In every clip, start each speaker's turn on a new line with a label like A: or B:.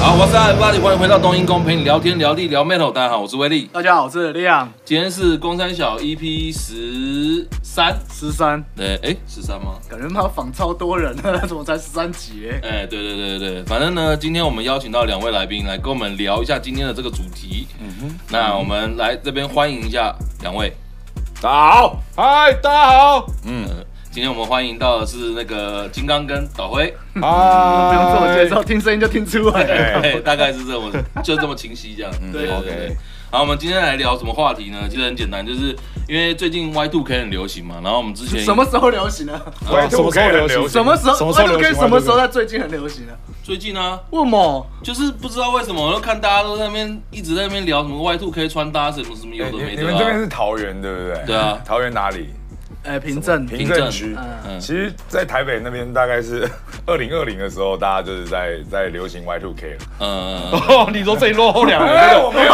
A: Hi everybody，欢迎回到冬阴功，陪你聊天聊地聊 metal。大家好，我是威力。
B: 大家好，我是亮
A: 今天是工三小 EP 十三，
B: 十三，
A: 对，哎，十三吗？
B: 感觉他仿超多人的，怎么才十三集耶？
A: 哎，对对对对对，反正呢，今天我们邀请到两位来宾来跟我们聊一下今天的这个主题。嗯哼，那我们来这边欢迎一下两位。
C: 大家好，嗨，大家 好，嗯，
A: 呃，今天我们欢迎到的是那个金刚跟导辉，
B: 不
C: 啊
B: 用自我介绍，，听声音就听出来了。
C: 哎
A: 哎，大概是这么， 就这么清晰这样。对对对
C: OK
A: 对。好，我们今天来聊什么话题呢？其实很简单，就是因为最近 Y Two K 很流行嘛，然后我们之 前
B: 什么时候流行呢？
C: 我也
A: 啊
C: 什么时候流
D: 哎
C: 行？
B: 什么时
C: 什
B: 候？
C: 么时候流
B: 跟
C: 行？
B: 什么时候在最近很流行呢？
A: 最近啊呢，
B: 为什么？
A: 就是不知道为什么，我就看大家都在那边一直在那边聊什么 Y Two K 穿搭什么什么有
C: 哎
A: 的
C: 你
A: 没
C: 你
A: 的
C: 们这边
A: 啊。
C: 是桃园对不对？
A: 对啊
C: 桃园哪里？
B: 哎，凭证，
C: 平
A: 镇
C: 镇区。
B: 嗯，
A: 嗯
C: 其实，在台北那边大概是 二零二零的时候，大家就是在在流行 Y Two K 了。
A: 嗯，
E: 哦， 你说自己落后两
C: 哎，
E: 年，
C: 我没有，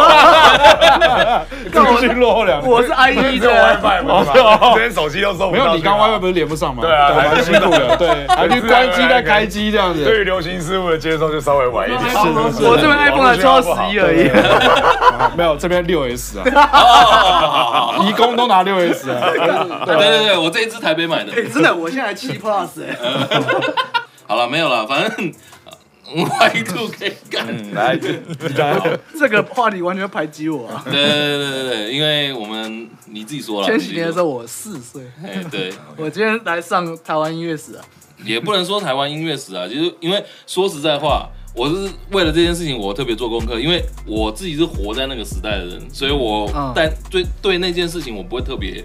E: 这个自己落后两年。
B: 我 是 I
C: 这
B: E
C: 是 WiFi 不是吗？这边手机都收不
E: 没
C: 到。
E: 有，你刚 WiFi 不是连不上吗？
C: 对啊
E: 对蛮辛苦的，对，还去关机再开机这样
C: 对
E: 子。
C: 于流行事物的接受就稍微晚一点。
E: 是是是
B: 我这边 iPhone 才抽到十一而已。
E: 啊没有，这边六 S 啊，移工都拿六 S 啊。
A: 对对对，我这一支台北买的。
B: 哎真的，我现在七 Plus 哎，
A: 好了，没有了，反正嗯 Y Two K 干。
C: 嗯来，
B: 这个话题完全排挤我啊！
A: 对对对对对，因为我们你自己说了，
B: 前几年的时
A: 候，
B: 候我四岁，
A: 哎，对，
B: 我今天来上台湾音乐史啊，
A: 也不能说台湾音乐史啊，就是因为说实在话，我是为了这件事情我特别做功课，因为我自己是活在那个时代的人，所以我
B: 嗯
A: 但对对那件事情我不会特别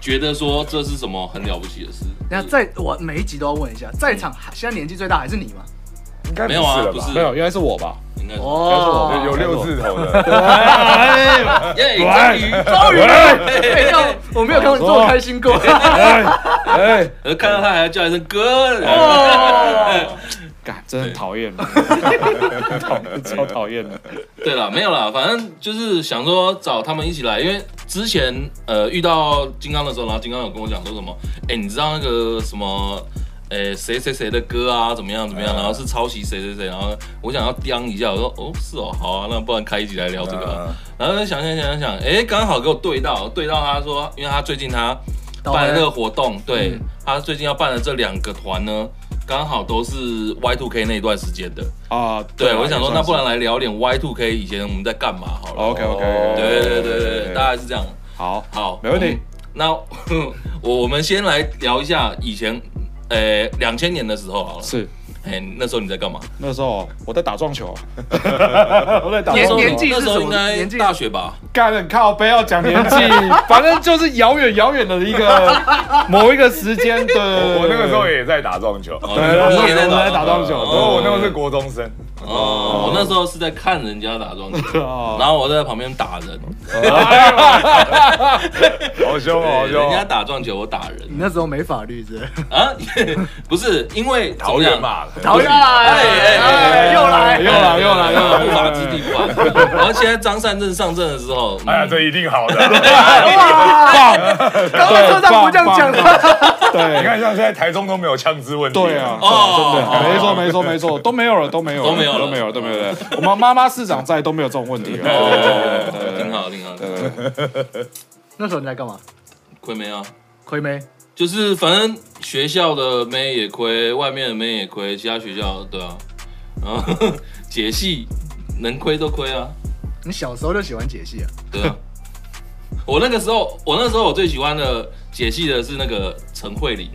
A: 觉得说这是什么很了不起的事。
B: 然后在我每一集都要问一下，在场现在年纪最大还是你吗？
C: 应该
A: 没有啊，
C: 了
A: 不
C: 吧
A: 是，
E: 没有，原来是我吧？
A: 应该是
B: 哦
C: 有有六字头的，
E: 哎，
A: 耶，终于
B: 终于，
A: 嘿
B: 哎呀我没有看过你这么开心过。
E: 哎，
A: 呃看到他还要叫一声哥，
B: 哦
E: 干，真的很讨厌，讨 超讨厌的。
A: 对了，没有啦，反正就是想说找他们一起来，因为之前呃遇到金刚的时候，然后金刚有跟我讲说什么，哎、你知道那个什么，哎、谁谁谁的歌啊，怎么样怎么样，
C: 嗯
A: 然后是抄袭谁谁谁，然后我想要刁一下，我说哦是哦，好啊，那不然开一集来聊这个啊、
C: 嗯
A: 然后想想想想，哎、刚好给我对到，对到他说，因为他最近他办了这个活动，对、他最近要办的这两个团呢，刚好都是 Y Two K 那一段时间的。
E: 啊，
A: 对，我就想说，那不然
E: 来
A: 来聊点 Y Two K 以前我们在干嘛好了。哦
E: ，OK OK，
A: 对对对对对，大概是这样。
E: 好，
A: 好，
E: 没问题
A: 嗯。那 我我们先来聊一下以前，呃，两千年的时候好了。
E: 是
A: 哎，那时候你在干嘛？
E: 那时候我在打撞球，我在打撞
B: 年
E: 球。
B: 年纪
A: 那
B: 是
A: 时候应该
B: 年纪
A: 大学吧？
E: 干很靠背要讲年纪，反正就是遥远遥远的一个某一个时间的。
C: 嗯我我那个时候也在打撞球，
A: 哦
C: 不
E: 对啊对对
A: 你也在
E: 我在
A: 打
E: 打
A: 撞
E: 撞
A: 球
E: 球，
C: 过我那
E: 个
C: 时候是国中生，
A: 哦，我那时候是在看人家打撞球，然
E: 哦，
A: 后我在旁边打人，
C: 好凶哦，好
A: 对
C: 凶
A: 人家
C: 哦！
A: 打撞球，我打人
B: 你那时候没法律是不是？
A: 啊？不是因为怎
C: 桃
A: 么样
C: 园嘛，
B: 讨厌，哎哎又来
E: 又来又来又来
A: 不法之地，不法之地。然后现在张善政上阵的时候，嗯
C: 哎呀，这一定好的。
B: 哇！刚刚车上不这样讲的，
C: 你
E: 对
C: 看，像现在台中都没有枪支问题，
E: 对啊，
A: 哦，
E: 没错没错没错，都没有了都没有
A: 都没有了
E: 都没有了都没有了。我们妈妈市长在都没有这种问题了。对对对
A: 哦，挺好挺好。
E: 对对对
B: 那时候你在干嘛？
A: 亏没啊？
B: 亏没？
A: 就是反正学校的妹也亏，外面的妹也亏，其他学校对啊，然后解系能亏都亏啊，
B: 你小时候就喜欢解析啊？
A: 对啊。我那个时候，我那时候我最喜欢的解系的是那个陈慧琳，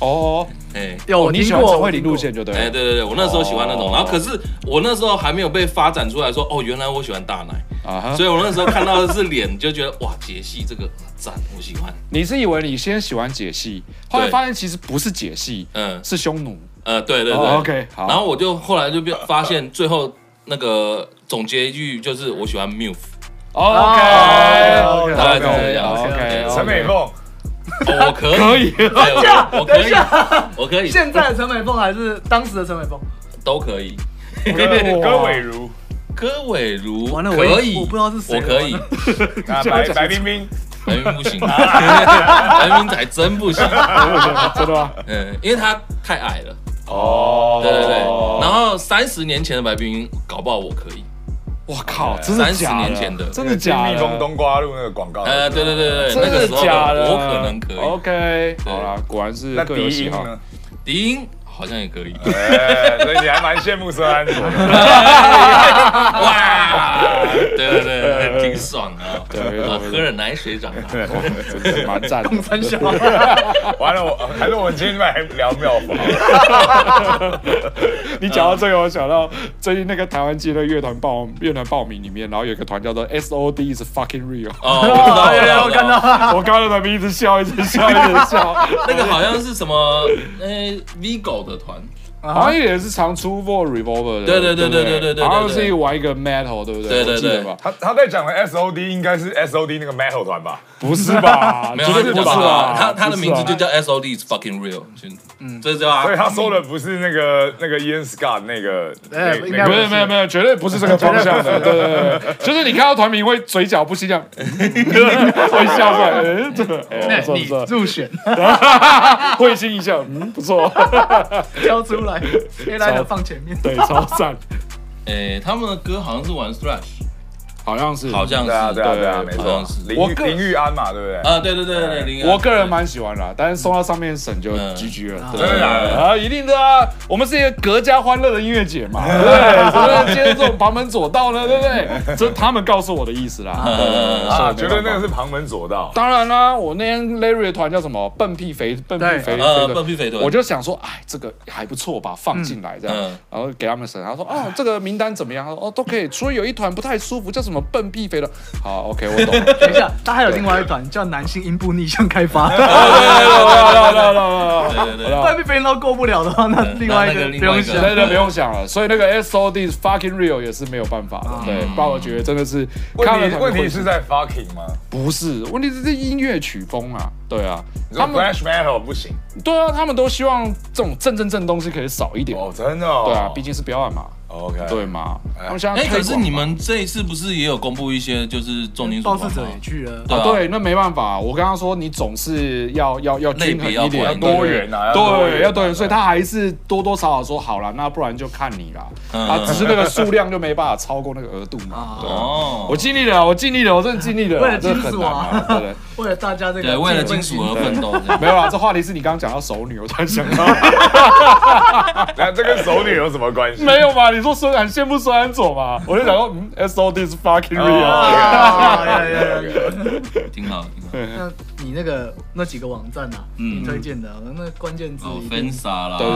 E: 哦，
A: 哎、
B: 有
E: 你喜欢陈慧琳路线？就对
A: 哎、
E: 了。
A: 对对对，我那时候喜欢那种，
E: 哦
A: 然后可是我那时候还没有被发展出来说，哦，原来我喜欢大奶，
E: 啊哈
A: 所以我那时候看到的是脸，就觉得哇，解系这个赞，我喜欢，
E: 你是以为你先喜欢解析，后来
A: 对
E: 发现其实不是解析，
A: 嗯
E: 是匈奴。
A: 呃，对对对、
E: 哦，OK，好。
A: 然后我就后来就变发现，最后那个总结一句就是我喜欢 MILF，
E: 哦 OK，
A: 大概是这样。
E: OK，
A: 对
E: OK
C: 陈美 凤，
A: 哦我可以，
E: 可
A: 对
E: 以。
A: 我我可
B: 等一
A: 以，
B: 下，
A: 我可以，
B: 现在的陈美凤还是当时的陈美凤？
A: 都可以。
C: 歌歌伟如，
A: 柯伟如
B: 完了我
A: 可以，
B: 我不知道是谁
A: 我可 以，
C: 啊白白冰冰，
A: 白冰不行，白冰才真不行。
E: 真的吗？
A: 嗯，因为他太矮了。
E: 哦，
A: 对对对，然后三十年前的白冰冰，搞不好我可以。
E: 我靠，真的假
A: 30
E: 的？
A: 年前的
E: 真的假的？
C: 蜜蜂冬瓜露那个广告，
A: 呃，对对对对，
E: 真
A: 那个
E: 的
A: 时候
E: 假的？哦
A: 我可能可以。
E: OK，
A: 对
E: 好啦，果然是
C: 那
E: 各有
C: 低
E: 喜
C: 音
E: 好。
C: 呢？
A: 迪音好像也可以。
C: 哎，所以你还蛮羡慕 孙安佐的。
A: 哇，对对对，挺爽啊！
E: 对
A: 啊喝了奶水长大。
E: 哦真的蛮赞的。
B: 三小，
C: 完了，我还是我们今天来聊妙法。
E: 你讲到这个，我想到最近那个台湾街的乐团报乐团报名里面，然后有一个团叫做 S O D is fucking real。
A: 哦，我知 道，
B: 对，我
A: 我
B: 看
A: 看到。
B: 到
E: 哎我刚刚在那边一直笑，一直笑，一直笑。
A: 那个好像是什么？哎，Vigo 的团，
E: 好像也是常出过 Revolver 的，
A: 对对对
E: 不
A: 对对对对
E: 好像
A: 对
E: 是玩一个 Metal，对不对？
A: 对对
E: 我记得
A: 对
E: 吧？
C: 他他在讲的 S O D 应该是 S O D 那个 metal 团吧？
E: 不是吧？
A: 没有，啊
E: 绝
A: 他
E: 对
A: 就
E: 不
A: 叫
E: 是啊吧？
A: 他他的
E: 不是
A: 名
E: 吧
A: 字就叫 S O D is fucking real，就嗯，这
E: 啊
A: 叫
C: 所以他说的不是那个那个 Ian Scott 那个，
B: 哎
C: 那
B: 应该
E: 不是，
C: 那个
E: 没有没有，绝对不是这个方向 的。对对对，就是你看到团名会嘴角不吸 这样，会笑出来，哎这个 哎不错
B: 你
E: 不错，
B: 入选
E: 会心一笑，嗯，不错，
B: 挑出来，A 来的放前面。
E: 对，超赞，
A: 哎，他们的歌好像是玩 Thrash，
E: 好像是，
A: 好像
C: 对啊对
A: 是
C: 啊对啊，
E: 对
C: 没
A: 好
C: 错
A: 像是，
C: 林
E: 我个
C: 林玉安嘛，对不对？
A: 啊，对对对对对，
E: 我个人蛮喜欢啦，但是送到上面省就
A: 嗯
E: GG 了，
A: 真的假的
E: 啊，一定的啊！我们是一个隔家欢乐的音乐节嘛，对不对？怎么能接受这种旁门左道呢？对不对？这是他们告诉我的意思啦。
A: 呃，
C: 啊，
E: 嗯是
C: 觉得那个是旁门左道。
E: 当然啦，我那天 Larry 的团叫什么？笨屁肥，笨屁肥，
A: 呃，
E: 对
A: 笨屁肥臀，
E: 我就想说，哎，这个还不错吧，放进来这样，
A: 嗯
E: 然后给他们审。他说，哦，这个名单怎么样？他说，哦，都可以，除了有一团不太舒服，叫什么笨屁肥的。好，OK，我懂了。
B: 等一下，他还有另外一团叫男性阴部逆向开发，
A: 对对对，
B: 外面别人都过不了的话，那另外一个
A: 那那个
B: 不用
A: 另外
B: 想。
E: 对对，不用想了。所以那个 S O D fucking real 也是没有办法的，对。不然我觉得真的是看了他
C: 问题
E: 们
C: 问
E: 会
C: 题是在 fucking 吗？
E: 不是问题是这音乐曲风啊，对啊，
C: 你说
E: 他们
C: flash metal 不行
E: 对啊，他们都希望这种正正正东西可以少一点，
C: 哦，真的哦。哎
E: 对啊，毕竟是标案嘛，
C: OK
E: 对嘛，他们想要
A: 哎，可
E: 推
A: 是
E: 广
A: 你们这一次不是也有公布一些就是重金属
B: 报
A: 团
B: 事者
A: 吗
B: 也去了，
A: 对啊
E: 对，那没办法。我刚刚说你总是要要要
A: 类
E: 均衡
A: 比
E: 一点，
A: 要
E: 对
A: 多
C: 元啊要多元
E: 对，
C: 啊
E: 要多元，所以他还是多多少少说好了，那不然就看你啦。
A: 嗯
E: 啊，只是那个数量就没办法超过那个额度嘛。对啊
A: 哦，
E: 我尽力了，我尽力了，我真的尽力了啦，
B: 为了
E: 这
B: 金
E: 很
B: 属
E: 难
B: 啊
E: 啊，对不对。
B: 为了大家这
A: 对，
B: 个
A: 为了金属而奋斗，这样
E: 没有啦，这话题是你刚刚讲到熟女，我突然想到，
C: 那这跟手女有什么关系？
E: 没有嘛？你说孙很羡慕孙安佐嘛？我就想说，嗯，S O D is fucking
C: 哦
B: 啊
E: real。
C: ，OK，OK，OK，OK，OK。
A: 挺好，挺好。
B: 那你那个那几个网站啊，
A: 嗯
B: 你推荐的那关键字
A: 哦
B: 一，
A: 分
B: 定
A: 傻啦，
E: 对哦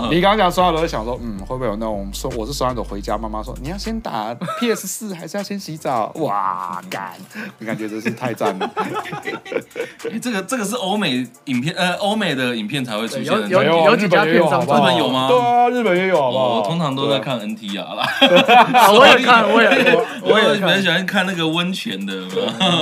E: 不对？你刚刚讲孙安佐，就想说，嗯，会不会有那种说我是孙安佐回家，妈妈说你要先打 PS 四，还是要先洗澡？哇，干！你感觉真是太赞了。
A: 诶这个这个是欧美影片，呃，欧美的影片才会出现的。
B: 有
A: 哦
E: 没有，啊
B: 有几
E: 日本
B: 家
E: 也有
B: 片商
E: 好不好
A: 日本有吗哦
E: 对啊，日本也有好不好？
A: 我通常都在
E: 对啊。
A: 看 NTR 啦，
B: 啊，我也看，我也我
A: 我
B: 我
A: 也
B: 也
A: 比较
B: 看
A: 喜欢看那个温泉的。有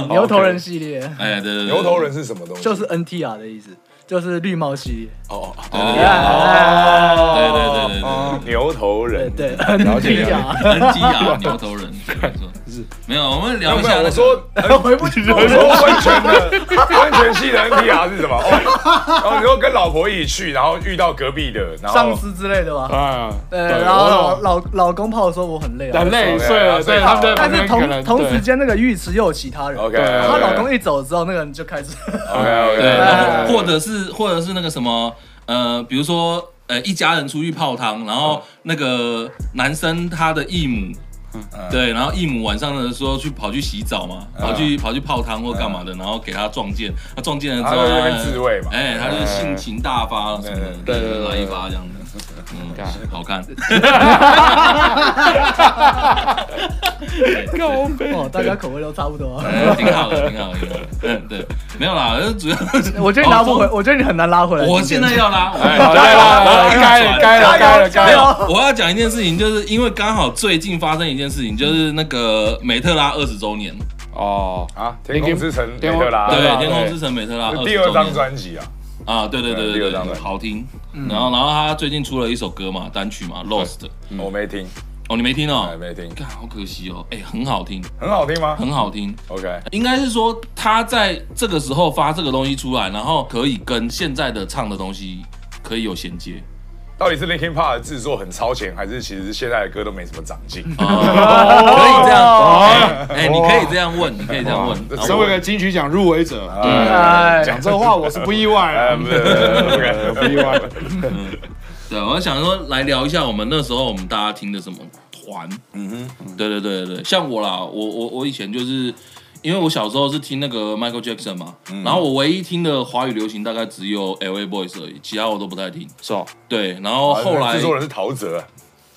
A: 没有
B: 牛头人系列，
A: 哎，对对对，
C: 牛头人是什么东西？
B: 就是 NTR 的意思，就是绿帽系列。
C: 哦，
E: 啊
B: 哦，
A: 对，对对对对
C: 牛头
B: 对
C: 人。
B: 对
E: 了解了
B: ，NTR，
A: 对，NTR 牛头人，没错，没有，我们聊一
C: 不
A: 下
C: 然
A: 那个。
C: 我说 呃
B: 回不去，
C: 我说温泉的温泉系的 NTR 是什么？哦，然后你说跟老婆一起去，然后遇到隔壁的，然后
B: 上司之类的吧。
E: 哎，
B: 对，然后老老老公泡说我很累啊
E: 很，累
C: 对
E: 碎了，
C: 对
E: 所以
C: 对
E: 他们在旁
B: 但是
E: 边可能
B: 同同
E: 对
B: 时间那个浴池又有其他人，
C: OK，
E: 对
B: 她老公一走之后，那个人就开始
C: OK
E: 哎
A: 对，然后
C: OK，
A: 哎或者是或者是那个什么，呃，比如说呃，一家人出去泡汤，然
E: 嗯
A: 后那个男生他的义母。
E: 嗯
A: 对，然后义母晚上的时候去跑去洗澡嘛，跑
E: 嗯
A: 去跑去泡汤或干嘛的，然后给他撞见，他撞见了之后，
C: 他在那边自慰嘛
A: 哎，他就性情大发什么的，
E: 嗯对对对
A: 就是
E: 对
A: 来一发这样子， 嗯， 好看，
E: 告白
B: 哦，大家口味都差不多啊。
A: 哎挺好的，挺好的，挺好的嗯，对，没有啦，主要是
B: 我觉得你拿不回，，我觉得你很难拉回来。
A: 我现在要啦，
E: 哎来了来了该了该了该了
A: 没
E: 该
A: 有
E: 了，，
A: 我要讲一件事情，就是因为刚好最近发生一件事情，就是那个美特拉二十周年，
E: 哦，
C: 啊，天空之城
E: 天
C: 美
E: 空
C: 特拉，
A: 对，
E: 对
A: 《天空之城》美特拉
C: 是
A: 20
C: 啊第二张
A: 周年
C: 专辑啊，
A: 啊，对对对
C: 对第
A: 对
C: 二张
A: 对，
C: 专辑嗯
A: 好听。然后然后他最近出了一首歌嘛，单曲嘛，《Lost》。
E: 嗯
C: 我没听，
A: 哦，你没听
C: 嗯哎，
A: 哦？
C: 没听，
A: 看，好可惜哦。哎，很好听，
C: 很好听吗
A: 很好听。
C: ？OK，
A: 应该是说他在这个时候发这个东西出来，然后可以跟现在的唱的东西可以有衔接。
C: 到底是 Linkin Park 的制作很超前，还是其实现在的歌都没什么长进？
A: 可
C: 哦
A: 以这样，哎，你可以这样问，你可以这样问。
C: 这
A: 然
E: 身
A: 后
E: 为一个金曲奖入围者，
B: 哎，
E: 讲这话我是不意外
C: 呃，
E: 啊
C: 不，是，不是
E: 我
C: 不
E: 不意外。
A: 对，啊我想说来聊一下我们那时候我们大家听的什么团。嗯哼，对对对对对，像我啦，我我我以前就是。因为我小时候是听那个 Michael Jackson 嘛，
C: 嗯
A: 然后我唯一听的华语流行大概只有 L.A. Boys 而已，其他我都不太听。
E: 是 哦，
A: 对，然后
C: 是
A: 后来
C: 啊制作人是陶喆，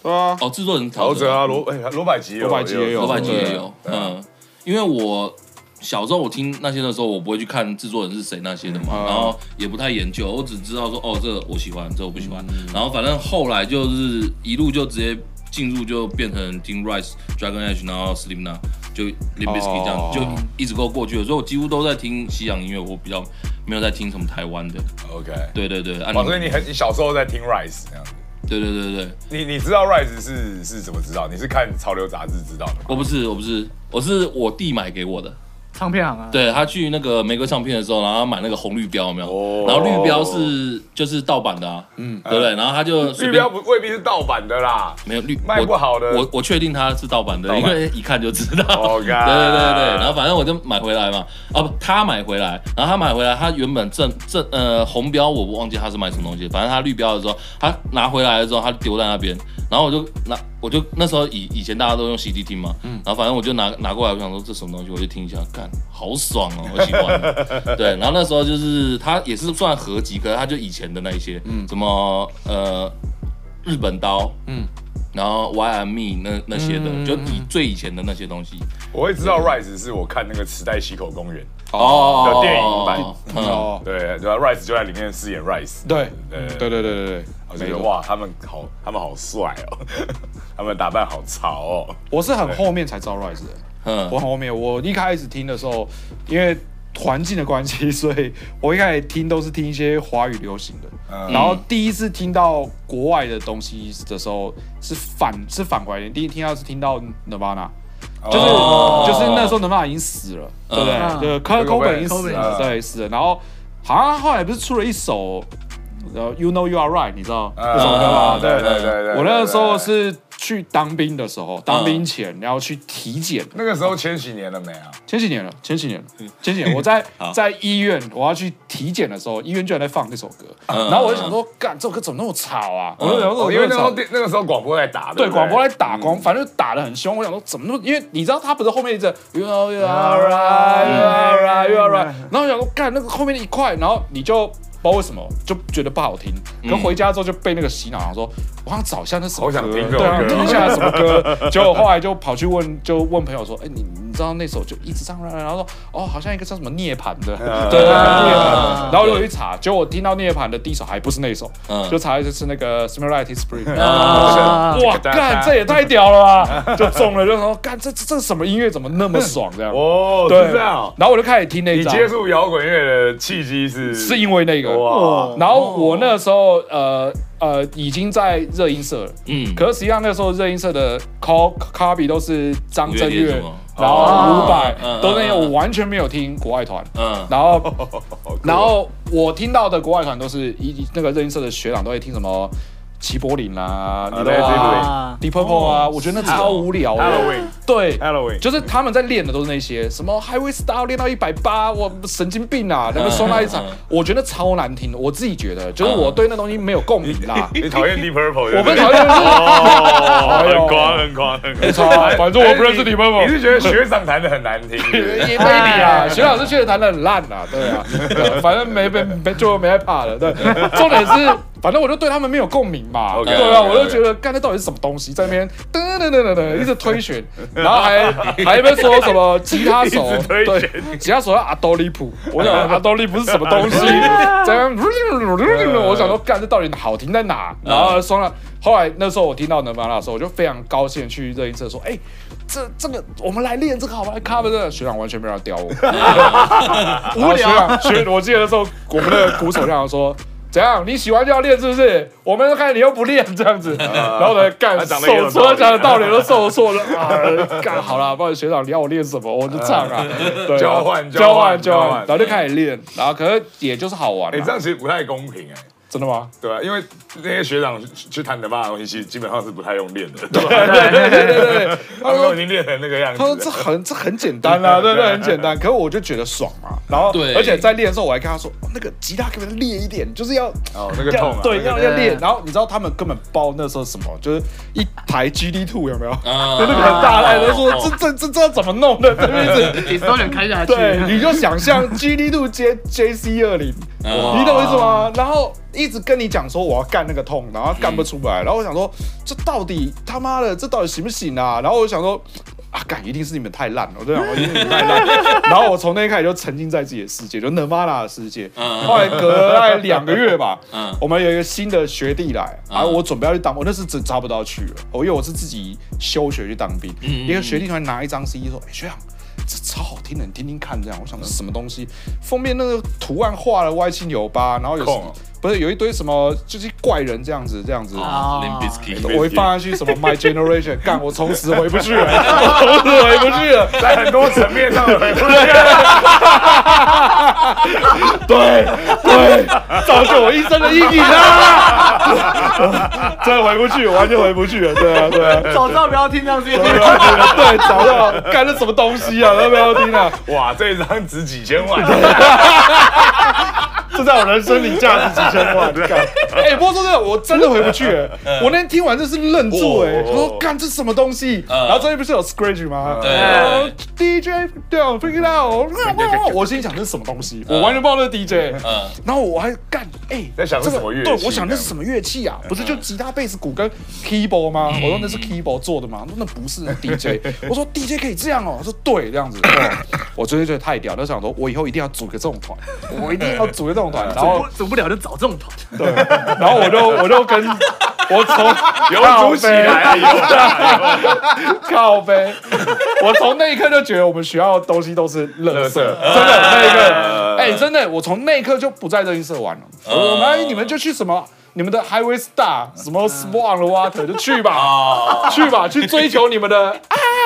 E: 对啊，
A: 哦，制作人
C: 陶喆
A: 啊。
C: 啊，罗哎罗百吉也有，
E: 罗百吉也有
A: 罗百吉也
E: 对
A: 有，嗯，因为我小时候我听那些的时候，我不会去看制作人是谁那些的嘛，
E: 嗯
A: 然后也不太研究，我只知道说哦，这个我喜欢，这个我不喜欢，
E: 嗯
A: 然后反正后来就是一路就直接进入就变成听 Rise、Dragon Age，然后 Slimna。就 l i m b i s k y 这样、
E: 哦
A: 就一直过过去了，所以我几乎都在听西洋音乐，我比较没有在听什么台湾的。
C: OK。
A: 对对对，啊
E: 哦
C: 哇，所以你很你小时候在听 Rise 这样子，
A: 对对对对，
C: 你你知道 Rise 是是怎么知道？你是看潮流杂志知道的吗？
A: 我不是我不是，我是我弟买给我的。
B: 唱片行啊，
A: 对他去那个玫瑰唱片的时候，然后他买那个红绿标有没有？
C: 哦
A: 然后绿标是就是盗版的啊，嗯，对不对？然后他就随
C: 绿
A: 便
C: 标不未必是盗版的啦，
A: 没有绿
C: 卖不好的
A: 我我我确定他是盗版的，
C: 盗版
A: 因为一看就知道。
C: Oh
A: 对
C: God
A: 对对对，然后反正我就买回来嘛，啊不，他买回来，然后他买回来，他原本正正呃红标我忘记他是买什么东西，反正他绿标的时候，他拿回来的时候他丢在那边，然后我就拿我就那时候以以前大家都用 CD 听嘛，然后反正我就拿拿过来，我想说这什么东西，我就听一下，看好爽哦，我喜欢。哦对，然后那时候就是他也是算合集，可是他就以前的那一些，什么呃日本刀，嗯，然后 Y M Me 那那些的，就以最以前的那些东西。
C: 我会知道 Rise 是我看那个《池袋西口公园
A: 哦
C: 有电影版
A: 嗯，
E: 哦》，，
C: 对对啊，Rise 就在里面饰演 Rise，
E: 对，
C: 对
E: 对对对对对，
C: 我
E: 没
C: 觉得
E: 错
C: 哇，他们好，他们好帅哦， 他们打扮好潮哦。
E: 我是很后面才知道 Rise 的，我
A: 嗯，
E: 很后面，我一开始听的时候，因为环境的关系，所以我一开始听都是听一些华语流行的。
C: 嗯
E: 然后第一次听到国外的东西的时候，是反是反过来的。第一听到是听到 Nirvana，就是、
A: 哦
E: 就是那时候 Nirvana 已经死了，对不
B: 嗯
E: 对？对，科
C: Kurt
E: 科本已经
B: Cobain
E: 死了，对，死了。然后好像后来不是出了一首，呃，You Know You Are Right，你知道那首歌吗？
A: 嗯
E: 对
C: 啊对对对对，嗯
E: 我那个时候
C: 对对
E: 是去当兵的时候，当兵前然后去体检，
C: 对那个时候千禧年了没啊？
E: 前几年了，前几年了，
C: 嗯
E: 前几年我 在
A: 好
E: 在医院我要去体检的时候，医院居然在放这首歌，
A: 嗯
E: 然后我就想说，干这首歌怎么那么吵啊？我就想说
C: 哦
E: 这
C: 因为
E: 首歌怎么
C: 那时候
E: 吵。
C: 电那个时候广播在打，
E: 对，嗯
C: 不
E: 广播来打光，反正就打的很凶。我想说，怎么那么？因为你知道他不是后面一直 you know you are right, you are right, 嗯 you are right。然后我想说，干那个后面的一块，然后你就不知道为什么就觉得不好听。可回家之后就被那个洗脑，想说我想找一下那什么
C: 好
E: 歌，
C: 想听这首
E: 对 啊，
C: 歌
E: 听一下什么 歌。结果后来就跑去问，就问朋友说，哎，你你知道那首就一直唱，然后说哦，好像一个叫什么涅槃的，对涅啊槃。然后我就去查，结果我听到涅槃的第一首还不是那首，
A: 嗯
E: 就查一次是那个 Smell Like Teen Spirit。
B: 啊，
E: 哇，干这也太屌了吧！就中了，就说干这这这什么音乐怎么那么爽这样？
C: 哦，是这样哦。
E: 然后我就开始听那一
C: 你
E: 张，
C: 接触摇滚乐的契机是
E: 是因为那个。
C: 哇，
E: 然后我那时候呃呃已经在热音社了，
A: 嗯，
E: 可是实际上那时候热音社的 call copy 都是张震
A: 五月
E: 岳
A: 天什么，
E: 然后伍佰
A: 哦
E: 都那些，
A: 嗯嗯嗯
E: 我完全没有听国外团。
A: 嗯，
E: 然后，
C: 哦
E: 然后我听到的国外团都是一那个热音社的学长都会听什么齐柏林啦、你
C: 啊对对对
B: 啊
E: Deep Purple 啊，我觉得那超无聊的。
C: 哦 Halloween
E: 对
C: Halloween
E: 就是他们在练的都是那些什么 Highway Star 练到一百八，我神经病啊！那个双拉一场
A: 嗯嗯，
E: 我觉得超难听的。我自己觉得，
C: 嗯
E: 就是我对那东西没有共鸣 啦。
C: 你 讨厌 Deep Purple？
E: 我不是
C: 对对
E: 讨厌，
C: 哦，
E: 哎呦
C: 很狂很狂很狂。
E: 操反正我不认识
C: 哎
E: Deep Purple
C: 你是觉得学长弹的很难听？
E: 也 非你
C: 哎
E: 啊， 徐老师确实弹的很烂啊，对啊，对反正没没没就没害怕 了，对，重点是，反正我就对他们没有共鸣嘛，
C: OK，
E: 对啊，
C: OK，OK
E: 我就觉得干那到底是什么东西，在那 边噔噔噔噔噔一直推选，然后还还一边说什么吉他手
C: 一直，推选
E: 对，吉他手叫阿多利普，我想阿多利普是什么东西，在那边我想说干这到底好听在哪，然后双了。后来那时候我听到 n i r v a n a 的时候，我就非常高兴地去热音社说：“哎、这这个我们来练这个好吗？来 cover 这个。”学长完全没有要屌我，无聊。学长学我记得那时候我们的鼓手这样说。怎样？你喜欢就要练是不是？我们看你又不练这样子，然后呢，干
C: 他
E: 受
C: 讲得也有道理
E: 说讲的道理都受挫了啊！干好了，不然学长你要我练什么我就唱啊，对啊
C: 交换
E: 交
C: 交换
E: 交
C: 交换
E: 然后就开始练，然后可是也就是好玩啊。
C: 哎，这样其实不太公平哎。
E: 真的吗？
C: 对啊，因为那些学长去去弹的吧的东西，其实基本上是不太用练的，
E: 对对对对 对，
C: 他们都已经练成那个样子
E: 他说
C: 了。
E: 这很这很简单啊，对对，很简 单。可是我就觉得爽啊，然后
A: 对
E: 而且在练的时候，我还跟他说，哦那个吉他可不可以练一点，就是要
C: 哦，那个痛啊，
E: 对，要
B: 对
E: 要练。然后你知道他们根本包那时候什么，就是一台 GD Two 有没有？
A: 啊
E: 那个很大台的，说这这这这要怎么弄的？这边一直。
B: 你都能开下去。
E: 对，你就 想象 GD Two 接 JC 二零，
A: 哦
E: 你懂我意思吗？然后一直跟你讲说我要干那个痛，然后干不出来，
A: 嗯
E: 然后我想说这到底他妈的这到底行不行啊？然后我就想说啊，干一定是你们太烂了，我就想我一定是你们太烂。 然后我从那一开始就沉浸在自己的世界，就 Nirvana 的世界。
A: 嗯
E: 后来隔了大概两个月吧，
A: 嗯
E: 我们有一个新的学弟来，
A: 嗯
E: 然后我准备要去当，我那是真找不到去了，我因为我是自己休学去当兵，
A: 嗯嗯
E: 一个学弟突然拿一张 CD 说：“哎、学长。”这超好听的，你听听看，这样我想这是什么东西？封面那个图案画了歪七扭八，然后有什
C: 空
E: 么不是有一堆什么就是怪人这样子这样子，
A: 啊
B: 啊
A: l i m b i s k y
E: 我一放下去什么 My Generation，干我从此回不去了，我从此回不去了。
C: 在很多层面上的回复，
E: 对对，造就我一生的阴影啊！真的回不去，完全回不去了。对啊，对啊。
B: 早知道不要听这样子。
E: 对，找到干了什么东西啊？都没有听啊，
C: 哇，这一张值几千万，
E: 这在我人生里价值几千万。干哎，不过说真的，我真的回不去了。
A: 嗯
E: 我那天听完真是愣住哎，
C: 嗯哦
E: 我说干这是什么东西？
A: 嗯
E: 然后这边不是有 scratch 吗？
C: 嗯
A: 对
E: 然后，DJ 对啊，freak it out，我心想这是什么东西？我完全不知道那是 DJ。
A: 嗯
E: 然后我还干，哎、
C: 在想是
E: 这个
C: 什么乐器嗯
E: 对，我想那是什么乐器啊？不是就吉他、贝斯、鼓跟 keyboard 吗？我说那
A: 嗯
E: 是 keyboard 做的吗？他说那不是那是 DJ。我 说 DJ 可以这样哦、他说对，这样子。哦我真的觉得太屌，就想说我以后一定要组个这种团，我一定要组个这种团。
A: 嗯
E: 然后
B: 不组不了就找这种团，
E: 对，然后我就我就 跟我从
C: 有主起来啊，有
E: 靠背，我从那一刻就觉得我们学校的东西都是垃圾，
C: 圾呃
E: 真的那一刻，哎，真的，我从那一刻就不在热音社玩了。我们哎你们就去什么？你们的 Highway Star 什
C: 呃
E: 么 Swan the Water 就去吧，
A: 哦，
E: 去吧，去追求你们的，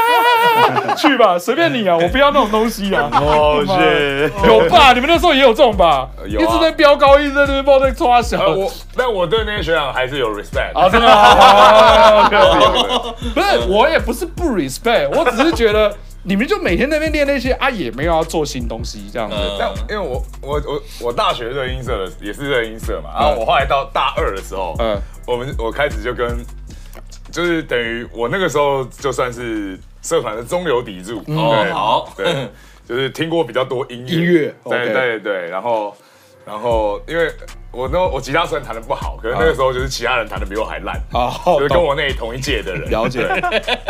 E: 啊去吧，随便你啊，我不要那种东西啊。
C: 哦
E: 妈
C: 是。
E: 有吧？你们那时候也有这种吧？一
C: 有啊
E: 直在飙高，一直在那边抱在抓小。
C: 呃， 我但我对那些学长还是有 respect，
E: 啊， 真的哦吗？
C: 的
E: 不是，我也不是不 respect，我只是觉得你们就每天在那边练那些啊，也没有要做新东西这样子。
C: 但
A: 嗯
C: 因为我我我我大学热音社的也是热音社嘛，然后我后来到大二的时候，
E: 嗯
C: 我们我开始就跟，就是等于我那个时候就算是社团的中流砥柱，对
A: 哦好
C: 对， 就是听过比较多音乐，
E: 嗯音乐
C: 对
E: OK
C: 对对，然后然后因为我那我吉他虽然弹的不好，可是那个时候就是其他人弹的比我还烂，
E: 啊，好
C: 就是跟我那同一届的人，
E: 了解，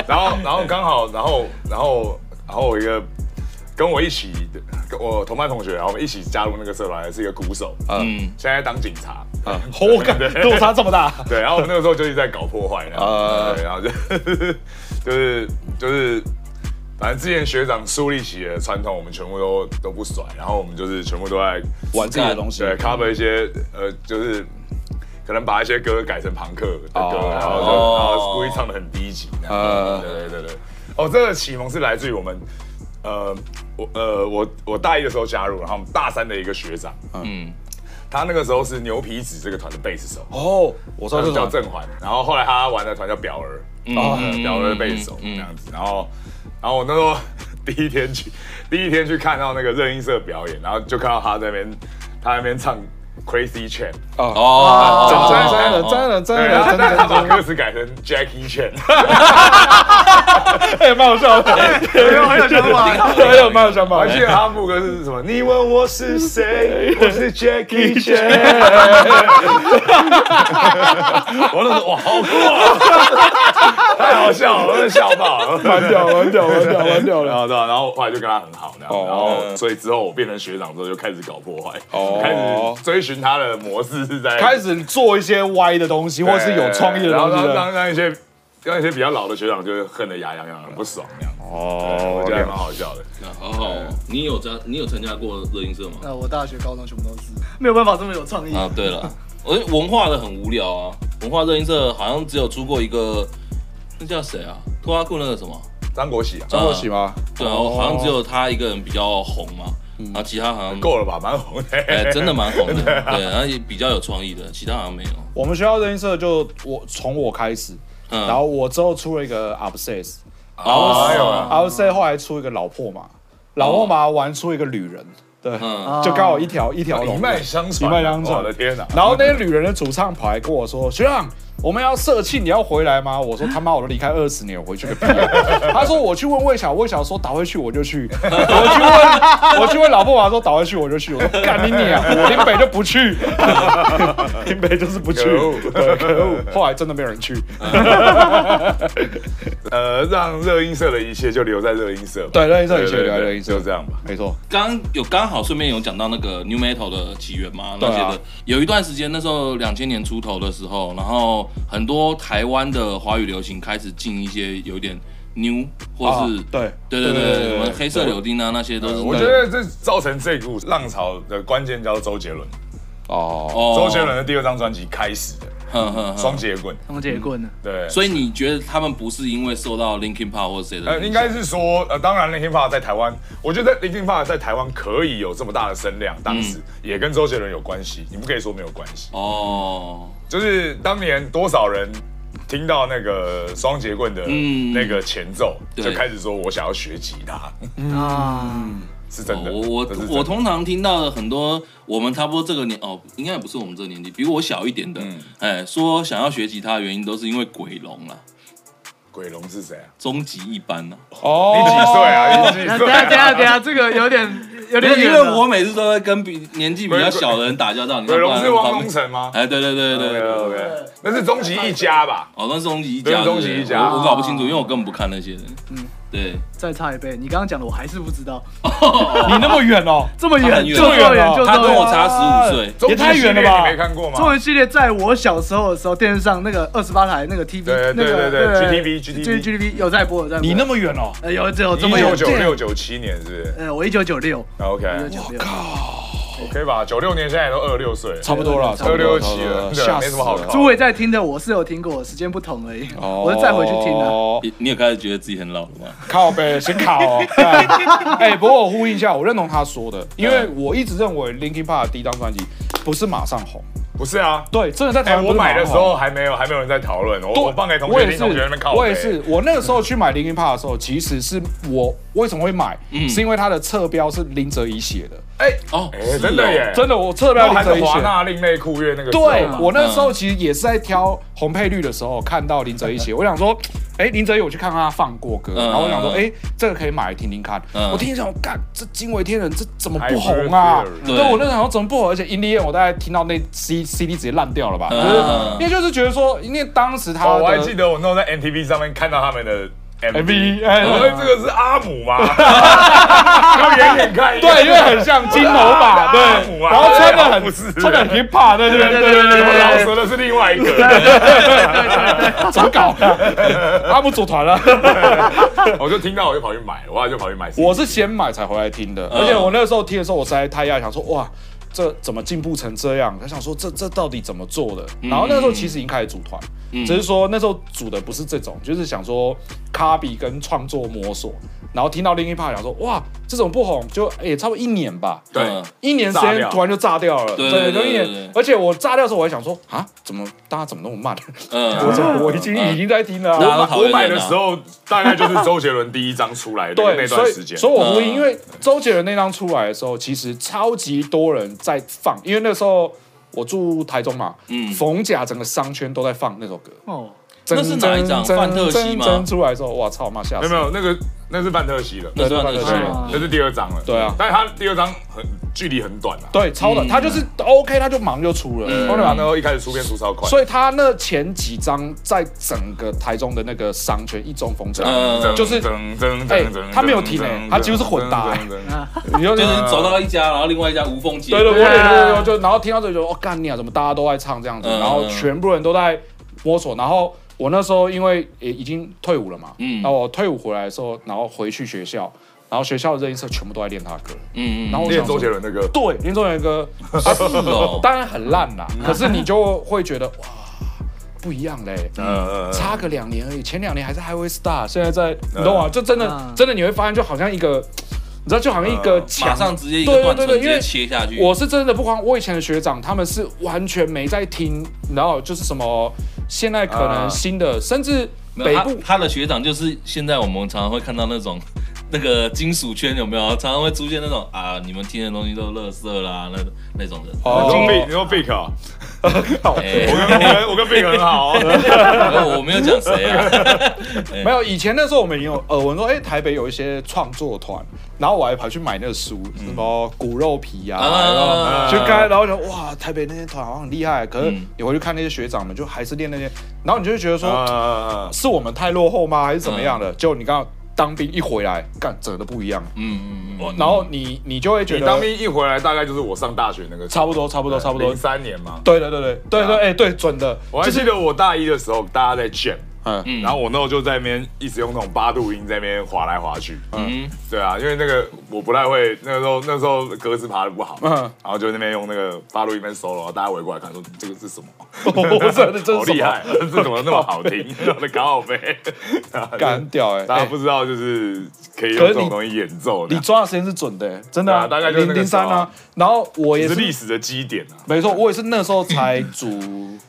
C: 然后然后刚好，然后然后然后我一个跟我一起的，跟我同班同学，然后我们一起加入那个社团的是一个鼓手，
A: 嗯，
C: 现在当警察。
E: 啊，我感落差这么大。
C: 对，然后我们那个时候就一直在搞破坏，然后
E: 啊
C: 对，然后就 就是就是，反正之前学长树立起的传统，我们全部都都不甩，然后我们就是全部都在
E: 玩自己的东西
C: 对 cover 一些呃，就是可能把一些歌改成朋克的歌，
E: 哦
C: 然后就然后故意唱的很低级，
E: 呃
C: 对对对对，哦，这个启蒙是来自于我们，呃，我呃我我大一的时候加入，然后我们大三的一个学长，嗯
A: 嗯，
C: 他那个时候是牛皮纸这个团的贝斯手，
E: 哦，我知道这
C: 叫
E: 种
C: 郑环，然后后来他玩的团叫表儿，
A: 哦
C: 嗯，表儿的贝斯手这
A: 嗯嗯
C: 样子，然后然后我那时候第一天去， 第一天去看到那个热音社表演，然后就看到他在那边他在那边唱 Crazy Chan，
A: 哦，
E: 真
A: 哦
E: 真真的真的真
C: 对，
E: 的
C: 然后
E: 啊真
C: 但他把
E: 的，
C: 歌词改成 Jackie Chan，
E: 哎，蛮好笑的，很有想法，很有蛮有想
C: 我
E: 法
C: 还。记得他副歌是什么？你问我是谁？我是 Jackie Chan。我那时候哇，好酷啊！ 太好笑了，我真的笑爆了。
E: 蛮屌，蛮屌，蛮屌，蛮屌
C: 然
E: 的。
C: 后对啊，然后后来就跟他很好，然后
E: 哦
C: 然后所以之后我变成学长之后就开始搞破坏，
E: 哦
C: 开始追寻他的模式是在
E: 开始做一些歪的东西，或是有创意的
C: 然后
E: 东西
C: 让
E: 的。
C: 让让一些让一些比较老的学长就是恨得牙痒痒，很不爽那样子。对
E: 哦
C: 我觉得还蛮好笑的。
A: 哦，你有加你有参加过热音社吗？
D: 呃，我大学、高中全部都是，没有办法这么有创意。
A: 啊，对了，我觉得文化的很无聊啊，文化热音社好像只有出过一个，那叫谁啊？拖拉库那个什么？
C: 张国喜啊，
E: 张国喜吗？
A: 对啊，好像只有他一个人比较红嘛。然后其他好像
C: 够了吧，蛮红的。
A: 哎、真的蛮红的，对，然后也比较有创意的，其他好像没有。
E: 我们学校热音社就我从我开始，
A: 嗯，
E: 然后我之后出了一个 Obsess，
C: 哎呦
A: 哦，
E: Obsess 后来出一个老破马，老破马玩出一个旅人，对，
A: 嗯，
D: 啊
E: 就刚好一条一条
C: 一
E: 龙的
C: 脉相传，
E: 一脉相传
C: 我的天哪！
E: 然后那些旅人的主唱跑来跟我说：“学长，我们要社庆，你要回来吗？”我说：“他妈，我都离开二十年，我回去个屁啊！”他说：“我去问魏晓，魏晓说倒回去我就去，我去问我去问老婆娃说倒回去我就去。”我说：“干你你啊，林北就不去，林北就是不去，
C: 可恶
E: 对，可恶。”后来真的没有人去，
C: 呃，让热音社的一切就留在热音社吧。
E: 对，任一社也去，
C: 对对
E: 对
C: 对
E: 任一社
C: 就这样吧。
E: 没错，
A: 刚有刚好顺便有讲到那个 New Metal 的起源嘛，那些
E: 对
A: 的、
E: 啊
A: 有一段时间，那时候两千年出头的时候，然后很多台湾的华语流行开始进一些有点 New 或
E: 啊
A: 是、
E: 对
A: 对对对对，
E: 对
A: 我们黑色柳丁啊那些都是
C: 我觉得这造成这股浪潮的关键叫周杰伦，
E: 哦，嗯
A: 哦
C: 周杰伦的第二张专辑开始的
A: 哼哼哼
C: 双节棍，
D: 双截棍呢？
C: 对，
A: 所以你觉得他们不是因为受到 Linkin Park 或者谁的
C: 呃，
A: 影响？
C: 应该是说，呃，当然 Linkin Park 在台湾，我觉得 Linkin Park 在台湾可以有这么大的声量，当时也跟周杰伦有关系，你不可以说没有关系。
A: 哦，
C: 就是当年多少人听到那个双节棍的
A: 嗯
C: 那个前奏，
A: 对
C: 就开始说我想要学吉他，
D: 啊，
C: 是真的。
A: 哦我我
C: 这是真的
A: 我通常听到的很多，我们差不多这个年哦，应该也不是我们这个年纪，比我小一点的，
C: 嗯
A: 哎，说想要学吉他的原因都是因为鬼龙啦，
C: 鬼龙是谁啊？
A: 终极一班呐、
E: 哦，
C: 你几岁啊？你
D: 那
C: 几
D: 等
C: 岁
D: 一下等一
C: 啊？
D: 下等一下，这个有点有点
A: 因
D: 远
A: 为
D: 了
A: 我每次都会跟比年纪比较小的人打交道，你
C: 鬼
A: 看不
C: 龙
A: 然
C: 是汪
A: 方
C: 东城吗？啊
A: 哎，对对对对对。
C: OK，OK，那是终极一家吧？
A: 哦，那是终极一家，
C: 对终极
A: 对
C: 一家
A: 我我搞不清楚，因为我根本不看那些的。嗯
D: 嗯，
A: 对，
D: 再差一倍，你刚刚讲的我还是不知道，
E: 你那么远哦，
D: 这么
A: 他
D: 远
A: 很
D: 就
A: 远
D: 这么
E: 这么远
D: 远
E: 哦
D: 就
A: 他
D: 这么
A: 跟我
D: 远。
A: 差15岁
C: 终极
E: 也太远了
C: 系列你
E: 吧
C: 没？看过吗？
D: 中文系列在我小时候的时候，电视上那个二十八台那个 TV，
C: 对对
D: 那个
C: 对对 GTV
D: GTV GTV 有在播有在播。
E: 你那么远哦，
D: 呃有只有这么
C: 一
D: 远
C: 九九六九七年是不是
D: 呃，我一九九六，
C: ？OK，
D: 一九九六，
C: 可以吧？九六年现在也都二六岁了，
E: 差不多了，差不多
C: 二六
E: 了
C: 七了，对啊
E: 吓
C: 没
E: 死
C: 什么好
E: 了
C: 考。
D: 朱伟在听的，我是有听过，时间不同而已，我是再回去听啊 的。
E: 哦
A: 你你有开始觉得自己很老了吗？
C: 哎
E: 靠背先考 哦。干哎、不过我呼应一下，我认同他说的，因为我一直认为 Linkin Park 的第一张专辑不是马上红，
C: 不是啊，
E: 对，真的在台
C: 哎，
E: 湾、
C: 我买的时候，还没有，还没有人在讨论。我
E: 对，
C: 我放给同
E: 我
C: 学
E: 也
C: 听，
E: 是
C: 同学在那边靠。
E: 我也是，，我那个时候去买 Linkin Park 的时候，其实是我为什么会买，
C: 嗯
E: 是因为它的侧标是林哲仪写的，
C: 哎
A: 哦
C: 哎，真的耶，
E: 真的，我侧标
C: 包
E: 林
C: 含
E: 哲仪
C: 华
E: 写的。
C: 纳另类酷乐那个时候
E: 对
C: 嘛。
E: 我那时候其实也是在挑红配绿的时候看到林哲一写，我想说，哎、林哲一我去看他放过歌，
A: 嗯
E: 然后我想说，
A: 嗯
E: 哎、这个可以买来听听看。
A: 嗯
E: 我听一下，我干，这惊为天人，这怎么不红啊
C: Hybrid？
A: Theory
E: 对，
A: 对
E: 我那时候怎么不红？而且 In the End 我大概听到那 C CD 直接烂掉了吧，
A: 嗯
E: 就是因为就是觉得说，因为当时他
C: 哦
E: 的
C: 我还记得我那时候在 MTV 上面看到他们的 MV，
E: MV，哎
C: 我说这个是阿姆吗？要远远看一下，
E: 对，因为很像金头发，
C: 啊
E: 对
C: 阿姆，啊
E: 然后穿的
C: 阿姆是
E: 很穿的很 hip hop，对对对对对
C: 我老
E: 对对
C: 说的是另外一个。
E: 对， 怎么搞的？阿姆组团了。
C: 我就听到我就跑去买，我后来就跑去买 CD。
E: 我是先买才回来听的，
A: 嗯
E: 而且我那个时候听的时候，我实在太讶异，想说哇，这怎么进步成这样？他想说这这到底怎么做的？
A: 嗯
E: 然后那时候其实已经开始组团，只是说那时候组的不是这种，就是想说 copy 跟创作摸索。然后听到 Linkin Park 想说哇，这种不红就也、差不多一年吧，
C: 对
A: 嗯
E: 一年时
C: 炸
E: 间
C: 掉
E: 突然就炸掉了，
A: 对对
E: 就
A: 对
E: 一
A: 对
E: 年。而且我炸掉的时候，我还想说啊，怎么大家怎么那么慢？ 我
A: 嗯，
E: 怎么我已经
A: 嗯
E: 已经在听了
A: 大
E: 啊，
A: 家都讨
C: 我
A: 厌
C: 买的
A: 人啊
C: 时候大概就是周杰伦第一张出来的
E: 对，
C: 那
E: 所
C: 段
E: 以
C: 时间。
E: 所以我呼
A: 嗯
E: 应，因为周杰伦那张出来的时候，其实超级多人在放，因为那时候我住台中嘛，
A: 嗯
E: 逢甲整个商圈都在放那首歌。
D: 哦，
A: 那是哪一张
E: 真
A: 范特西吗
E: 真真出来的时候，哇操妈吓
C: 没有
E: 死
C: 没！有那个那是范特西的，
A: 那算
E: 对
A: 是
E: 对
D: 对
C: 那是第二张了。
E: 对啊
C: 但是他第二张很距离很短啊。
E: 对，超的，
A: 嗯
E: 他就是 OK，他就忙就出了，哦
A: 嗯
E: 对
C: 对啊，
E: 吧？
C: 那时候一开始出片出超快，
E: 所以他那前几张在整个台中的那个商圈一中风筝，
A: 嗯
E: 就是
C: 噔噔
E: 哎他没有停哎他几乎是混搭哎你呃就
A: 就是是走到一家，然后另外一家无缝接
E: 对对，我
A: 轨。
E: 也
D: 对啊
E: 就就就，然后听到这里就哦干你啊，怎么大家都在唱这样子，
A: 嗯
E: 然后全部人都在摸索，然后我那时候因为也已经退伍了嘛，
A: 嗯
E: 嗯，然后我退伍回来的时候，然后回去学校，然后学校的热音社全部都在练他的歌，
A: 嗯嗯，
E: 然后我
C: 练
E: 想
C: 周杰
E: 说。
C: 伦的歌，
E: 对，林中有一歌，
A: 是哦，嗯
E: 当然很烂啦，可是你就会觉得哇，不一样嘞，
C: 呃，
E: 差个
A: 嗯
E: 两年而已，前两年还是 Highway Star，现在在，你懂吗？就真的
D: 嗯
E: 真的你会发现，就好像一个知道，就好像一
A: 嗯
E: 个
A: 马
E: 墙
A: 上直接一个断
E: 对
A: 层
E: 对
A: 直
E: 对，因
A: 接
E: 为
A: 切下去。
E: 我是真的不慌，我以前的学长他们是完全没在听，然后就是什么现在可能新的，甚至
A: 没
E: 北
A: 有他
E: 部
A: 他的学长就是现在我们常常会看到那种那个金属圈有没有？常常会出现那种啊，你们听的东西都垃圾啦，那那种人。
E: 哦
C: 你说 Big，你说呃 Big 啊？
A: 哎
C: 我跟我跟我跟 Big 很好啊。
A: 我我没有讲谁啊，
E: 没有，以前那时候我们也有耳闻说，哎、台北有一些创作团，然后我还跑去买那个书，什么骨肉皮啊，然后
A: 啊
E: 就刚才然后就哇，台北那些团好像很厉害，可是
A: 嗯
E: 你回去看那些学长们，就还是练那些，然后你就会觉得说，
C: 嗯
E: 是我们太落后吗，还是怎么样的？就你刚刚当兵一回来，干整的不一样，
A: 嗯嗯嗯，
E: 然后你你就会觉
C: 你
E: 得
C: 当兵一回来，大概就是我上大学那个时
E: 差
C: 候，
E: 不多，差不多，差不多
C: 零。三年嘛。
E: 对对对对对对，
C: 啊
E: 哎、对，准的，
C: 我还
E: 就是
C: 记得我大一的时候，大家在 jam，
E: 嗯，
A: 嗯
C: 然后我那时候就在那边一直用那种八度音在那边滑来滑去。
A: 嗯
C: 对啊，因为那个我不太会，那个时候那时候格子爬的不好，
E: 嗯
C: 然后就那边用那个八度音在 solo，然后大家围过来看说这个是什么，
E: 我真的真
C: 好厉害，这怎么那么好 听？我的搞好呗，
E: 干掉哎、
C: 大家
E: 哎
C: 不知道就是可以用这种东西演奏的
E: 你，抓的时间是准的、真的、
C: 对啊大概就是那
E: 零
C: 个
E: 零
C: 时候
E: 三
C: 啊
E: 啊。然后我也
C: 这
E: 是
C: 是，历史的基点啊。
E: 没错，我也是那时候才组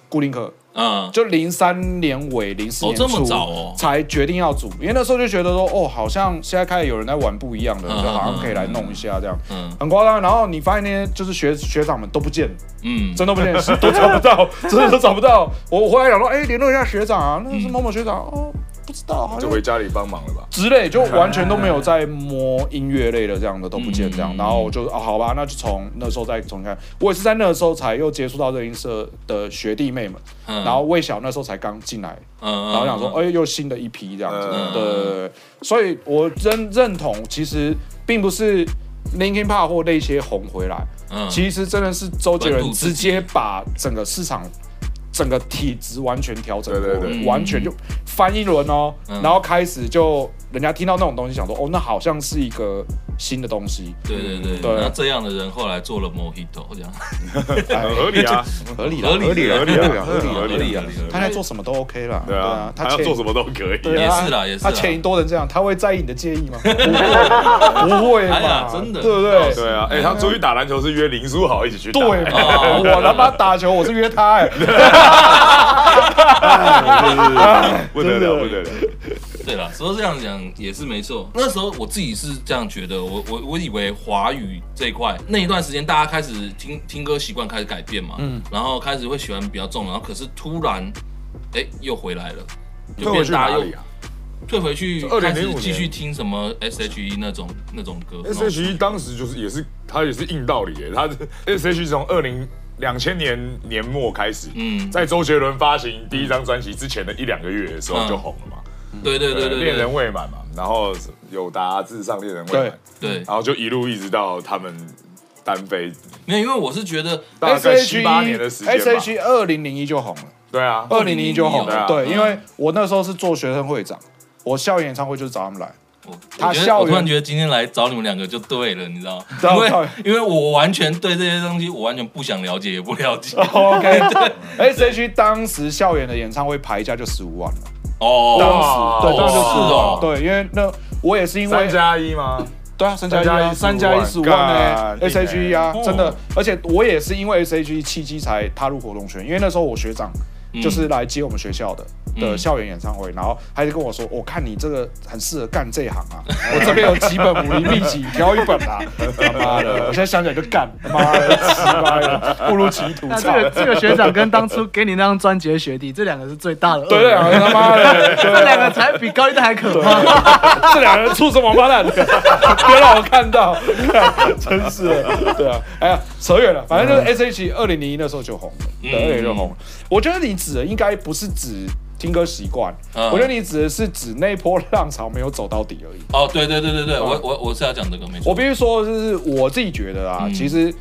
E: 固定课，
A: 嗯，
E: 就零三年尾、零四
A: 哦
E: 年初、
A: 这么早哦
E: 才决定要组，因为那时候就觉得说，哦，好像现在开始有人在玩不一样的，
A: 嗯
E: 就好像可以来弄一下这样，
A: 嗯
E: 很夸张。然后你发现那些就是学学长们都不见了，
A: 嗯，
E: 真的不见了，都找不到，真的都找不到。我回来想说，哎、联络一下学长啊，那是某某学长哦，不知道，好
C: 就
E: 像
C: 回家里帮忙了吧？
E: 之类，就完全都没有在摸音乐类的这样的都不见这样，
A: 嗯
E: 然后我就啊好吧，那就从那时候再重看，我也是在那时候才又接触到热音社的学弟妹们，
A: 嗯
E: 然后魏晓那时候才刚进来，
A: 嗯，
E: 然后想说
A: 哎，
E: 哎又新的一批这样子，
C: 嗯
E: 对对对对，所以我认认同其实并不是 Linkin Park 或那些红回来，
A: 嗯
E: 其实真的是周杰
A: 本
E: 伦
A: 土自己
E: 直接把整个市场、整个体质完全调整过
C: 对
E: 了，
C: 对
A: 对
E: 完全就翻一轮哦，
A: 嗯
E: 然后开始就人家听到那种东西，想说哦，那好像是一个新的东西，
A: 对对对，
E: 对
A: 那这样的人后来做了 Mojito，这样
C: 很合理啊，
E: 合理
A: 合
E: 啦，
A: 理
C: 理合理啊
A: 合
C: 合理啊
A: 理啊，
E: 他在做什么都 OK 啦，
C: 对啊，
E: 他
C: 他要
E: 钱
C: 做什么都可以。
E: 对啊
A: 也是啦也是啦
E: 他钱赢多成这样，他会在意你的介意吗？不会不会
A: 哎呀
E: 嘛，
A: 真的
E: 对不对？
C: 对 啊，哎，他出去打篮球是约林书豪一起去打。
E: 对
C: 哎
E: 嘛，啊我他妈打球我是约他哎，
C: 不得了，不得了。
A: 对啦，说这样讲也是没错。那时候我自己是这样觉得，我我我以为华语这一块那一段时间，大家开始听听歌习惯开始改变嘛，嗯，然后开始会喜欢比较重的，然后可是突然，哎、又回来了，就变大家又
C: 啊
A: 退回去，
C: 2005
A: 开始继续听什么 S.H.E 那种那种歌
C: ？S H E 当时就是也是他也是硬道理耶，他 S H E 从二零两千年年末开始，
A: 嗯
C: 在周杰伦发行第一张专辑之前的一两个月的时候就红了嘛，
E: E
A: 对嗯对对对对
C: 恋人未满嘛，然后有达至上恋人未
E: 对
C: 满，
A: 对，
C: 然后就一路一直到他们单飞，
A: 没有，因为我是觉得
E: 哎
C: 大概七八年的时间
E: S
C: 吧。
E: H 二零零一就红了，
C: 对啊，
E: 二零零一就红
C: 对啊
E: 了。对，
A: 嗯
E: 因为我那时候是做学生会长，我校园演唱会就是找他们来。
A: 我
E: 他
A: 我觉得
E: 校
A: 我
E: 园
A: 突然觉得今天来找你们两个就对了，你知道吗？
E: 知道
A: 因为
E: 校园
A: 因为我完全对这些东西我完全不想了解，也不了解。
E: OK，S H 当时校园的演唱会排价就十五万了，
A: 哦，
E: 当
C: 哇
E: 时对，当时
A: 哦
E: 就15万
A: 是哦
E: 对，因为那我也是因
C: 三
E: 为
C: 加一吗？
E: 对啊，三加一啊，
C: 三
E: 三
C: 加
E: 加
C: 一
E: 一
C: 15
E: 十
C: 万
E: 五万呢
C: 干
E: ，S H E 啊
A: 哦，
E: 真的，而且我也是因为 S H E 契机才踏入活动圈，因为那时候我学长就是来接我们学校的。的
A: 嗯
E: 校园演唱会，然后他就跟我说：“我看你这个很适合干这一行 啊，我这边有几本武林秘籍，挑一本啊。” 他妈的，我现在想起来就干，妈的， 奇葩的，不如歧途。
D: 那这
E: 操
D: 个这个学长跟当初给你那张专辑的学弟，这两个是最大的恶，
E: 对对，两个他妈的，
D: 这两个才比高一蛋还可怕。
E: 这两个人畜生王八蛋， 别让我看到，真是的，对啊，哎呀，扯远了，反正就是 S H 二零零一那时候就红了，对，二零就红了。我觉得你指的应该不是指听歌习惯，
A: 嗯
E: 我觉得你指的是指那一波浪潮没有走到底而已。
A: 哦，对对对对对，我我我是要讲这个，没错。
E: 啊我必须说，就是我自己觉得啊，
A: 嗯
E: 其实。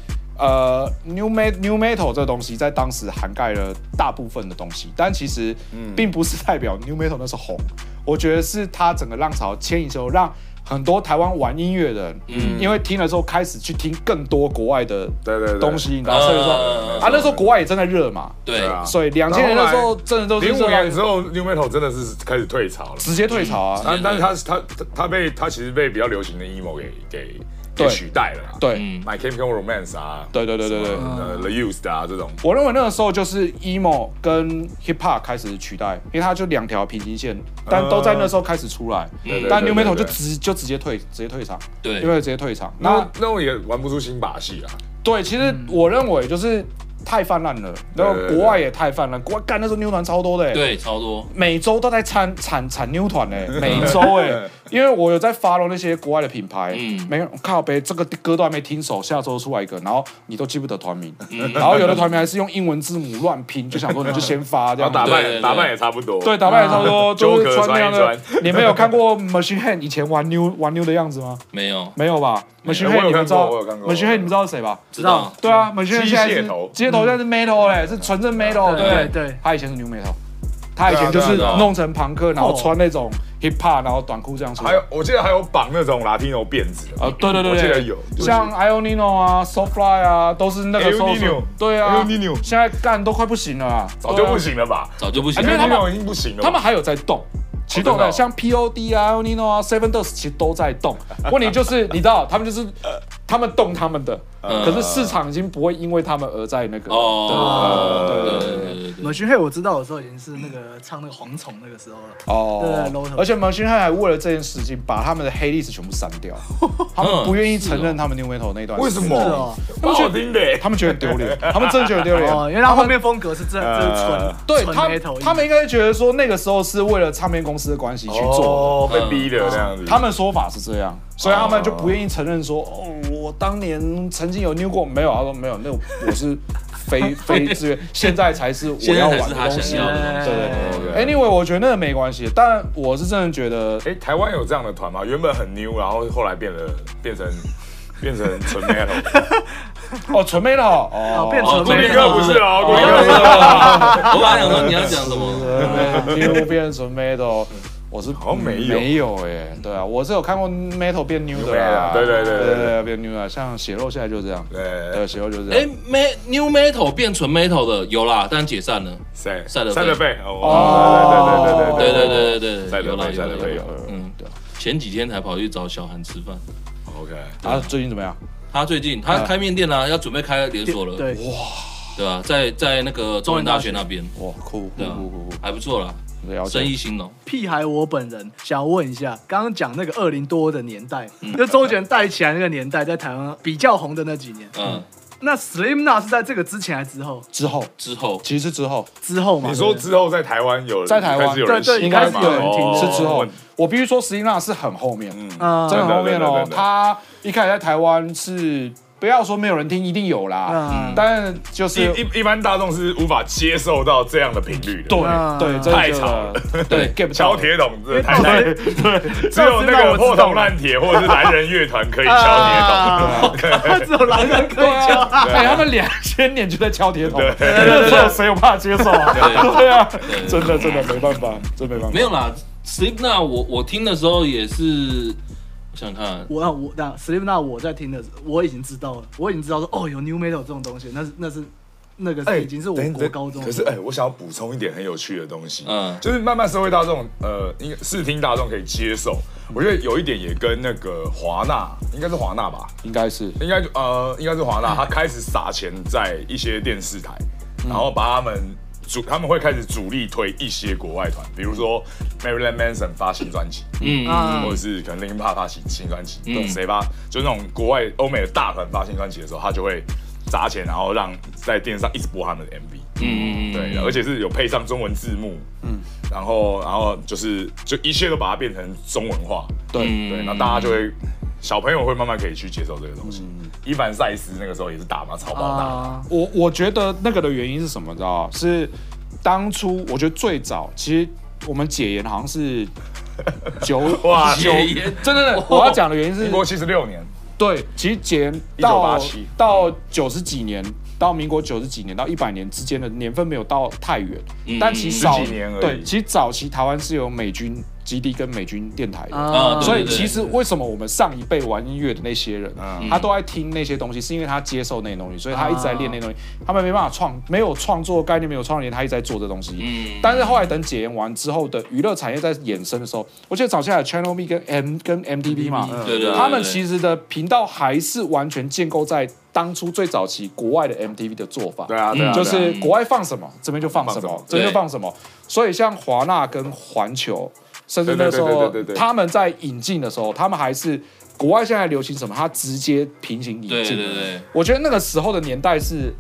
E: 呃，new metal new metal 这东西在当时涵盖了大部分的东西，但其实
A: 嗯
E: 并不是代表 new metal 那时候红。我觉得是它整个浪潮牵引之后，让很多台湾玩音乐的人，
A: 嗯
E: 因为听了之后开始去听更多国外的
C: 对对对
E: 东西，然后所以说
A: 嗯
E: 啊那时候国外也正在热嘛，
A: 对
C: 啊
E: 所以两千年的时候真的都是
C: 零
E: 热
C: 五
E: 到
C: 年之后，New Metal 真的是开始退潮了。
E: 直接退潮
A: 嗯
E: 啊，
C: 但但是他他他他被他其实被比较流行的 emo 给给
E: 对
C: 给取代了啦。
E: 对。
A: 嗯
C: ，My Chemical Romance 啊，
E: 对对对对对
C: 什么
D: 嗯
C: 呃，The Used 啊这种，
E: 我认为那个时候就是 emo 跟 hip hop 开始取代，因为它就两条平行线，但都在那时候开始出来。
C: 嗯对对
E: 但 new
C: 对对
E: metal 就
C: 对哎
E: 直就直接退，直接退场，
A: 对
E: 因为直接退场。那
C: 那那种也玩不出新把戏啊啦。
E: 对，其实我认为就是太泛滥了，然后
C: 嗯对对对
E: 国外也太泛滥，国外干那时候 new 团超多的、欸，，
A: 对，超多，
E: 每周都在产产产 new 团哎、每周哎、因为我有在 follow 那些国外的品牌，
A: 嗯
E: 没有靠呗，这个歌都还没听熟，下周出来一个，然后你都记不得团名，
C: 嗯
E: 然后有的团名还是用英文字母乱拼，就想说你就先发这
C: 然
E: 样
C: 后打
E: 子。
A: 对对对
C: 扮打扮也差不多。
E: 对，打扮也差不 多，就是穿那样
C: 纠葛穿
E: 的
C: 一。
E: 你们有看过 Machine Head 以前玩 New 玩 New 的样子吗？
A: 没有
E: 没有吧？Machine Head
C: 我
E: 你
C: 有看过
E: 们知道
C: 我有看过
E: ？Machine Head 你们知道是谁吧？
A: 知道，
E: 对啊，Machine Head
C: 机
E: 现在是
C: 械头嗯
E: 街头现在是 metal 嘞，是纯正 metal，对不对
D: 对？对，
E: 他以前是 new metal，他以前就是
A: 对啊
E: 弄成朋克，然后穿那种 hip hop，然后短裤这样出来。
C: 哦还有我记得还有绑那种 Latino 辫子的。
E: 啊，对对对
C: 我
E: 对，
C: 记得有就是
E: 像 Ionino 啊、Soulfly 啊，都是那个时候
C: El Nino，
E: 对啊
C: El Nino
E: 现在干都快不行了啊，
C: 早就
E: 对啊
C: 不。行了吧？
A: 早就不行
E: 哎没有
A: 了。
E: 他们
C: Latino 已经不行了吧。
E: 他们还有在动，启动
C: 真的
E: 的，
C: 哦
E: 像 POD 啊、Ionino 啊、Seven Dust 其实都在 动。问题就是，你知道，他们就是他们动他们的，
C: 嗯
E: 可是市场已经不会因为他们而在那个。呃
A: 哦，
E: 啊
A: 对对对对
D: 马俊 head 我知道的时候已经是那个唱那个蝗虫那个时候了。
E: 哦
D: 对，low，头
E: 而且蒙逊汉还为了这件事情，把他们的黑历史全部删 掉，他们不愿意承认他们 New Metal 那一段，
C: 为什？
D: 是
C: 么
D: 哦？
C: 蛮好听的欸。
E: 他们觉得很丢脸，他们真的觉得很丢脸。
D: 哦，因为他后面风格是这这是纯
C: 呃
E: 对
D: 纯
E: 他
D: metal，，
E: 他们应该觉得说那个时候是为了唱片公司的关系去做嗯
C: 哦，被逼的这样子。
E: 的，他们说法是这样，
C: 哦
E: 所以他们就不愿意承认说，哦，我当年曾经有 New 过，没有，他说没有，那我是 非非自愿，现在才是我
A: 现
E: 要
A: 在
E: 玩
A: 才是
E: 的
A: 他
E: 东
A: 想
E: 西。
A: 要的
D: 对
A: 东
E: 对
A: 西。
E: 对
C: 啊哦 OK
E: 对，Anyway，我觉得那个没关系，但我是真的觉得
C: 哎，台湾有这样的团吗？原本很 new，然后后来变了，变成变成 纯 metal。
E: 哦，纯妹了哦
D: 哦，变
A: 哦
D: 成
C: 国民哥不是
E: 啊
C: 哦，国民哥不是哦。
A: 我本来想说你要讲什么，
E: new 变成 metal，我哦是
C: 好像没有
E: 没有哎，对啊，我是有看过 metal 变 new 的啦，
C: 对对对对
E: 对对
C: 对
E: 变 new 啊，像血肉现在就这样，对，
C: 对，
E: 血肉就是这
A: 哎
E: 样。
A: ，me new metal 变纯 metal 的有啦，但解散了。
C: 谁？
A: 赛德
C: 赛德
A: 贝
C: 贝。
A: 对对
C: 哦，对对对对对
A: 对
C: 对
A: 对
C: 赛
A: 对，
C: 德
A: 有啦
C: 贝，赛
A: 有
C: 德
A: 啦
C: 贝
A: 有啦
C: 有。
A: 嗯，前几天才跑去找小韩吃饭。
C: OK，
E: 啊，最近怎么样？
A: 他最近
E: 嗯
A: 他开面店啦、要准备开连锁了，
D: 对，
A: 对啊，在在那个中原大学那边，
E: 哇，酷酷
A: 对啊
E: 酷酷
A: 还不错啦，
E: 酷，了
A: 生
E: 解。
A: 意兴隆。
D: 屁孩，我本人想问一下，刚刚讲那个二零多的年代，就周杰伦带起来那个年代，在台湾比较红的那几年，
A: 嗯，
D: 那 Slim n a 是在这个之前还是之后？
E: 之后，
A: 之后
E: 其实是之后，
D: 之后嘛？
C: 你说
D: 对不对
C: 之后在台湾有人
E: 在台湾
C: 开始有人
D: 对对
C: 喜
E: 应该
C: 欢
E: 是
C: 吗
E: 有人听
C: 哦
E: 是之后。我必须说，斯蒂娜是很后面，嗯，
D: 嗯
E: 真的很后面
C: 对对
E: 哦
C: 对对。对
E: 他一开始在台湾是不要说没有人听，一定有啦
D: 嗯，
E: 但就是
C: 一一一般大众是无法接受到这样的频率的。
E: 对
D: 嗯
E: 对，真的
C: 太
E: 觉得
C: 吵了
E: 对 get 不到啊
C: 敲铁桶，这太
D: 因
C: 太
D: 为
C: 对，只有那个破铜烂铁或者是男人乐团可以敲
D: 啊，只有男人可
E: 对
D: 以教。
E: 啊，哎，他们两千年就在敲铁桶，
C: 对
E: 那时候谁有办法接受啊？
A: 对
E: 对啊，
A: 对
E: 真的真的没办法，真没办法
A: 没。有啦，Sleep Now 我我听的时候也是，我想想看，
D: 我啊我那 Slim n a 我在听的时候，我已经知道了，我已经知道说哦有 New Metal 这种东西，那是那是那个
C: 铁
D: 是已经是我国高中的。
C: 可是哎，我想要补充一点很有趣的东西，
A: 嗯
C: 就是慢慢社会大众，呃，应该视听大众可以接受。我觉得有一点也跟那个华纳，应该是华纳吧，
E: 应该是
C: 应该就呃，应该是华纳，他开始撒钱在一些电视台，
A: 嗯
C: 然后把他们主他们会开始主力推一些国外团，比如说 Marilyn Manson 发新专辑，
A: 嗯，
D: 啊
C: 或者是可能林帕发新新专辑，
A: 嗯
C: 谁发就那种国外欧美的大团发新专辑的时候，他就会砸钱，然后让在电视上一直播他们的 MV，
A: 嗯嗯嗯，
C: 对，而且是有配上中文字幕，嗯，然后然后就是就一切都把它变成中文化，
E: 对，
C: 对，那大家就会小朋友会慢慢可以去接受这个东西。伊凡赛斯那个时候也是打嘛，超爆打。
D: 啊，
E: 我我觉得那个的原因是什么？你知道吗是当初我觉得最早其实我们解严好像 是九
C: 哇
E: 九
A: 解严，
E: 真的，我要讲的原因是
C: 民国七十六年，
E: 对，其实解严到
C: 1987
E: 到九十几年，到民国九十几年到一百年之间的年份没有到太远，但其实早
C: 嗯十几年而已
E: 对，其实早期台湾是有美军基地跟美军电台的。
A: 啊对嗯
E: 所以其实为什么我们上一辈玩音乐的那些人，啊他都在听那些东西，是因为他接受那些东西，所以他一直在练那些东西。
A: 啊
E: 他们没办法创，没有创作概念，没有创意，他一直在做这东西。
A: 嗯
E: 但是后来等解严完之后的娱乐产业在衍生的时候，我记得早期还有 Channel Me 跟 M 跟 MTV 嘛，
A: 嗯
E: 嗯
A: 对对对
E: 他们其实的频道还是完全建构在当初最早期国外的 MTV 的做法。
C: 对啊，对啊，
E: 嗯就
C: 对啊
E: 是国外放什么，这边就放什
C: 放什
E: 么
C: 么，
E: 这边就放什么。所以像华纳跟环球，甚至那时
C: 对对
E: 候
C: 对对对对对
E: 他们在引进的时候，他们还是国外现在流行什么，他直接平行引
A: 对对
E: 进。
A: 对，
E: 我觉得那个时候的年代是，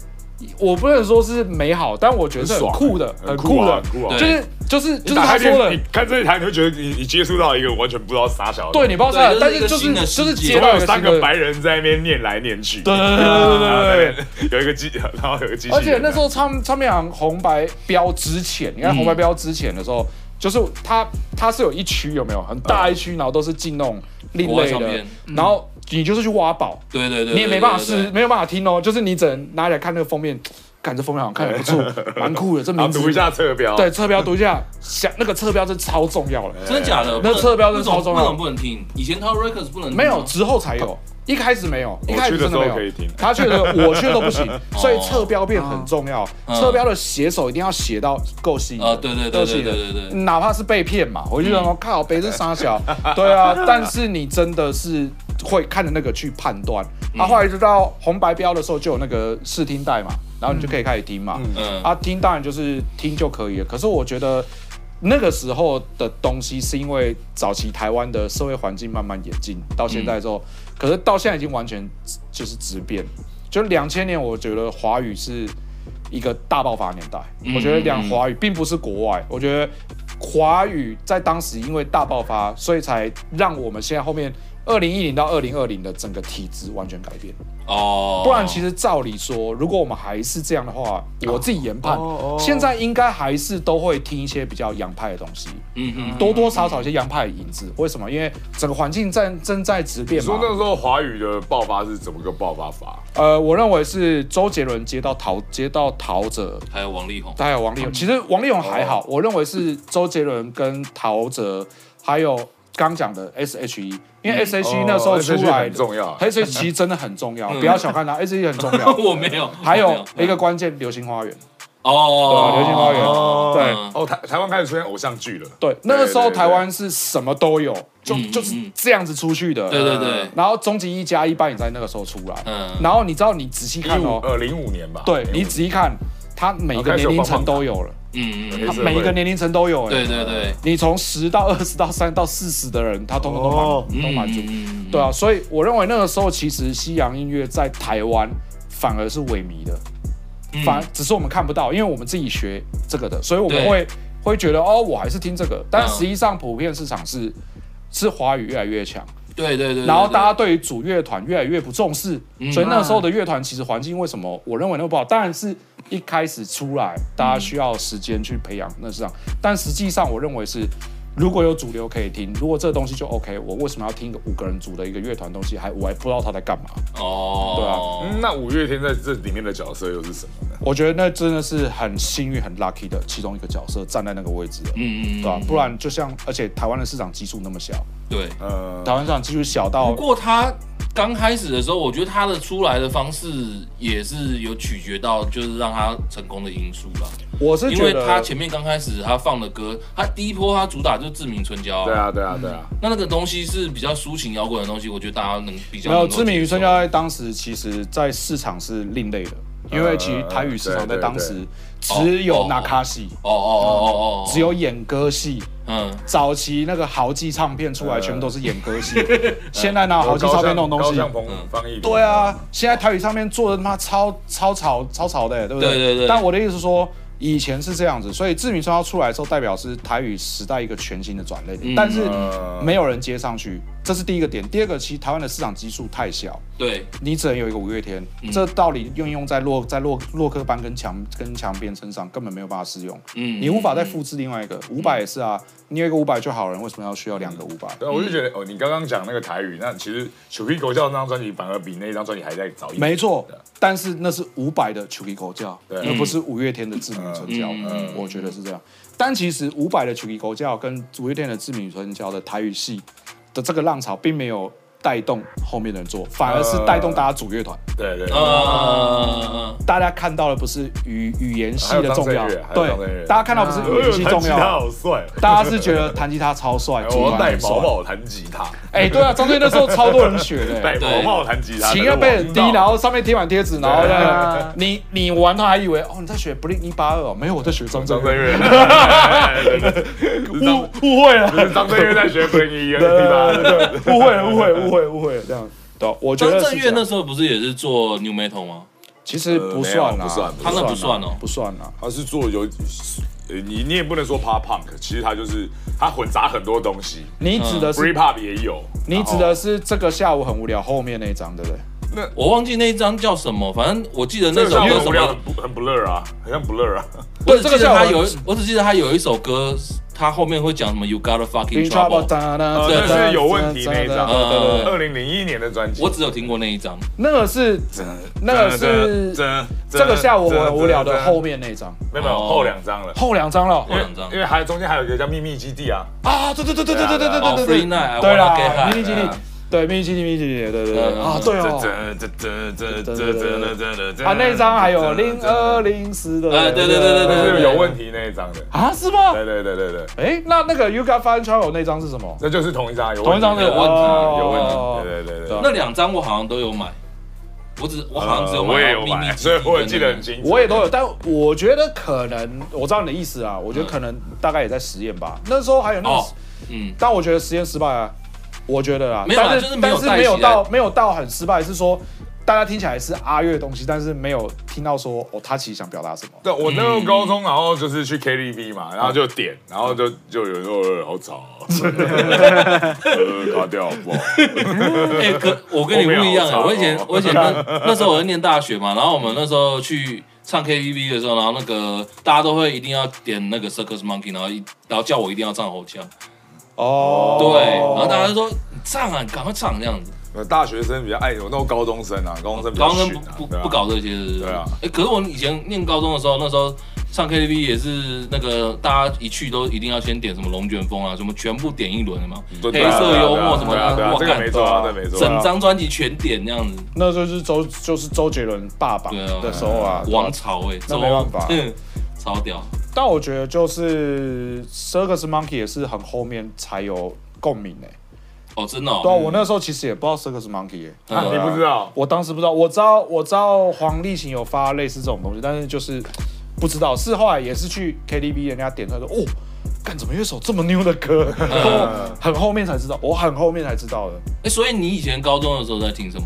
E: 我不能说是美好，但我觉得是很
C: 很爽
E: 酷的，
C: 很
E: 很
C: 酷
E: 酷
C: 啊
E: 的
C: 很酷啊，
E: 就是就是就是
C: 打
E: 他
C: 开
E: 说了
C: 电，你看这一台，你会觉得你你接触到一个完全不知道啥小的，
E: 对，你不知道啥，
A: 对
E: 但
A: 就是一个
E: 是就是就
A: 新的世
E: 是
A: 界
E: 接
C: 然
E: 到
C: 后
E: 一
C: 有
E: 个
C: 三
E: 新
C: 个
E: 的
C: 白人在那边念来念去，
E: 对对对对对对对对。
C: 对对，有一个机， 然后有一个机器人，
E: 而且那时候唱唱片行红白标之前，
A: 嗯
E: 你看红白标之前的时候，就是它它是有一区有没有很大一区，然后都是进那种另
A: 嗯国外
E: 类
A: 唱
E: 的嗯
A: 片，
E: 然后你就是去挖宝，
A: 对对对，
E: 你也没办法
A: 对
E: 试，。没有办法听哦，就是你只能拿起来看那个封面，看这封面好像看得不 错，蛮酷的，这
C: 然
E: 名
C: 后
E: 字
C: 读一下侧标，
E: 对，侧标读一下，想那个侧标真的超重要了，
A: 对对真的假的？
E: 那侧标
A: 为
E: 真
A: 什
E: 的
A: 么
E: 超重
A: 为
E: 要
A: 什么不能听？以前 Tower Records 不能听吗
E: 啊没有之后才有。一开始没有，一开始真的没
C: 哦我去的时
E: 有
C: 候可以听。哦
E: 他去的时候，我去的都不 行，所以侧标变很重要。
A: 嗯
E: 侧标的写手一定要写到够吸引人
A: 啊对对对
E: 够吸引
A: 对对
E: 人
A: 对对嗯对
E: 哪怕是被骗嘛，回去然后靠北是傻 小，对啊，但是你真的是会看着那个去判断。
A: 嗯
E: 啊，后来就到红白标的时候就有那个试听带嘛，然后你就可以开始听嘛。
A: 嗯
E: 啊，听当然就是听就可以了。可是我觉得那个时候的东西，是因为早期台湾的社会环境慢慢演进，到现在之后，可是到现在已经完全就是质变。就两千年，我觉得华语是一个大爆发年代。我觉得讲华语并不是国外，我觉得华语在当时因为大爆发，所以才让我们现在后面二零一零到二零二零的整个体制完全改变。
A: 哦，
E: 不然其
A: 实
E: 实照理说，如果我们还是这样的话，我自己研判
B: 哦哦，
E: 现在应该还是都会听一些比较洋派的东西，
A: 嗯嗯
E: 多多少少有一些洋派的影子。为什么？因为整个环境在正在质
C: 你
E: 变
C: 说
E: 嘛
C: 那。时候华语的爆发是怎么个爆发法？
E: 呃，我认为是周杰伦接到陶接到陶喆，
A: 还有王力宏，
E: 还有王力宏。其实王力宏还
C: 哦
E: 好，我认为是周杰伦跟陶喆，还有刚讲的 S.H.E，因为 S.H.E 那时候出
C: 嗯哦，SHE
E: 来
C: 很重要。嗯
E: ，S.H.E E 其实真的很重要，不要小看它，S.H.E E 很重 要。
A: 我没有，
E: 还
A: 我没
E: 有一个关键，《流星花园》。
A: 哦，
E: 对啊流星花园
A: 哦
E: 对
A: 嗯
C: 哦，台台湾开始出现偶像剧了，
E: 对，那个时候
C: 对对
E: 台湾是什么都有，就
A: 嗯
E: 就是
A: 嗯
E: 这样子出去的。
A: 对对对，
E: 然后终极一加一般也在那个时候出来。
A: 嗯
E: 然后你知道你仔细
C: 一
E: 看
C: 五
E: 哦，
C: 呃零五年吧。
E: 对
C: 05
E: 你仔细看，它每个年龄层都有了，
A: 嗯嗯，
C: 黑
E: 它
C: 社会
E: 每一个年龄层都有。哎
A: 对，对对，
E: 你从十到二十到三到四十的人，他通通都满、
B: 哦
E: 都满足。
A: 嗯
E: 对啊，所以我认为那个时候其实西洋音乐在台湾反而是萎靡的，
A: 嗯
E: 反只是我们看不到，因为我们自己学这个的，所以我们
A: 对
E: 会会觉得哦，我还是听这个，但
A: 嗯
E: 实际上普遍市场是是华语越来越强，
A: 对对对，
E: 然后
A: 对
E: 大家对于主乐团越来越不重视，
A: 嗯
E: 所以那时候的乐团其实环境为什么我认为那么不好？当然是一开始出来，大家需要时间去培养那市场，但实际上我认为是。如果有主流可以听，如果这东西就 OK，我为什么要听一个五个人组的一个乐团东西？还我还不知道他在干嘛？
A: 哦，
E: 啊
C: 嗯那五月天在这里面的角色又是什么呢？
E: 我觉得那真的是很幸运、很 lucky 的其中一个角色站在那个位置了，
A: 嗯嗯嗯，
E: 对吧、不然就像，而且台湾的市场基数那么小，
A: 对。
C: 呃，
E: 台湾市场基数小到
A: 不过他刚开始的时候，我觉得他的出来的方式也是有取决到，就是让他成功的因素吧。
E: 我是
A: 因
E: 觉
A: 为
E: 得
A: 他前面刚开始他放的歌，他第一波他主打就是《志明春娇》
C: 对，啊，对啊，对啊，
A: 那那个东西是比较抒情摇滚的东西，我觉得大家能比较
E: 没有
A: 能够
E: 知名
A: 接
E: 于
A: 受
E: 春娇在当时其实在市场是另类的，因为其实台语市场在当时只有那卡西，
A: 哦哦哦哦哦哦，
E: 只有演歌戏。
A: 嗯
E: 早期那个豪记唱片出
A: 呃
E: 来，全部都是演 歌戏。现在哪有豪记唱片那种东
C: 高
E: 西？
C: 向鹏方毅，
E: 对啊，现在台语上面做的他妈超超吵超吵的，对不对？
A: 对对对
E: 但我的意思是说，以前是这样子，所以志明说要出来的时候，代表是台语时代一个全新的转捩点，
A: 嗯
E: 但是
C: 呃，
E: 没有人接上去，这是第一个点。第二个，其实台湾的市场基数太小，
A: 对，
E: 你只能有一个五月天，
A: 嗯
E: 这道理运用在洛在洛洛克班跟强跟强边身上，根本没有办法适用。
A: 嗯
E: 你无法再复制另外一个五百也是啊，你有一个五百就好了，为什么要需要两个五百？
C: 对啊，我就觉得哦，你刚刚讲那个台语，那其实《九皮狗叫》那张专辑反而比那张专辑还在早一点。
E: 没错，但是那是五百的曲奇狗叫，
C: 对
E: 而不是五月天的志明春娇
A: 嗯，
E: 我觉得是这样。但其实五百的曲奇狗叫跟五月天的志明春娇的台语系的这个浪潮，并没有带动后面的人做，反而是带动大家组乐团。
C: 对对，
A: 呃，
E: 大家看到的不是语语言系的重要
C: 嗯还有张震岳，还有张震岳哎
E: 对，大家看到不是语言系重
C: 他
E: 要，
C: 好帅，
E: 大家是觉得弹吉他超帅，主
C: 我要戴
E: 很帅
C: 毛。帽弹吉他，
E: 哎，对啊，张震岳那时候超多人学 的，
C: 戴毛帽弹吉他，
E: 琴要背很低，然后上面贴满贴纸，然后
C: 对
E: 呢，你你玩他还以为哦你在学 Blink 一八二哦，没有我在学张震
C: 张震
E: 岳，
C: 岳，
E: 误误会了，
C: 张震岳在学婚姻的地方，
E: 误会了，误会了，误会了，误会了，这样。对，我觉
A: 张
E: 得
A: 震
E: 是
A: 岳
E: 这
A: 那
E: 样
A: 时候不是也是做 new metal 吗？
E: 其实不算
C: 呃没有
E: 啦，
C: 不算
A: 他那不算
E: 啦
A: 哦
E: 不算啦。
C: 他是做有，呃你你也不能说 pop punk，其实他就是他混杂很多东西
E: 你指的
C: ，free
E: 是
C: pop 也有，
E: 你指
C: 然
E: 的
C: 后
E: 是这个下午很无聊后面那一张对不对？
A: 我忘记那一张叫什么，反正我记得那
C: 这
A: 首
C: 首
A: 歌
C: 歌
A: 什
C: 无聊很
A: 么，
C: 不很 blur 啊，很像 blur 啊，
A: 我只记
E: 对这个
A: 得
E: 叫
A: 他
E: 我
A: 有，我只记得他有一首歌，他后面会讲什么 you got a fucking trouble，
E: 那
C: 呃那是有问题那一张
E: 对对对对，
C: 二零零一年的专辑，
A: 我只有听过那一张，
E: 那个是那个是这个下午很无聊的后面那一张，
C: 没有没有后两张了，
E: 后两张了
A: 后两张
C: 因为还有中间还有一个叫秘密基地啊，
E: 啊！对对对对对对对对
A: 哦
E: 对对
A: ，Free Night，I
E: 对
A: wanna get
E: 啦，
A: high，
E: 秘密基地
A: 啊，
E: 对秘密基地，秘密基地，对对对
A: 嗯
E: 啊，对哦。啊，那一张还有零二零四的，
A: 哎对对对对
C: 那
A: 对
C: 是
A: 对
C: 有问题那一张的，
E: 啊，是吗？
C: 对对对对对，
E: 哎，那那个 You Got Fun Trouble 那张是什么？
C: 那就是同一张有
E: 同一张
C: 的
E: 的
A: 有问题
E: 哦
C: 有问题，对对对对。
A: 那两张我好像都有买，我只我好像只有
C: 呃我也
A: 买到
C: 有
A: 秘密 基
C: 买，
A: 地
C: 所以我也记得
A: 跟那
C: 很
A: 个
C: 清楚。
E: 我也都有，但我觉得可能我知道你的意思啊，我觉得可能大概也在实验吧。那时候还有那
A: 哦
E: 种，
A: 嗯，
E: 但我觉得实验失败啊，我觉得啦，
A: 没有啦
E: 但
A: 就是是没有
E: 但
A: 带
E: 没有
A: 起来
E: 到没有到很失败，是说大家听起来是阿月的东西，但是没有听到说哦，他其实想表达什么。
C: 对，我那时候高中，然后就是去
A: 嗯
C: KTV 嘛，然后就点，然后就就有人说呃好 吵啊，呃，卡掉好不好？
A: 哎、可我 跟你不一样哎、
C: 后面好长哦
A: 我以前我以前那那时候我在念大学嘛，然后我们那时候去唱 KTV 的时候，然后那个大家都会一定要点那个 Circus Monkey，然后一然后叫我一定要唱吼腔，
E: 哦，
A: 对，然后大家就说你唱啊，你赶快唱这样子，
C: 呃大学生比较爱，我那种高中生啊，高中生比较
A: 高中生不
C: 逊啊
A: 不
C: 对啊
A: 不搞这些是不是
C: 对啊
A: 哎、可是我以前念高中的时候，那时候。唱 KTV 也是那个，大家一去都一定要先点什么龙卷风啊，什么全部点一轮的嘛，
C: 对
A: 黑
C: 对啊
A: 色幽默什么
C: 对啊对
A: 的，
C: 啊，
A: 哇
C: 这个没
A: 干
C: 错啊，这个没错啊。
A: 整张专辑全点这样子，
E: 那就是周就是周杰伦爸爸
A: 对啊
E: 的时候啊，
A: 王朝哎、欸，
E: 那没办法
A: 嗯， 超屌。
E: 但我觉得就是《Circus Monkey》也是很后面才有共鸣诶、
A: 哦，真的、哦。
E: 对啊、我那时候其实也不知道《Circus Monkey、欸》
C: 啊你不知道？
E: 我当时不知道，我知道我知道黄立行有发类似这种东西，但是就是不知道，是后来也是去 KTV 人家点出来说，哦，干怎么乐手这么牛的歌，
A: 嗯
E: 我很 后面才知道，我很后面才知道的。
A: 哎、所以你以前高中的时候在听什么？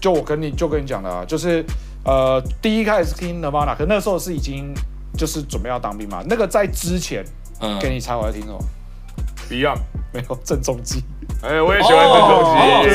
E: 就我跟你就跟你讲的、啊，就是呃，第一开始听 Nirvana，可那时候是已经就是准备要当兵嘛，那个在之前，
A: 嗯，
E: 给你猜我在听什么？
C: Beyond，
E: 没有郑中基，
C: 哎，我也喜欢郑中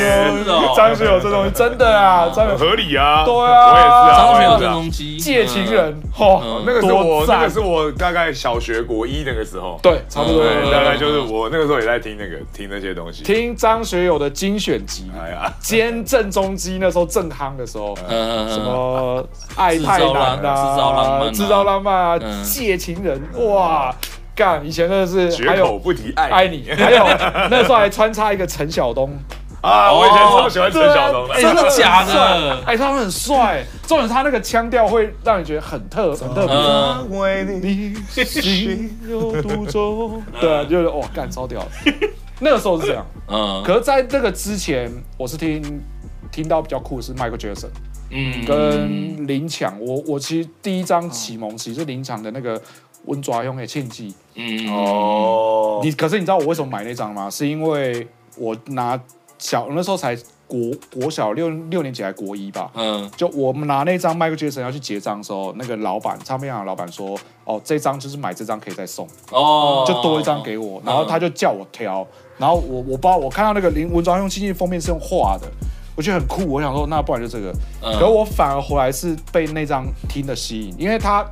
A: 是哦
E: 张学友这东西真的啊，张学
C: 基，
E: 友
C: 合理啊，
E: 对啊
C: 我也是啊，
A: 张学友
C: 我也是
A: 郑
C: 啊
A: 中基，
E: 借情
A: 嗯。
E: 人，嚯、
A: 嗯
C: 那个是我，
E: 多
C: 那
E: 赞
C: 个是我大概小学国一那个时候，
E: 对，差不多。
C: 对，大概
A: 嗯
C: 就是我那个时候也在听那个听那些东西。
E: 听张学友的精选集，
C: 哎呀，
E: 兼郑中基那时候正夯的时候，
A: 嗯
E: 什
A: 嗯嗯，
E: 么爱太难
A: 制造浪漫
E: 啊，
A: 啊
E: 制造浪漫啊，
A: 嗯
E: 借情人，哇，干，以前真的是还
C: 绝口
E: 有。
C: 不提爱
E: 爱你，还有那时候还穿插一个陈晓东，
C: 啊！我以前超喜欢陈晓东的，
E: 对啊
A: 真的假的
E: 哎，他们很帅，重点是他那个腔调会让你觉得很
C: 哦
E: 特很特别。
A: 嗯，
C: 为你
E: 你心有独钟。对啊，就是哇，干超屌的。 那个时候是这样，
A: 嗯，
E: 可是在这个之前，我是听听到比较酷的是 Michael Jackson
A: 嗯，
E: 跟林强。我我其实第一张启蒙其实是林强的那个。温抓用的庆记，
A: 嗯，
C: 哦，
E: 你可是你知道我为什么买那张吗？是因为我拿小那时候才国国小六六年级还国一吧，
A: 嗯，
E: 就我们拿那张 Michael Jackson 要去结账的时候，那个老板唱片行的老板说，哦，这张就是买这张可以再送，
A: 哦，
E: 就多一张给我，然后他就叫我挑，然后我我不知道，我看到那个林文章用亲戚封面是用画的，我觉得很酷。我想说，那不然就这个。
A: 嗯
E: 可我反而回来是被那张听的吸引，因为它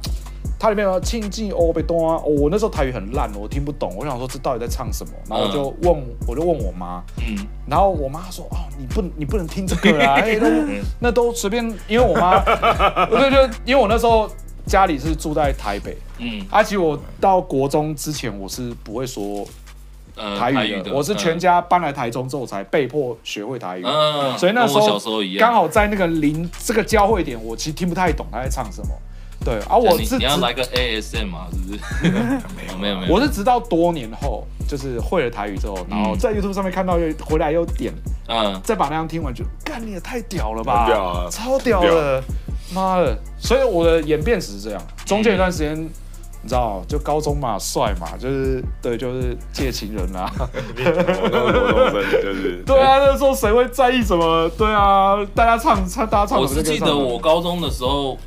E: 它里面有庆忌哦被东啊，哦我那时候台语很烂，我听不懂。我想说这到底在唱什么？然后我就问，我就问我妈，
A: 嗯，
E: 然后我妈说：“哦，你不你不能听这个啊，哎那那都随便。”因为我妈，我就就因为我那时候家里是住在台北，
A: 嗯，
E: 而、啊、且我到国中之前我是不会说
A: 呃，
E: 台语的，
A: 的，
E: 我是全
A: 嗯，
E: 家搬来台中之后才被迫学会台语。
A: 嗯，
E: 所以那时
A: 跟
E: 候
A: 我小时候一样，
E: 刚好在那个零这个交汇点，我其实听不太懂他在唱什么。对，啊，我
A: 你
E: 是
A: 你
E: 直
A: 要来个 ASM 嘛，是不 是？没有没有，
E: 我是直到多年后，就是会了台语之后，然后在 YouTube 上面看到又回来又点，
A: 嗯，
E: 再把那张听完就，干你也太屌了吧，
C: 很屌啊
E: 超屌了，妈的！所以我的演变史是这样，中间有段时间。你知道，就高中嘛，帅嘛，就是对，就是借情人 啦、
C: 我都是国中生，就是
E: 对啊，那时候谁会在意什么？对啊，大家唱唱，大家唱什么
A: 我
E: 就是跟
A: 记
E: 上
A: 得
E: 什么
A: 我高中的时候，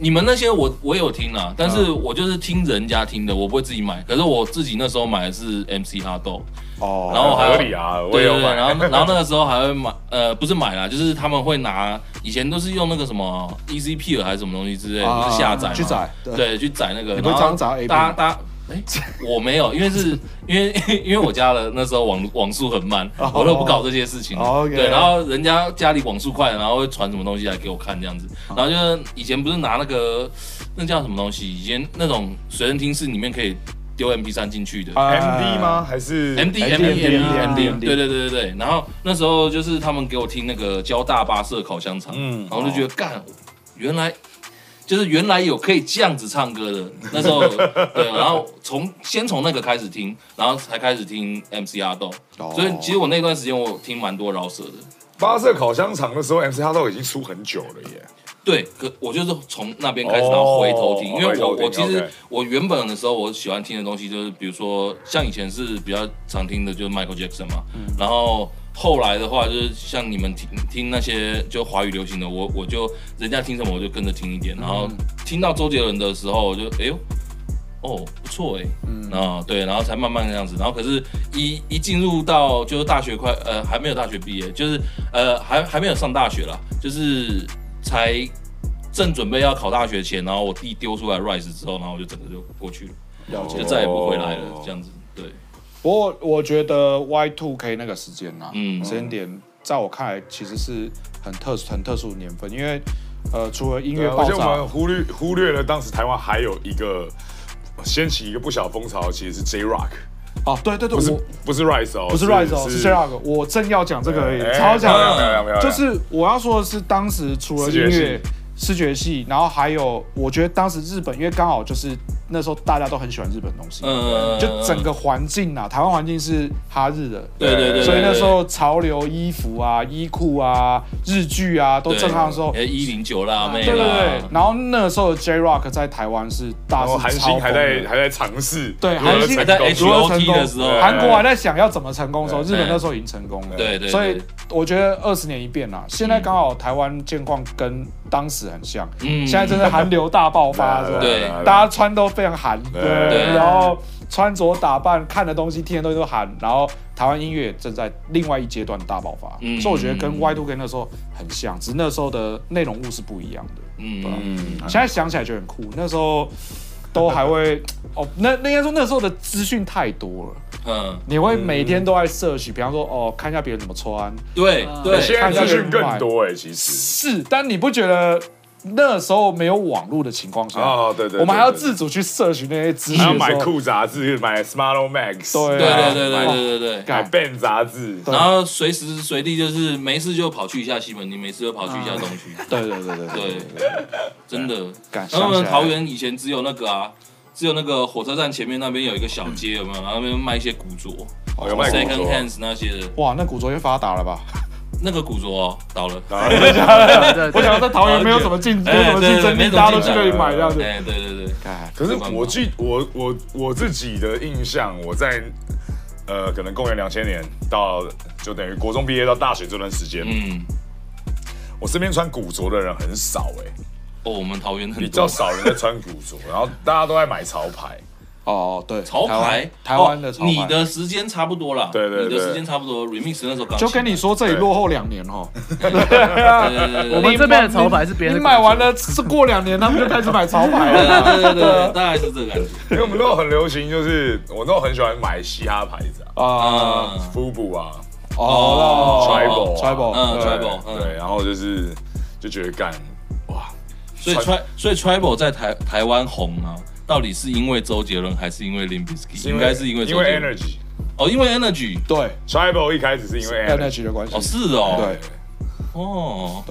A: 你们那些我我有听啊，但
E: 嗯
A: 是我就是听人家听的，我不会自己买。可是我自己那时候买的是 MC 哈豆，
E: 哦，
A: 然后还有
C: 合理啊，我
A: 对
C: 也有
A: 对对，
C: 买，
A: 然后然后那个时候还会买，呃，不是买啦，就是他们会拿以前都是用那个什么 ECP 还是什么东西之类的，
E: 啊
A: 就是下载嘛
E: 去载对
A: 对，去载那个。
E: 你不
A: 然
E: 是
A: 后
E: 常常载 A 片
A: 大家
E: 吗
A: 大家。哎、我没有，因为是因为 因为我家的那时候网网速很慢
E: 哦
A: 我都不搞这些事情。
E: 哦，OK
A: 对，然后人家家里网速快，然后会传什么东西来给我看这样子。
E: 哦
A: 然后就是以前不是拿那个那叫什么东西，以前那种随身听是里面可以丢 MP 3进去的。
E: 啊
C: MD 吗？？还是
A: M D M D M
E: MD
A: D M D，
E: MD
A: 对对对对对。然后那时候就是他们给我听那个交大巴社烤香肠，
C: 嗯
A: 然后我就觉得干，原来就是原来有可以这样子唱歌的。那时候对，然后从先从那个开始听，然后才开始听 M C R 豆。
E: 哦
A: 所以其实我那段时间我听蛮多饶舌的。
C: 八色烤香肠的时候，MC 哈豆已经出很久了耶。
A: 对，可我就是从那边开始，然后回头听，
C: 哦
A: 因为
C: 回头
A: 我
C: 听
A: 我其实
C: OK
A: 我原本的时候，我喜欢听的东西就是，比如说像以前是比较常听的，就是 Michael Jackson 嘛，然后后来的话就是像你们听听那些就华语流行的，我我就人家听什么我就跟着听一点，然后听到周杰伦的时候，我就哎呦。哦，不错哎，嗯啊，对，然后才慢慢这样子，然后可是一，一进入到就是大学快呃还没有大学毕业，就是呃还还没有上大学啦，就是才正准备要考大学前，然后我弟丢出来 Rise 之后，然后我就整个就过去了，
E: 了解
A: 就。再也不回来
C: 哦
A: 了，这样子。对，
E: 不过我觉得 Y Two K 那个时间啊，
A: 嗯
E: 时间点在我看来其实是很特殊、很特殊的年份，因为呃，除了音
C: 对
E: 乐
C: 啊，而
E: 爆
C: 且我
E: 炸
C: 们，忽略忽略了当时台湾还有一个掀起一个不小风潮，其实是 J Rock，
E: 哦，对对对，
C: 不是
E: 我
C: 不是哎 Rise 哦，
E: 不是 Rise 哦，是 j a c 我正要讲这个而已，超
C: 讲
E: 想
A: 没有没有
E: 就是我要说的是，当时除了音
C: 视觉
E: 乐
C: 系、
E: 视觉系，然后还有我觉得当时日本，因为刚好就是那时候大家都很喜欢日本东西，
A: 嗯，
E: 就整个环境啊，台湾环境是哈日的，
A: 对对对对，
E: 所以那时候潮流衣服啊、衣裤啊、日剧啊都正夯的时候，
A: 一零九辣妹
E: 对对对
A: 啦。，
E: 然后那时候的 J Rock 在台湾是大
C: 然后
E: 是
C: 韩
E: 超
C: 星还在
E: 疯的
C: 还在尝试，
E: 对
C: 如何
E: 韩星
A: 还在
C: 成功
A: H
E: 如何成
A: GOT 的时候
E: 功，韩国还在想要怎么成功的时候，
C: 对
E: 日本那时候已经成功了。
A: 对对对
E: 所以我觉得二十年一变啦，现在刚好台湾境况跟当时很像，
A: 嗯
E: 现在正在韩流大爆发的时候，
A: 对
E: 大家穿都非常韩，
C: 对
E: 对，
A: 对
E: 然后穿着打扮、看的东西、听的东西都韩，然后台湾音乐正在另外一阶段大爆发，
A: 嗯
E: 所以我觉得跟 Y Two K 那时候很像，只是那时候的内容物是不一样的。
A: 嗯，
C: 嗯，
E: 现在想起来就很酷，那时候都还会 哦，那那应该说那时候的资讯太多了，
A: 嗯，
E: 你会每天都在摄取，比方说哦，看一下别人怎么穿，
A: 对
C: 对
A: 对，
C: 现在资讯更多哎，其实
E: 是，但你不觉得那时候没有网络的情况下，
C: 哦对对对
E: 我们还要自主去摄取那些资
C: 还要
E: 讯，
C: 买，酷杂志，买 Smart Max，
E: 对
A: 对
E: 啊
A: 对对对
C: 买
A: 对对对。
C: 买
E: 干
C: Ben 杂志，
E: 对
A: 然后随时随地就是没事就跑去一下西门町，没事就跑去一下东区，
E: 对对对对对
A: 对，真的。
E: 啊感
A: 他
E: 想
A: 们
E: 起来
A: 桃园以前只有那个啊，只有那个火车站前面那边有一个小街，有没有？然后那边卖一些古着
C: 哦有卖古
A: ，second
C: 着
A: hands 那些的，
E: 哇，那古着也发 达了吧？
A: 那个古着哦倒了。
D: 对
E: 我
D: 对
E: 想要在桃园没有什么竞，没有什
A: 哎对对
E: 么竞争
A: 对没什
E: 力，
A: 么
E: 大家都去
A: 竞
E: 那
A: 争
E: 里买这样子。
A: 哎，对对对，
E: 干
C: 可是我记我我我自己的印象，我在呃，可能公元两千年到就等于国中毕业到大学这段时间，
A: 嗯，
C: 我身边穿古着的人很少哎、
A: 哦，我们桃园很
C: 比较
A: 多，
C: 少人在穿古着，然后大家都在买潮牌。
E: 哦，对，
A: 潮
E: 台湾
A: 牌，
E: 台湾的
A: 哦
E: 潮牌，
A: 你的时间差不多了，
C: 对对对
A: 你的时间差不多，remix 那时候刚
E: 就跟你说这里
C: 对
E: 落后两年 哦。
A: 对对对对
D: 我们这边的潮牌是别人
E: 你
D: 的
E: 买完了，是过两年他们就开始买潮 牌
A: 对
E: 了。
A: 对对对对，大概是这个感觉
C: 因为我们都很流行，就是 我都很喜欢买嘻哈牌子啊
E: 啊，
A: 啊，
C: ，FUBU 啊
A: 哦
E: 哦
C: ，Tribal 啊
E: ，Tribal，Tribal，
A: 嗯
C: 对
A: ，Tribal，嗯
C: 对，然后就是就觉得干哇，
A: 所以 tri 所以 tribal 在台台湾红啊，到底是因为周杰伦还是因为 Limp Bizkit？应该是因为
C: 因
A: 周杰
C: 为
A: 伦
C: Energy
A: 哦，因为 Energy
E: 对
C: Tribal 一开始是因为 Energy，
E: ，Energy 的关系
A: 哦，，是哦，
E: 对，
A: 哦，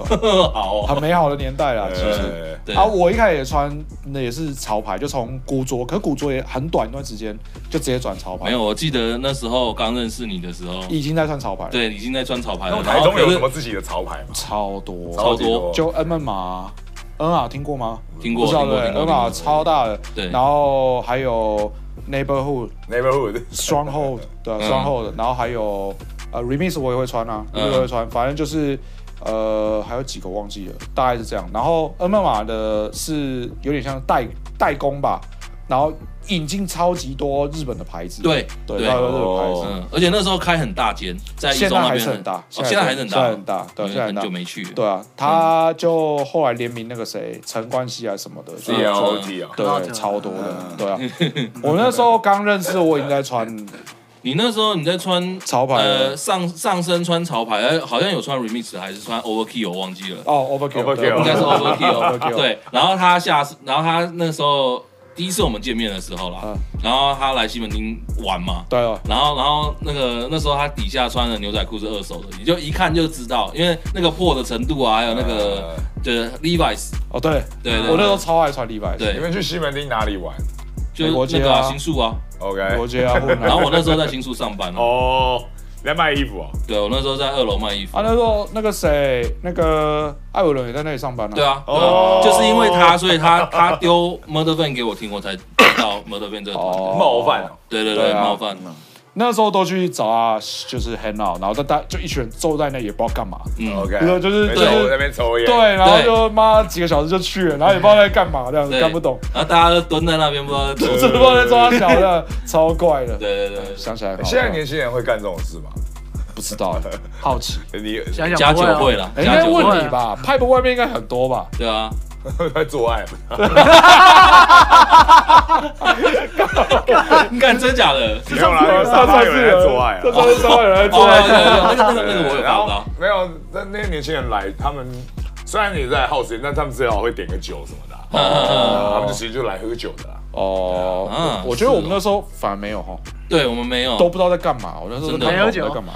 A: 好哦，
E: 很美好的年代啦，其实。
C: 呃，
A: 对
E: 啊，我一开始也穿，那也是潮牌，就从古着，可是古着也很短一段时间，就直接转潮牌。
A: 没有，，我记得那时候刚认识你的时候，
E: 已经在穿潮牌了。，
A: 对，已经在穿潮牌
C: 那
A: 了，
C: 台
A: 然
C: 中
A: 后
C: 有
A: 可
C: 什
A: 是
C: 么自己的潮牌吗？
E: 超多，
A: 超多
E: 就 N 们码，N 啊听过吗？
A: 听
E: 不
A: 过
E: 知
A: 听
E: 道
A: 过
E: 对
A: 听过
E: ，N
A: 听
E: 码
A: 过，
E: 超大的。
A: 对
E: 然后还有 Neighborhood、
C: Neighborhood
E: Stronghold 对啊
A: 嗯
E: Stronghold，然后还有呃 Remix 我也会穿啊，
A: 嗯
E: 我也会穿，反正就是。呃，还有几个忘记了，大概是这样。然后 N 曼玛的是有点像代代工吧，然后引进超级多日本的牌子，
A: 对
E: 对，
A: 对
E: 大多日本牌子，
A: 嗯，而且那时候开很大间，在一
E: 现
A: 中
E: 在
A: 那
E: 还
A: 边
E: 是很大，
A: 哦，现在还是很
E: 现在
A: 大，
E: 很大，对，现
A: 因
E: 在
A: 为
E: 很
A: 很
E: 大
A: 久，没去了，
E: 对啊，他就后来联名那个谁陈冠希啊什么的，就
C: CLT 啊，
D: Clout
E: 对，超多的，对啊。我那时候刚认识，我已经在穿
A: 你那时候你在穿
E: 潮牌了
A: 呃，上上身穿潮牌，呃好像有穿 remix 还是穿 overkill，我忘记了，
E: 哦
C: Overkill
E: ，Overkill，对
A: 应该是 overkill。
E: Overkill
A: 对，然后他下，然后他那时候第一次我们见面的时候啦
E: 嗯，
A: 然后他来西门町玩嘛，
E: 对啊，
A: 然后然后那个那时候他底下穿的牛仔裤是二手的，你就一看就知道，因为那个破的程度啊，还有那
E: 呃
A: 个就是 Levi's，
E: 哦对，
A: 对对
E: 我那时候超爱穿李白，，
C: 你
A: 对，
C: 们去西门町哪里玩
A: 就
E: 美国
A: 是
E: 街
A: 那个啊
E: 啊
A: 新宿啊，
C: ？OK，
E: 国街啊，混啊
A: 然后我那时候在新宿上 班啊，
C: 哦，你在卖衣服啊？
A: 对我那时候在二楼卖衣服
E: 啊，那时候那个谁，那个艾伟伦也在那里上班啊，
A: 对，啊，对啊
C: 哦
A: 就是因为他，所以他他丢 Murder Van 给我听，我才知道 Murder Van 这个团队。
E: 哦，
C: 冒犯哦。
A: 对对
E: 对
A: 对，
E: 啊
A: 冒犯，
E: 那时候都去找他，就是 hang out，然后大家就一群人坐在那里也不知道干嘛，
A: 嗯，
C: OK，
E: 没有就是
C: 没
E: 对
C: 错我在那边抽烟，
E: 对，，然后就妈几个小时就去了，然后也不知道在干嘛，这样子
A: 对
E: 看不懂，
A: 然后啊大家都蹲在那边，不知 道在做什么。
E: 真的不知道在抓小的，超怪的。
A: 对对对，
E: 想起来好，
C: 现在年轻人会干这种事吗？
E: 不知道，好奇。
C: 你
D: 想想
A: 加
D: 不
A: 酒
D: 会啊
A: 会，了，
E: 应
A: 加
E: 该
A: 酒会，
E: 哎问你吧，Pipe 外面应该很多吧？
A: 对 啊，
C: 在做爱吗？
A: 干真假的？
C: 没有啦，沙发有人在做爱啊
E: 这。上次有人在
A: 哦，
E: 做
A: 对
E: 爱
A: 对对，那个那个
C: 对
A: 那个我有
C: 然
A: 看
C: 后
A: 到，
C: 没有，那那些年轻人来，他们虽然也在耗时间，但他们至少会点个酒什么的啊，他们就其实就来喝酒的啦。
E: 哦
A: 啊，
E: 我觉得
A: 是
E: 我们那时候反而没有哈，
A: 对我们没有，
E: 都不知道在干嘛。我那时候
A: 真的
E: 看不懂
D: 没有酒
E: 在干嘛？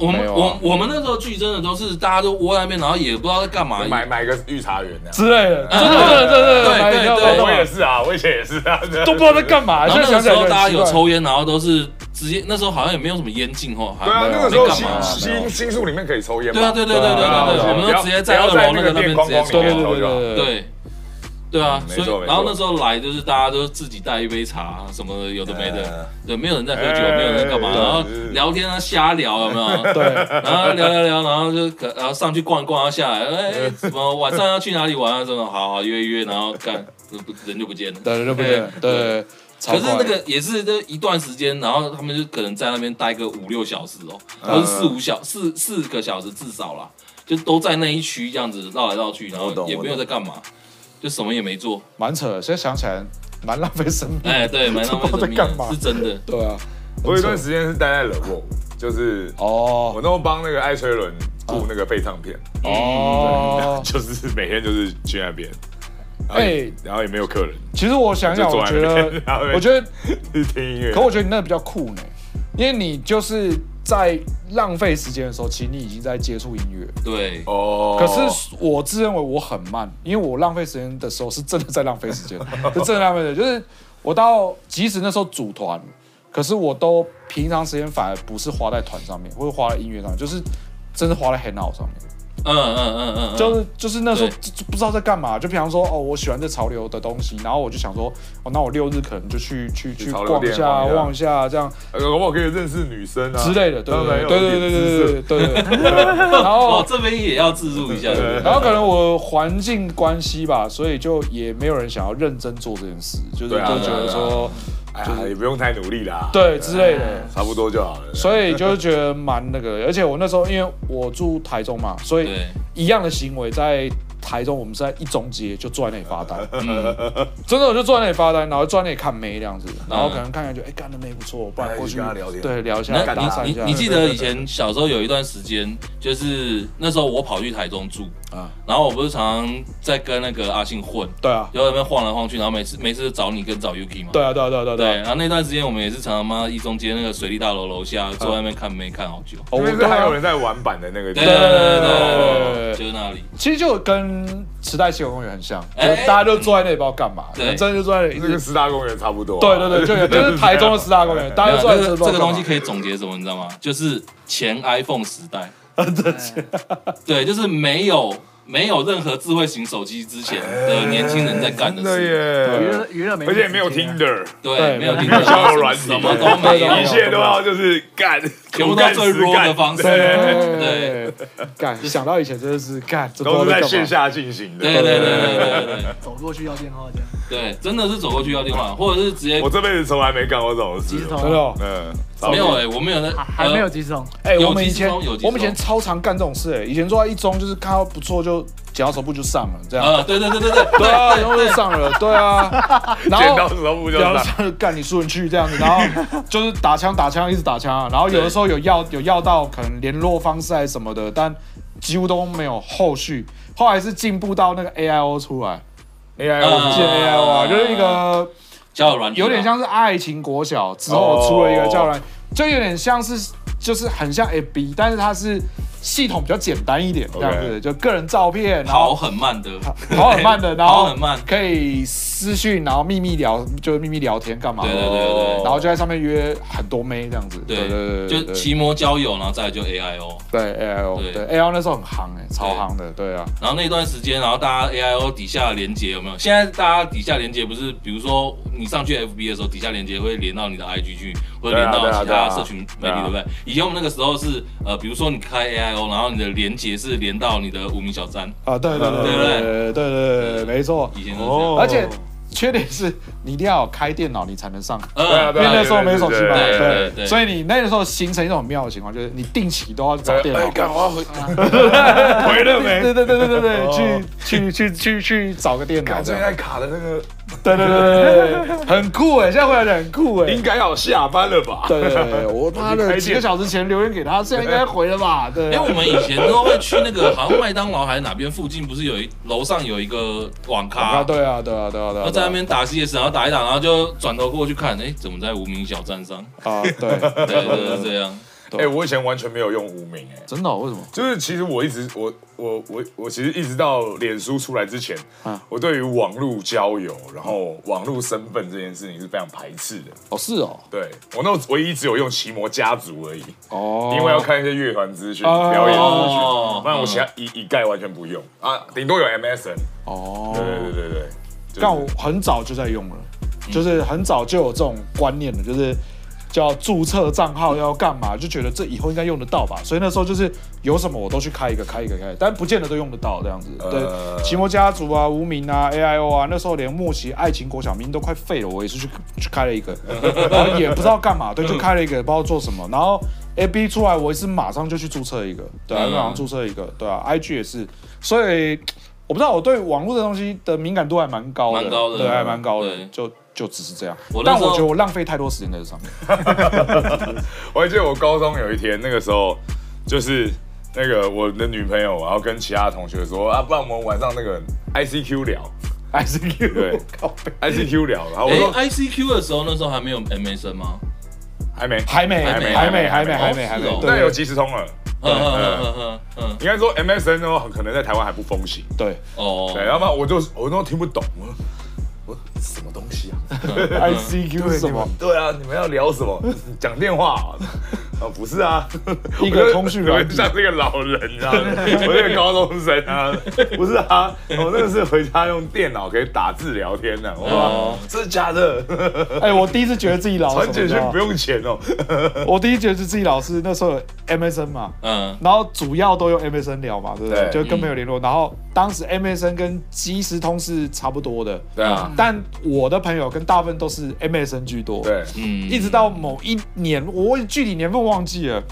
A: 我
E: 没
A: 们
E: 有
A: 我
E: 啊
A: 我们那时候剧真的都是大家都窝在那边，然后也不知道在干嘛。
C: 买买个御茶园那样。
E: 之类的，真的真的真
A: 对
E: 的真的，买饮料
A: 对对
E: 干
C: 我
E: 嘛
C: 也是啊，我以前也是啊，
E: 都不知道在干嘛。
A: 然后
E: 啊现在
A: 那个时候
E: 想起来就很
A: 大家有
E: 奇怪，
A: 抽烟，然后都是直接那时候好像也没有什么烟禁哦，好
C: 对啊，
A: 像
C: 那个时候
A: 没
C: 新
A: 干嘛
C: 新新宿里面可以抽烟嘛。
A: 对啊对对对对
E: 对啊
A: 对
E: 对
A: 对，
E: 啊
A: 我们都直接在
C: 不
A: 二
C: 要在
A: 楼
C: 那
A: 那
C: 个
A: 个那边直
C: 电光
A: 接
C: 光里
A: 抽
E: 对
C: 面
E: 对。对对对，
A: 对，对啊，
C: 嗯没
A: 所
C: 错
A: 以
C: 没错
A: 然后那时候来就是大家都自己带一杯茶啊什么的，有的没的
C: 嗯，
A: 对，没有人在喝酒，
C: 哎
A: 没有人在干嘛，
C: 对
A: 然后聊天啊，瞎聊有没 有？
E: 对
A: 然后聊聊聊，然后就可然后上去逛一逛，然后下来，哎， 哎什么晚上要去哪里玩啊？什么好好约一约，然后干不人就不见了。
E: 对，对不对？对，超
A: 可
E: 怪
A: 是那个也是这一段时间，然后他们就可能在那边待个五六小时哦，
C: 嗯
A: 或者四五小四四个小时至少啦，就都在那一区这样子绕来绕去，然后
C: 我懂
A: 也没有在干嘛，就什么也没做。
E: 蛮扯的，现在想起来蛮浪费生命。
A: 哎，对，蛮浪费
E: 不
A: 生
E: 知道在
A: 命
E: 干
A: 的，
E: 嘛
A: 是真的。
E: 对啊，
C: 我有一段时间是待在 l e 就是我
E: 哦
C: 那时候帮那个艾崔伦雇那个配唱片，
E: 哦，
C: 就是每天就是去那边，然后也
E: 哎，
C: 然后也没 有客人，
E: 其实我想想，
C: 就坐
E: 我
C: 在
E: 觉
C: 那
E: 得
C: 边 然后，
E: 我觉得
C: 去听音乐。
E: 可我觉得你那个比较酷呢，因为你就是在浪费时间的时候，其实你已经在接触音乐。
A: 对，
C: 哦，
E: 可是我自认为我很慢，因为我浪费时间的时候是真的在浪费 时间，是真的浪费时间。就是我到即使那时候组团，可是我都平常时间反而不是花在团上面，或者花在音乐上面，就是真的花在 hang out 上面。
A: 嗯嗯嗯嗯，嗯
E: 就是就是那时候
A: 对
E: 就就不知道在干嘛，就比方说哦，我喜欢这潮流的东西，然后我就想说，哦，那我六日可能就去去去
C: 去潮流
E: 逛一
C: 店
E: 下
C: 逛一下
E: 逛一下这样
C: 呃，我可以认识女生啊
E: 之类的，对
C: 当然
E: 对
C: 有
E: 对对对
C: 点姿色
E: 对对对对对。然
A: 哦
E: 后，
A: 这边也要自入一下。对
E: 然后可能我环境关系吧，所以就也没有人想要认真做这件事，就是
C: 对啊
E: 就觉得说
C: 哎呀，也不用太努力啦，，
E: 对之类的。
C: 差不多就好了。
E: 所以就是觉得蛮那个的，而且我那时候因为我住台中嘛，所以
A: 对
E: 一样的行为在台中，我们是在一中街就坐在那里发呆，
A: 嗯，
E: 真的我就坐在那里发呆，然后坐在那里看妹这样子，然后可能看看就哎干的妹不错，不然过去
C: 跟她聊天
E: 对聊一下，
A: 那
E: 搭讪
A: 你
E: 一
A: 你
E: 下。
A: 你记得以前小时候有一段时间，就是那时候我跑去台中住
C: 啊
A: 然后我不是常常在跟那个阿信混，
E: 对啊，
A: 就在那边晃来晃去，然后每次每次找你跟找 Yuki 嘛。
E: 对啊，对啊，对啊，对
A: 对，
E: 啊对啊。
A: 然后那段时间我们也是常常妈一中街那个水利大楼楼下坐在那边看妹看好久。
E: 哦我
C: 是不是还有人在玩板的那个
A: 对
C: 地方
A: 对对对对，就是那里。
E: 其实就跟池袋西游公园很像，
A: 哎
E: 就大家就坐在那里不知道干嘛，
A: 对
E: 真的就坐在那里一
C: 这跟
E: 直。
C: 十大公园差不多啊。
E: 对对对，就有就是台中的四大公园，大
A: 没
E: 家
A: 有
E: 就坐
A: 这
E: 在那里
A: 个
E: 不知道
A: 这个
E: 干嘛
A: 东西可以总结什么，你知道吗？就是前 iPhone 时代。对，就是没有没有任何智慧型手机之前的年轻人在干的
C: 真的
A: 事。
D: 娱
C: 耶，
D: 乐娱乐没，啊
C: 而且没有 Tinder，
A: 对，
E: 对
A: 没有
E: 没
A: 听
E: 有
A: 到
C: 交友软体
A: 什么都没
E: 对
A: 有
C: 一，切都要就是干，
A: 全部
C: 苦干
A: 到最
C: 实
A: raw 的
C: 干，
A: 方式。对
E: 对，干想到以前真的是干，这不
C: 都是
E: 知道干
C: 在
E: 嘛
C: 线。下进行的。
A: 对对对对对对对
D: 走过去要电话这样，
A: 对，真的是走过去要电话，或者是直接
C: 我这辈子从来没干过这种事
D: 即时。
E: 真的
D: 通
E: 哦，
C: 嗯，
A: 没有哎，我没有在
D: 还还没有即时通，
E: 哎，
A: 有
E: 我们
A: 即
E: 以
A: 时
E: 前
A: 通有即时
E: 我们以前
A: 通
E: 超常干这种事，哎，以前做到一中就是看到不错就剪到手部就上了，这样。
A: 呃，对对对 对对
E: 对
A: 对
E: 啊，然后就上了，对啊，然
C: 剪刀
E: 后
C: 石头布就
E: 然后
C: 上。
E: 上了干你顺去这样子，然后就是打枪打枪一直打枪啊，然后有的时候有要有要到可能联络方式还是什么的，但几乎都没有后续。后来是进步到那个 AIO 出来，
C: AI
A: 嗯
E: 见 AIO 啊，就是一个
A: 交友软体啊
E: 有点像是爱情国小之后出了一个叫来，就有点像是就是很像 FB，但是它是系统比较简单一点这样子，
C: OK
E: 就个人照片，然
A: 跑
E: 后
A: 很慢的，
E: 跑 很慢的，然
A: 跑
E: 后
A: 很慢，
E: 可以私讯，然后秘密聊，就是秘密聊天干嘛的，
A: 对对对对对
E: 然后就在上面约很多妹这样子，对对
A: 对，
E: 对
A: 就
E: 对。
A: 奇摩交友，然后再来就 AIO，
E: 对 A L
A: 对
E: 对 A L 那时候很夯哎、超夯的，对啊，
A: 然后那段时间，然后大家 AIO 底下的连接有没有？现在大家底下连接不是，比如说你上去 FB 的时候，底下连接会连到你的 IG 去，或者连到
C: 对啊
A: 其
C: 对啊
A: 他社群媒
C: 对
A: 体，
C: 啊
A: 对不对？以前我们那个时候是，呃，比如说你开 AIO，然后你的连接是连到你的无名小站，
E: 啊对对对对对对对对，没错，
A: 以前是这
C: 哦
A: 样。
E: 而且缺点是你一定要有开电脑你才能上，
A: 呃
C: 对啊
E: 因
C: 对
E: 为
C: 啊
E: 那时候没手机嘛，
A: 对对对
E: 对
A: 对
E: 所以你那个时候形成一种很妙的情况，就是你定期都要找电脑
C: 哎，，干我要回 回了没？
E: 对对对对对对
C: 哦，
E: 去去去去去找个电脑
C: 看
E: 这
C: 最近
E: 样，
C: 在卡的那个，
E: 对对对对对，很酷哎，现在回来的很酷哎
C: 应。该要下班了吧？
E: 对对对，我妈
C: 开
E: 的
C: 店
E: 几个小时前留言给他，现在应该回了吧？对
A: 因为，我们以前都会去那个，好像麦当劳还是哪边附近，不是有一楼上有一个网
E: 啊
A: 咖，
E: 对啊对啊对啊
A: 然
E: 对啊，
A: 后在那边打 CS，然后打一打，然后就转头过去看，哎，怎么在无名小站上？
E: 啊对，
A: 对对对，这样。
C: 哎，我以前完全没有用无名，哎，
E: 真的哦为什么？
C: 就是其实我一直我我我我其实一直到脸书出来之前，
E: 啊
C: 我对于网络交友，然后网络身份这件事情是非常排斥的。
E: 哦是哦
C: 对我那唯一只有用奇摩家族而已，
E: 哦，
C: 因为要看一些乐团资讯、
E: 哦嗯
C: 表演资
A: 哦
C: 讯，不然我其他一一概完全不用啊，顶多有 MSN。
E: 哦，
C: 对对对对对，就是
E: 但我很早就在用了，就是很早就有这种观念了，就是叫注册账号要干嘛，就觉得这以后应该用得到吧。所以那时候就是有什么我都去开一个，开一个，开一个，但不见得都用得到这样子。
C: 呃
E: 对，奇摩家族啊、无名啊、AIO 啊，那时候连莫奇爱情国小明都快废了，我也是去去开了一 个，然后也不知道干嘛，对，就开了一个，不知道做什么，然后。A B 出来，我也是马上就去注册一个，对啊，
A: 嗯
E: 马上注册一个，对啊，I G 也是，所以我不知道我对网络的东西的敏感度还蛮高的，
A: 蛮高的
E: 对，还蛮高的
A: 对，
E: 就就只是这样
A: 我。那
E: 但
A: 时候
E: 我觉得我浪费太多时间在 这上面。
C: 我还记得我高中有一天，那个时候就是那个我的女朋友，然后跟其他同学说啊，不然我们晚上那个 ICQ 聊
E: I C Q，
C: 对
E: 靠北
C: ICQ 聊，然后 我说
A: 哎，ICQ 的时候，那时候还没有 MSN 吗？
C: 还没，
E: 还没，
A: 还
E: 还
A: 没
E: 没，还没，
C: 还
E: 还
C: 没
E: 没，还没，还
A: 哦
E: 没
A: 是哦，
C: 但
E: 对，
C: 有即时通了。
A: 嗯嗯嗯嗯嗯，
C: 应该说 MSN 呢，很可能在台湾还不风行，
E: 对
A: 哦，
C: 对，要不然我就我都听不懂，我说我说什么东西啊？
E: ，I C Q 是什么？
C: 对啊，你们要聊什么？讲电话啊、 哦，不是啊，
E: 一个通讯软体
C: 我就像这个老人啊，我这个高中生啊，不是啊，我那个是回家用电脑可以打字聊天的、哇
A: 哦，
C: 真的假的？
E: 哎，我第一次觉得自己老
C: 传
E: 是什么
C: 简
E: 你知
C: 讯
E: 道吗
C: 不用钱哦，
E: 我第一觉得自己老师那时候有 MSN 嘛，
A: 嗯，
E: 然后主要都用 MSN 聊嘛，对不对？
C: 对
E: 就跟朋友联络。然后当时 MSN 跟即时通是差不多的，
C: 对啊，
E: 但我的朋友跟大部分都是 MSN 居多。，
C: 对，
A: 嗯
E: 一直到某一年，我忘记具体年份忘记了，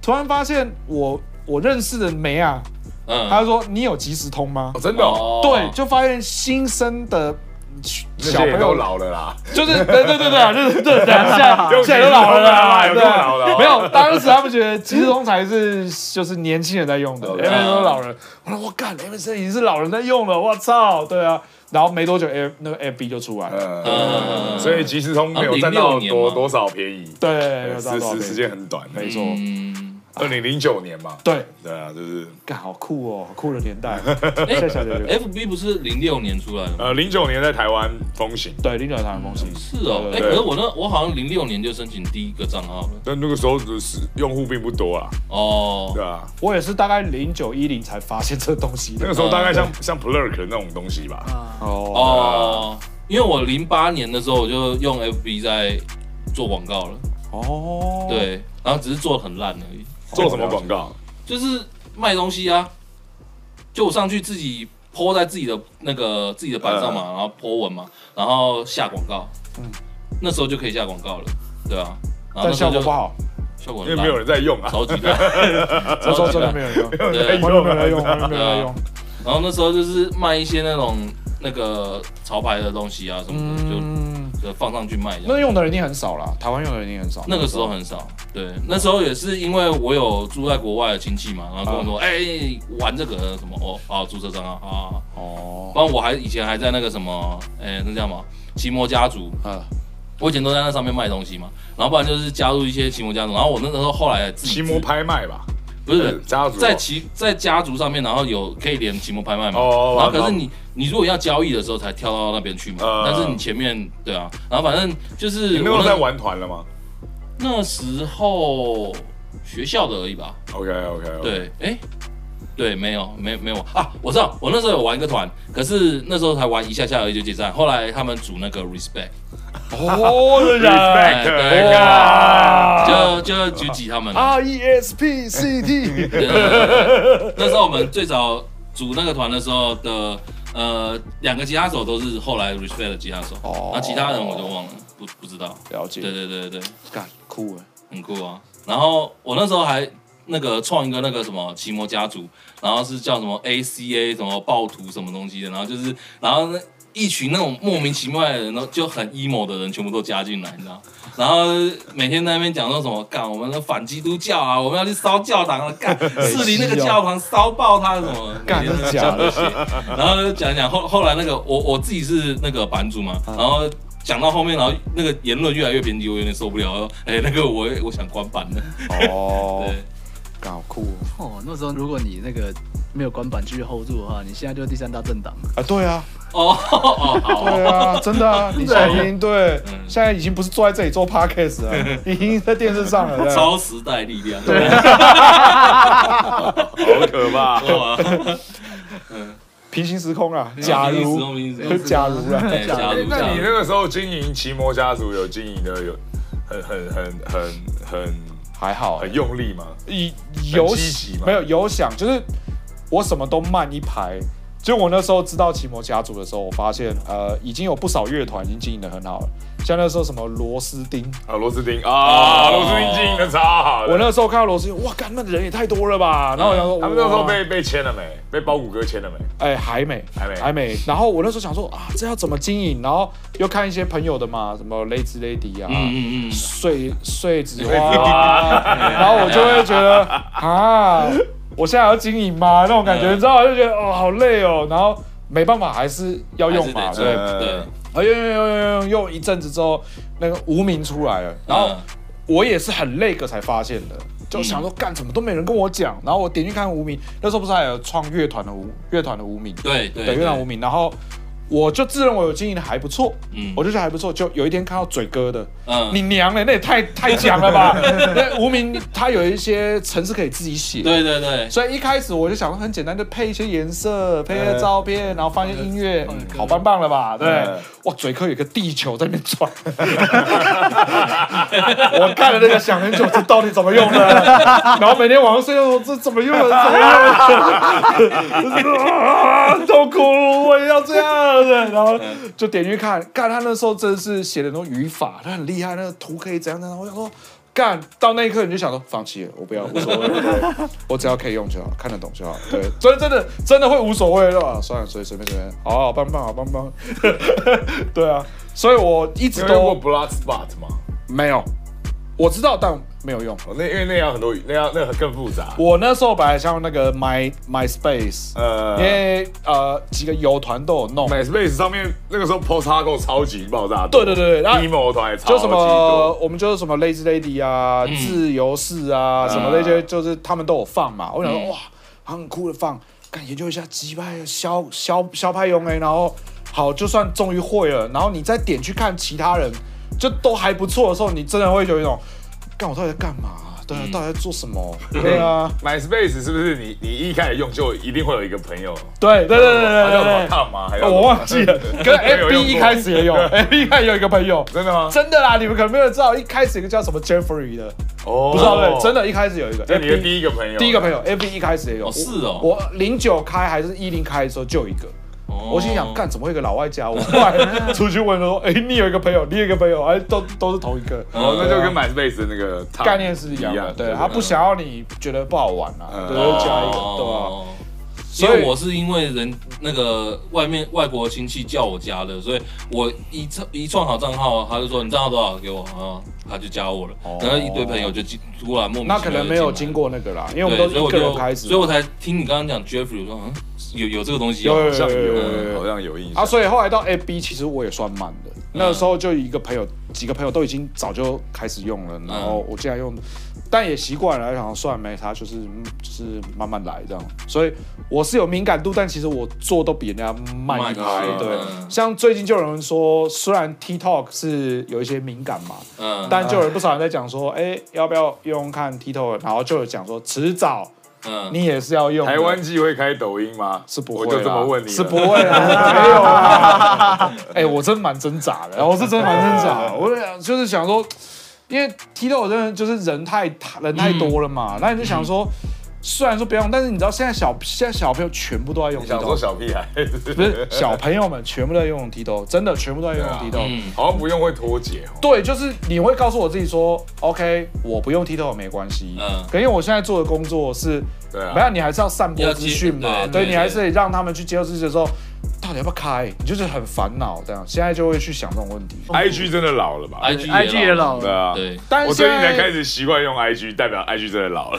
E: 突然发现我我认识的梅啊，
A: 嗯
E: 他说你有即时通吗
C: 哦？真的、哦，
E: 对，就发现新生的。
C: 那
E: 小
C: 些也
E: 朋
C: 都
E: 友
C: 老了啦，
E: 就是对对对对啊，就是对，对啊现在现在都老了啦，
C: 有
E: 对
C: 够
E: 啊
C: 老了哦
E: 没有，当时他们觉得即时通才是就是年轻人在用的
C: OK
E: ，MSN 都是老人。我说我干，MSN 已经是老人在用了，我操，对啊。然后没多久，A 那个 FB 就出来了，
C: 嗯，所以即时通没有
A: 好像零
C: 占到
A: 六年
C: 多
A: 嘛
C: 多少便宜，
E: 对，没有
C: 时
E: 找到
C: 时时间很短，
E: 没错，
A: 嗯，
C: 二零零九年嘛，
E: 对，
C: 对啊，就是
E: 干好酷哦，好酷的年代，
A: 哎
E: 谢谢 谢谢。
A: ，FB 不是零六年出来的吗？
C: 呃零九年在台湾风行，
E: 对，零九台湾风行，
A: 是哦，哎，
C: 对
A: 可是我那我好像零六年就申请第一个账号了。
C: 但那个时候的是用户并不多啊，
A: 哦
C: 对，啊，
E: 我也是大概零九一零才发现这个东西
C: 那
E: 的
C: 个。时候大概像像 Plurk 那种东西吧，
D: 啊，
E: 哦，
A: 哦，因为我零八年的时候我就用 FB 在做广告了，
E: 哦，，
A: 对，然后只是做的很烂而已，
C: 做什么广告？
A: 就是卖东西啊，就我上去自己 po 在自己的那个自己的版上
E: 嗯
A: 嘛，然后 po 文嘛，然后下广告，那时候就可以下广告了，对啊，然后
E: 但
A: 那时候
E: 效
A: 就
E: 果不，好，
A: 效果
C: 因
A: 很
C: 为
A: 烂
C: 没有人在用啊，
A: 超级烂，
E: 那时候真的没有人用，
C: 没有人在
A: 对
E: 完全没有人
C: 用
E: 用，
C: 啊，
E: 完全没有人用。
A: 然后那时候就是卖一些那种那个潮牌的东西啊什么的，
E: 嗯，
A: 就就放上去卖这样。
E: 那用的人一定很少啦，台湾用的人一定很少。
A: 那个时候很少，对，那时候也是因为我有住在国外的亲戚嘛，然后跟我说，
C: 啊
A: 哎、玩这个什么哦，好，注册账号啊，好
E: 哦，
A: 不然我还以前还在那个什么，哎、那叫什么奇摩家族，
E: 啊，
A: 我以前都在那上面卖东西嘛，然后不然就是加入一些奇摩家族，然后我那时候后来自己
C: 奇摩拍卖吧，
A: 不是
C: 家族
A: 在奇在家族上面，然后有可以连奇摩拍卖嘛，
C: 哦
A: 然后
C: 然
A: 可
C: 后
A: 是你你如果要交易的时候才跳到那边去嘛，
C: 嗯
A: 但是你前面对啊，然后反正就是
C: 你那时
A: 我
C: 候在玩团了吗
A: 那时候学校的而已吧。
C: ？OK OK，，
A: 对，哎、对，没有，没没有啊，我知道，我那时候有玩一个团，可是那时候才玩一下下而已就解散。后来他们组那个 Respect，
E: 哦，真
A: 哎
C: Respect
A: 对
E: 的，
A: 就就举起他们。
E: R E S P C T，
A: 对对对对那时候我们最早组那个团的时候的，呃，两个吉他手都是后来 Respect 的吉他手，
E: 哦
A: 那其他人我就忘了，不不知道。
E: 了
A: 对
E: 解，
A: 对对对对，
E: 干酷哎，
A: 很酷啊。然后我那时候还那个创一个那个什么奇摩家族，然后是叫什么 ACA 什么暴徒什么东西的，然后就是然后那一群那种莫名其妙的人，然后就很 emo 的人全部都加进来，你知道？然后每天在那边讲说什么干我们的反基督教啊，我们要去烧教堂啊， 干士林那个教堂烧爆它什么，
E: 干
A: 每天
E: 真
A: 在
E: 假
A: 讲
E: 的
A: 这些。然后就讲一讲后后来那个我我自己是那个版主嘛，然后讲到后面，然后那个言论越来越偏激，我有点受不了。然后哎、那个我我想关版了。
E: 哦，
A: 对，
E: 干好酷哦
D: 哦，那时候如果你那个没有管板继续 hold 住的话，你现在就是第三大政党。
E: 啊，对啊，
A: 哦哦好，
E: 对啊，真的 啊，你现在已经对，现在已经不是坐在这里做 podcast
C: 嗯
E: 了，已经在电视 上了，对啊
A: 超时代力量。对，
C: 好可怕，
A: 哇，
E: 平行时空啊，假如， 假如啊，
A: 对，假如
C: 那
A: 假
C: 你
A: 如
C: 那个时候经营奇摩家族有经营的有很很很很很
E: 还好
C: 很用力吗？
E: 以有
C: 积极嘛
E: 没有有想，就是我什么都慢一拍。就我那时候知道奇摩家族的时候，我发现呃，已经有不少乐团已经经营的很好了。像那时候什么螺丝钉，
C: 啊，螺丝钉啊，
A: 哦
C: 螺丝钉经营的超好的，
E: 我那时候看到螺丝钉，哇，干，那人也太多了吧？然后我想说，
C: 他们那时候
E: 哇
C: 被被签了没？被包谷哥签了没？
E: 哎，还没，
C: 还没
E: 还没。然后我那时候想说啊，这要怎么经营？然后又看一些朋友的嘛，什么 Lazy Lady 啊，
A: 嗯嗯嗯，
E: 碎碎纸花啊，然后我就会觉得啊，我现在还要经营吗？那种感觉，
A: 嗯
E: 你知道吗，就觉得哦，好累哦。然后没办法，还是要用嘛，
A: 还是
E: 对
A: 得
E: 不
A: 做
E: 对。
A: 对，
E: 啊，用用用用用用一阵子之后，那个无名出来了，然后
A: 嗯
E: 我也是很累个才发现的，就想说干什么都没人跟我讲。然后我点进去看无名，那时候不是还有创乐团的无乐团的无名，
A: 对对
E: 对，越南无名。然后我就自认为我经营的还不错，
A: 嗯
E: 我就觉得还不错。就有一天看到嘴哥的，
A: 嗯
E: 你娘嘞，那也太太强 了吧！那无名他有一些程式可以自己写，
A: 对对对，
E: 所以一开始我就想很简单，就配一些颜色，配一些照片，然后放一些音乐，好棒棒了吧？对
C: 嗯，
E: 哇，嘴科有个地球在那边 转，我看了那个想很久，这到底怎么用的？然后每天晚上睡觉说这怎么用的？怎么用的？啊，痛苦，我也要这样的。然后就点进去看，干他那时候真的是写的那种语法，他很厉害，那个图可以怎样怎样。我想说，干到那一刻你就想说，放弃了，我不要，无所谓，对我只要可以用就好，看得懂就好。对，真的真的真的会无所谓的吧？算了，随随便随便，好好棒棒，好棒棒。 对啊，所以我一直
C: 你有用
E: 都
C: 过 Blood Spot 吗？
E: 没有，我知道，但没有用。
C: 啊哦，那因为那样很多语，那样那个更复杂。
E: 我那时候本来想用那个 My MySpace，、因
C: 呃
E: 为呃几个友团都有弄，
C: ，MySpace 上面那个时候 Post Hardcore 超级爆炸多，
E: 对对对对然后
C: emo 团也超
E: 就
C: 级
E: 什么
C: 多，
E: 我们就是什么 Lazy Lady 啊、自由式啊、什么那些，就是他们都有放嘛。我想说、哇，很酷的放，看研究一下击败肖肖肖派用哎，然后好，就算终于会了，然后你再点去看其他人，就都还不错的时候，你真的会有一种，干我到底在干嘛？对啊，到底在做什么？对啊，
C: MySpace 是不是你你一开始用就一定会有一个朋友？
E: 对对对对对
C: 还叫什么
E: 对对。
C: 烫吗？还叫什么
E: 我忘记了，跟 F
C: 有
E: B
C: 用过
E: 一开始也有，F B 一开始有一个朋友，
C: 真的吗？
E: 真的啦，你们可能没有知道，一开始有一个叫什么 Jeffrey 的，
C: 哦
E: 不知道对，真
C: 的，
E: 的，一开始有一个，
C: 这是你的
E: FB
C: 第一个朋友，
E: 第一个朋友，A B 一开始也有，
A: 哦
E: 我
A: 是哦
E: 我零九开还是一零开的时候就有一个，
A: 哦
E: 我心想，干怎么会有一个老外加我？后来出去问说，哎，你有一个朋友，你有一个朋友，哎，都都是同一个，
C: 哦，那就
E: 对啊
C: 跟 MySpace 的那个烫
E: 概念是一样的，对，他不想要你觉得不好玩啊，
C: 嗯
E: 对，就加一个，对吧？
A: 哦因
E: 所以
A: 为我是因为人那个外面外国亲戚叫我加的，所以我一创一创好账号，他就说你账号多少给我，然后他就加我了，然后一堆朋友就进突然莫名其妙
E: 那可能没
A: 就
E: 有
A: 进
E: 经
A: 来
E: 过那个啦，因为
A: 了，
E: 我们
A: 对，所以
E: 都是一
A: 我
E: 个人
A: 就
E: 开始，
A: 所以我才听你刚刚讲 Jeffrey 我说嗯有有这个东西哦，
E: 有
C: 好像
E: 对对对
C: 有，
E: 对
C: 好像有印象
E: 啊，。所以后来到 A B，其实我也算慢
A: 嗯
E: 的。那时候就一个朋友，几个朋友都已经早就开始用了，然后我竟然用，但也习惯了，然后算了没差，就是嗯就是慢慢来这样。所以我是有敏感度，但其实我做都比人家慢一
A: 慢一
E: 拍
A: 些。
E: 对，
A: 嗯
E: 像最近就有人说，虽然 TikTok 是有一些敏感嘛，
A: 嗯，
E: 但就有人不少人在讲说，哎，要不要用用看 TikTok？然后就有讲说，迟早
A: 嗯
E: 你也是要用的。
C: 台湾记会开抖音吗？
E: 是不会
C: 我
E: 啦，
C: 就这么问你了，
E: 是不会 啦，没有啦。哎、我真蛮挣扎的，我是真的蛮挣扎的。我就想就是想说，因为踢到我真的就是人太人太多了
C: 嗯
E: 嘛，那你就想说，虽然说不要用，但是你知道现在小现在小朋友全部都在用
C: 你
E: 踢
C: 想说
E: 豆，
C: 小 屁孩，
E: 不是小朋友们全部都在用踢豆，真的全部都在用踢豆。
A: 嗯
C: 好像不用会脱节哦。
E: 对，就是你会告诉我自己说，OK，我不用 TikTok 没关系。
A: 嗯
E: 可因为我现在做的工作是，
C: 对啊
E: 没有，你还是要散播
A: 要
E: 资
A: 接
E: 讯嘛，
A: 对
E: 对
A: 对
E: 你
A: 对
E: 还是得让他们去接受资讯的时候，到底要不要开，你就是很烦恼这样。现在就会去想这种问题。
C: IG 真的老了吧？
A: ，IG
D: IG 也老
C: 对
D: 了，
C: 啊，
A: 对，
E: 但
C: 我
E: 是
C: 最
E: 现
C: 近才开
E: 在，
C: 始习惯用 IG，代表 IG 真的老 了。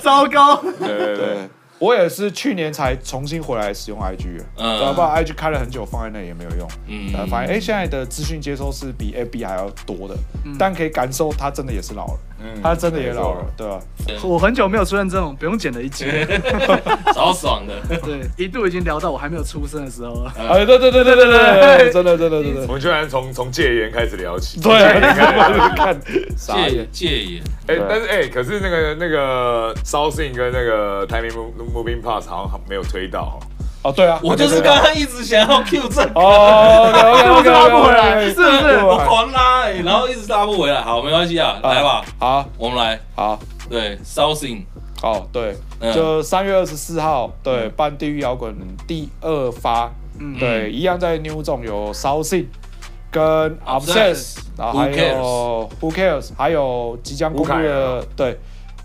D: 糟糕，
C: 对对对，
E: 我也是去年才重新回来使用 IG，的
A: 嗯
E: 对啊，不然 IG 开了很久放在那里也没有用。
A: 嗯
E: 嗯，反正哎，现在的资讯接收是比 FB 还要多的，但可以感受它真的也是老了，
C: 嗯
E: 它真的也老
C: 没
E: 了
C: 错，
E: 对吧？
D: 我很久没有出现这种不用剪的一集了，
A: 超爽的，
D: 对，一度已经聊到我还没有出生的时候了。
E: 哎，对对对对对对对，真的真的真的
C: 我。们居然从从戒烟开始聊起。
E: 对，啊，看傻
A: 戒
E: 眼。
A: 戒也，
C: 哎、但是哎、可是那个那个 Sousing 跟那个 Timing Moving Pass 好像没有推到哦。
E: 哦，对啊，
A: 我就是刚刚一直想要 Q 这个。
E: 哦，我
D: 拉不回来是不是
A: 我狂拉、欸，然后一直拉不回来。好，没关系啊，来吧，
E: 好
A: 我们来。
E: 好
A: 对，Sousing，
E: 好，对，
A: 嗯
E: 就三月二十四号，对，办地狱摇滚第二发，
A: 嗯
E: 对，一样在 New 总有烧信。跟
A: Obsessed
E: Obsess，然后还
A: Who
E: 有 Who Cares，还有即将公布
C: Who
E: 的
A: 啊
C: Cares
E: 对，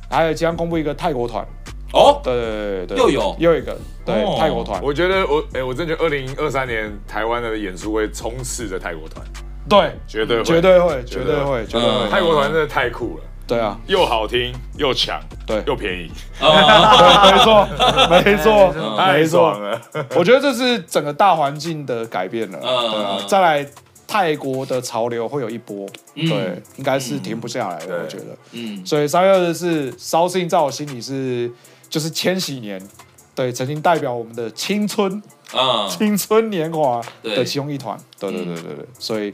E: 还有即将公布一个泰国团，
A: 哦，
E: 对对对对，
A: 又有
E: 又一个对
A: 哦
E: 泰国团，
C: 我觉得我哎、我真觉得二零二三年台湾的演出会冲刺着泰国团，
E: 对，
C: 绝对会
E: 绝对会，绝
C: 绝
E: 对
C: 对
E: 会，
C: 会
E: 绝对会
A: 嗯，
C: 泰国团真的太酷了，
E: 对啊，
C: 又好听又强，
E: 对
C: 又便宜，
A: 啊，
E: 没错，没错，
A: 嗯
C: 太
E: 没
C: 爽
E: 错。
C: 了。
E: 我觉得这是整个大环境的改变了，
A: 嗯
E: 对啊。再来，泰国的潮流会有一波，
A: 嗯
E: 对，应该是停不下来的，
C: 对
E: 我觉得。
A: 嗯，
E: 所以三月二十四，烧信在我心里是就是千禧年，对，曾经代表我们的青春，
A: 啊，
E: 青春年华
A: 对
E: 的其中一团。对对对对
A: 嗯
E: 对，所以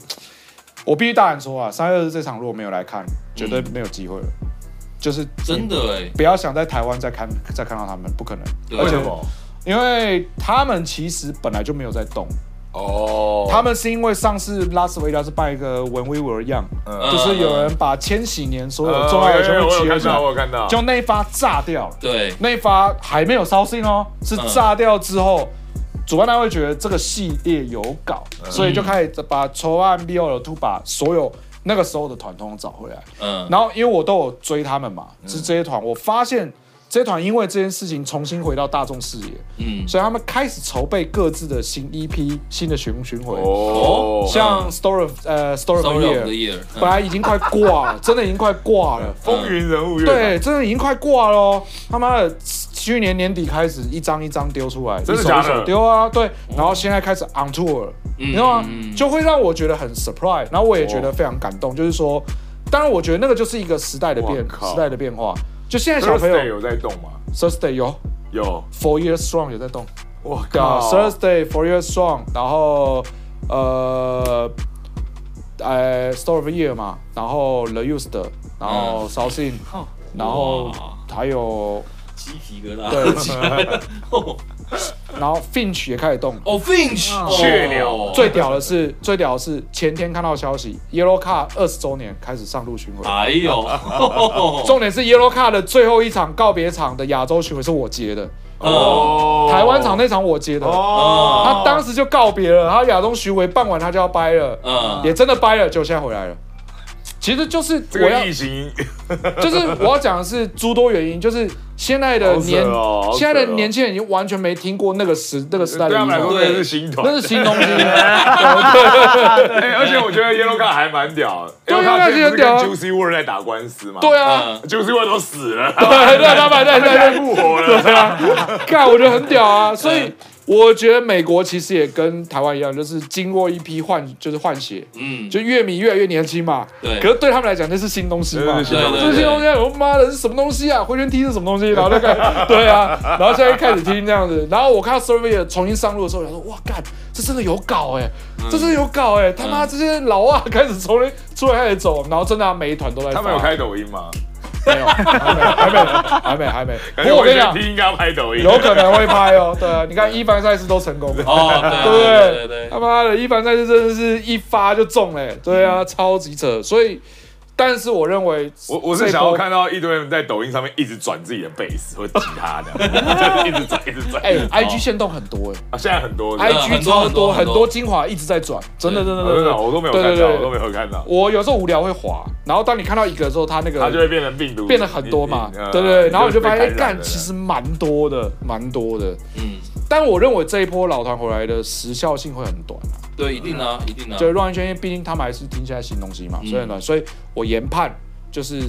E: 我必须大胆说啊，三月二十这场如果没有来看，绝对没有机会了。就是
A: 嗯真的哎，
E: 不要想在台湾再看再看到他们，不可能，
A: 对
C: 为什么？
E: 因为他们其实本来就没有在动，
C: 哦，
E: 他们是因为上次拉斯维加斯办一个 When We Were Young，、
A: 嗯
E: 就是有人把千禧年所有
C: 呃
E: 重要的全部
C: 我有
E: 集
C: 我
E: 合
C: 有看
E: 起来
C: 到，我，有看到，
E: 就那一发炸掉了。
A: 对，
E: 那一发还没有烧信哦，是
C: 嗯
E: 炸掉之后，主办单位觉得这个系列有搞，
C: 嗯
E: 所以就开始把筹案 BL 2把所有那个时候的团通找回来。
A: 嗯，
E: 然后因为我都有追他们嘛，是这些团，我发现这些团因为这件事情重新回到大众视野，
A: 嗯，
E: 所以他们开始筹备各自的新 EP、新的巡巡回。
C: 哦，
E: 像 Story of 呃 Story of the
A: Story of the
E: Year，
A: Year，嗯
E: 本来已经快挂了，真的已经快挂了。
C: 风云人物乐团，
E: 对，真的已经快挂了哦、他妈的，去年年底开始一张一张丢出来，
C: 真
E: 一
C: 的哦嗯
E: 手
C: 假
E: 一手
C: 的
E: 丢啊，对。然后现在开始 on tour，了你知道吗？就会让我觉得很 surprise，然后我也觉得非常感动，就是说，当然我觉得那个就是一个时代的变，
C: 哇靠
E: 时代的变化。就现在小朋友
C: Thursday 有在动吗？
E: ，Thursday 有
C: 有，
E: Four Years Strong 有在动，
C: 我
E: 对啊
C: 靠
E: ，Thursday Four Years Strong，然后呃。呃，Story of the Year 嘛，然后 The Used，然后 s o u t h i n
D: 哦
E: 然后
A: 哇
E: 还有
A: 鸡皮疙瘩，
E: 对
A: 鸡皮疙瘩
E: 然后 Finch 也开始动。
A: 哦，Finch，
C: 雀鸟
E: 最，屌的是，最屌的是前天看到消息，Yellow Card 二十周年开始上路巡回。
A: 哎呦，
E: 重点是 Yellow Card 的最后一场告别场的亚洲巡回是我接的，
C: 哦，
E: 台湾场那场我接的。
C: 哦，
E: 他当时就告别了，他亚洲巡回办完他就要掰了，
A: 嗯，
E: 也真的掰了，就现在回来了。其实就是
C: 这
E: 我要
C: 个疫情
E: 就是我要讲的是诸多原因，就是现在的
C: 好扯
E: 年、
C: 哦好扯哦
E: 现在的年轻人已经完全没听过那个时那个时代
C: 对啊
E: 的
C: 他
E: 音
C: 们来说
E: 乐，
C: 那是新团，
E: 那是新 东西。
C: 哎而且我觉得 Yellow Card 还蛮屌的，
E: 对
C: Yellow Card
E: 那
C: 现在不是
E: 些屌
C: 跟
E: 啊
C: Juicy World 在打官司吗？
E: 对啊，
C: ，Juicy World 都死了，
E: 对对，老板对对
C: 现在
E: 对
C: 复活了，
E: 对啊，看我觉得很屌啊，所以。我觉得美国其实也跟台湾一样，就是经过一批换，就是换血，
A: 嗯，
E: 就乐迷越来越年轻嘛。
A: 对
E: 可是对他们来讲，那是新东西嘛。
C: 对对
A: 对对
E: 这是新东西啊，我妈的是什么东西啊？回旋踢是什么东西？然后就 开始，对啊，然后现在开始听这样子。然后我看到 Survey 重新上路的时候，我想说，哇干，这真的有搞哎、
C: 嗯
E: 这真的有搞哎、他妈这些老啊开始从出来开始走，然后真的、啊、每一团都在发。
C: 他们有开抖音吗？
E: 没有，还没，还没，还没。不
C: 感觉
E: 过我
C: 我
E: 跟你
C: 觉得
E: 讲，
C: 听应该要拍抖音，
E: 有可能会拍哦。对啊，你看一凡赛事都成 功了，
A: 哦，对
E: 对
A: 啊
E: 不
A: 对对
E: 对？
A: 对
E: 他，妈的，一凡赛事真的是一发就中嘞，对
A: 嗯
E: 啊，超级扯。所以，但是我认为这
C: 我
E: 波，
C: 我是想要看到一堆人在抖音上面一直转自己的贝斯或吉他的， 就一直转一直转。
E: 哎，IG 线动很多
C: 啊现在很多
E: 哎
C: 哎，
A: 哦很
E: ，IG
A: 多
E: 超
A: 很多
E: 很
A: 很
E: 多
A: 多
E: 精华一直在转，真的，真的，真
C: 我真
E: 的
C: 的，啊我都没有
E: 对
C: 看
E: 对
C: 到，
E: 对
C: 我都没有看到，
E: 我有时候无聊会滑，然后当你看到一个的时候，它那个
C: 它就会变成病毒，
E: 变得很多嘛
C: 你你，呃
E: 对不对？然后你就发现，哎
C: 被感染
E: 干，
C: 了
E: 其实蛮多的，蛮多的。
A: 嗯，
E: 但我认为这一波老团回来的时效性会很短、啊，
A: 对，一定啊，一定啊，
E: 就是乱圈，因为毕竟他们还是听现在新东西
C: 嗯
E: 嘛，所以很短。所以我研判就是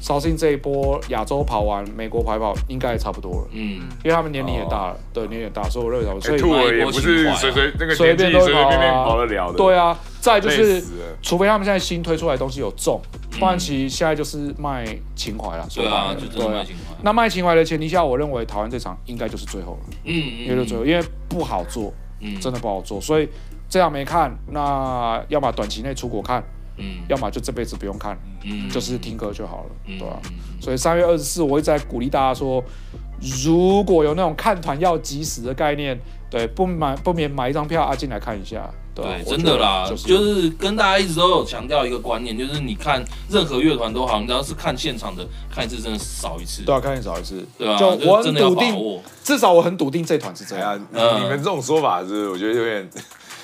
E: 绍兴这一波亚洲跑完，美国排跑应该也差不多了，
A: 嗯，
E: 因为他们年龄也大了，对，年龄也大，所以我认为他们，所
C: 哦哎
E: 以
C: 兔儿也不是随随那个
E: 随
C: 年纪
E: 便
C: 随
E: 都
C: 随便便跑得了的，
E: 对啊，再就
C: 累
E: 是
C: 死了，嗯
E: 除非他们现在新推出来的东西有中，不然其实现在就是卖情怀了。说
A: 对啊，
E: 白了
A: 就真的
E: 对啊
A: 蛮情怀，
E: 那卖情怀的前提下，我认为台湾这场应该就是最后了。
A: 嗯，
E: 因为最后，因为不好做，
A: 嗯
E: 真的不好做，所以这样没看，那要么短期内出国看，
A: 嗯
E: 要么就这辈子不用看，就是听歌就好了，
A: 嗯
E: 对吧、啊所以三月二十四，我一直在鼓励大家说，如果有那种看团要及时的概念，对，不买不免买一张票啊进来看一下，对吧、
A: 对，
E: 我
A: 真
E: 觉
A: 的
E: 得
A: 啦，
E: 就、
A: 就是是、跟大家一直都有强调一个观念，就是你看任何乐团都好，你只要是看现场的，看一次真的少一次，
E: 对啊，看你少一次，
A: 对啊，
E: 就我
A: 真
E: 很
A: 的要
E: 笃
A: 把
E: 定，
A: 握，
E: 至少我很笃定这团是这
C: 哎呀
E: 样，，
C: 你你们这种说法是我觉得有点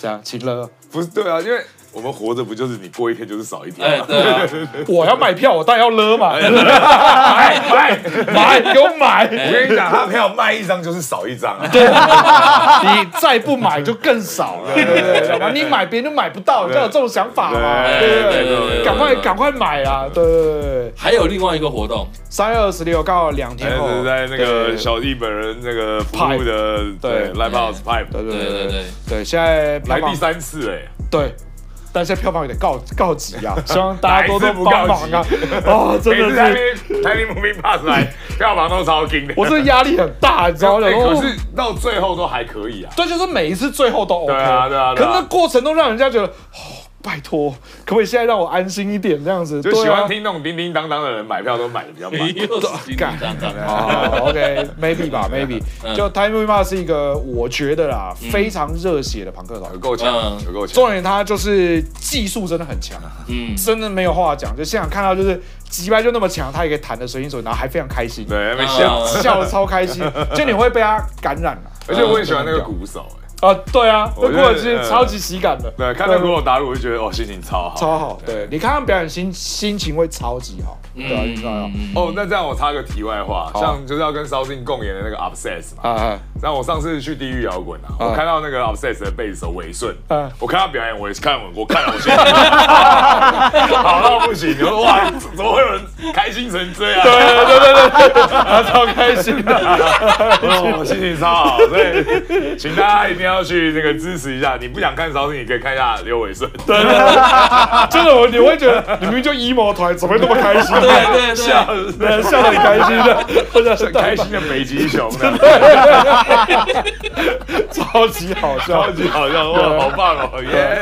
E: 这样，请了，
C: 不是对啊，因为我们活着不就是你过一天就是少一天
A: 哎，
C: 吗？
A: 对啊，
E: 我要买票，我当然要勒嘛，
A: 哎
E: 买给我买。
C: 我跟你讲，他票卖一张就是少一张啊，对
E: 你再不买就更少了，对不对？懂吗？你买别人就买不到，你就有这种想法嘛，对不
A: 对对对
E: 对？
A: 对
E: 赶快
A: 对
E: 赶快买啊！对对对对，
A: 还有另外一个活动，
E: 三月二十六刚好两天后，
C: 哎在那个
E: 对
C: 小弟本人那个服务的
E: 对
C: 对 Live House Pipe
E: 对
A: 对
E: 对对
A: 对
E: 对
A: 对
E: 对，现在
C: 来
E: 帮忙
C: 第三次哎，
E: 对，但现在票房有点告告急 啊，希望大家多多
C: 哪一次不
E: 帮
C: 告
E: 忙啊！
D: 哦
E: 啊，真
C: 每
E: 的
C: 次台
E: 是，
C: 北台北 Movie Pass 来，票房都超劲的。
E: 我真的压力很大，你知道吗？
C: 哎
E: 我
C: 可
E: 想说
C: 是到最后都还可以啊。
E: 对，就是每一次最后都 OK，
C: 对啊对啊
E: 可
C: 对啊
E: 是那过程都让人家觉得，哦，拜托，可不可以现在让我安心一点这样子？
C: 就
E: 对
C: 喜
E: 啊
C: 欢听那种叮叮当当的人买票都买的比较 慢。
A: 又是叮叮当当。
E: 好哦，OK，maybe 吧，maybe。就
C: 嗯
E: Time Mima 是一个我觉得啦非常热血的朋克团
C: 有，够强
A: 嗯，
C: 有够强
E: 重。点他就是技术真的很强，
A: 嗯，
E: 真的没有话讲。就现场看到就是击败就那么强，他也可以弹的随心所欲，然后还非常开心，
C: 对，没笑。
A: 嗯
E: 笑的超开 心，就你会被他感染了。
C: 而且我很喜欢那个鼓手，哎
E: 啊，对啊，
C: 我
E: 那
C: 觉
E: 古
C: 得
E: 尔基超级喜感的，
C: 对，看到鼓手打鼓就觉得哦，心情超好。
E: 嗯超好。对你看他们表演心心情会超级好，
C: 嗯
A: 嗯
E: 对啊，你知道吗？
C: 哦，那这样我插个题外话，
E: 好
C: 像就是要跟烧信共演的那个 Obsess 嘛。
E: 啊啊，
C: 然后我上次去地狱摇滚啊，我看到那个 Obsess 的贝斯手韦顺
E: 嗯，
C: 我看他表演，我也是看我我看了我 心情好到不行，我说哇，怎么会有人开心成这样？对
E: 对啊对对对对，他超开心的。
C: 哦，心情超好，所以请大家一定要去那个支持一下。你不想看烧信，你可以看一下刘伟顺。对，
E: 真的，我你会觉得你明明就 emo 团，怎么会那么开心？
A: 对对对，
E: 对，笑得很开心 的，或者是
C: 开心的北极熊呢，
E: 超级好笑
C: 超。级好笑，哇，好棒哦，耶！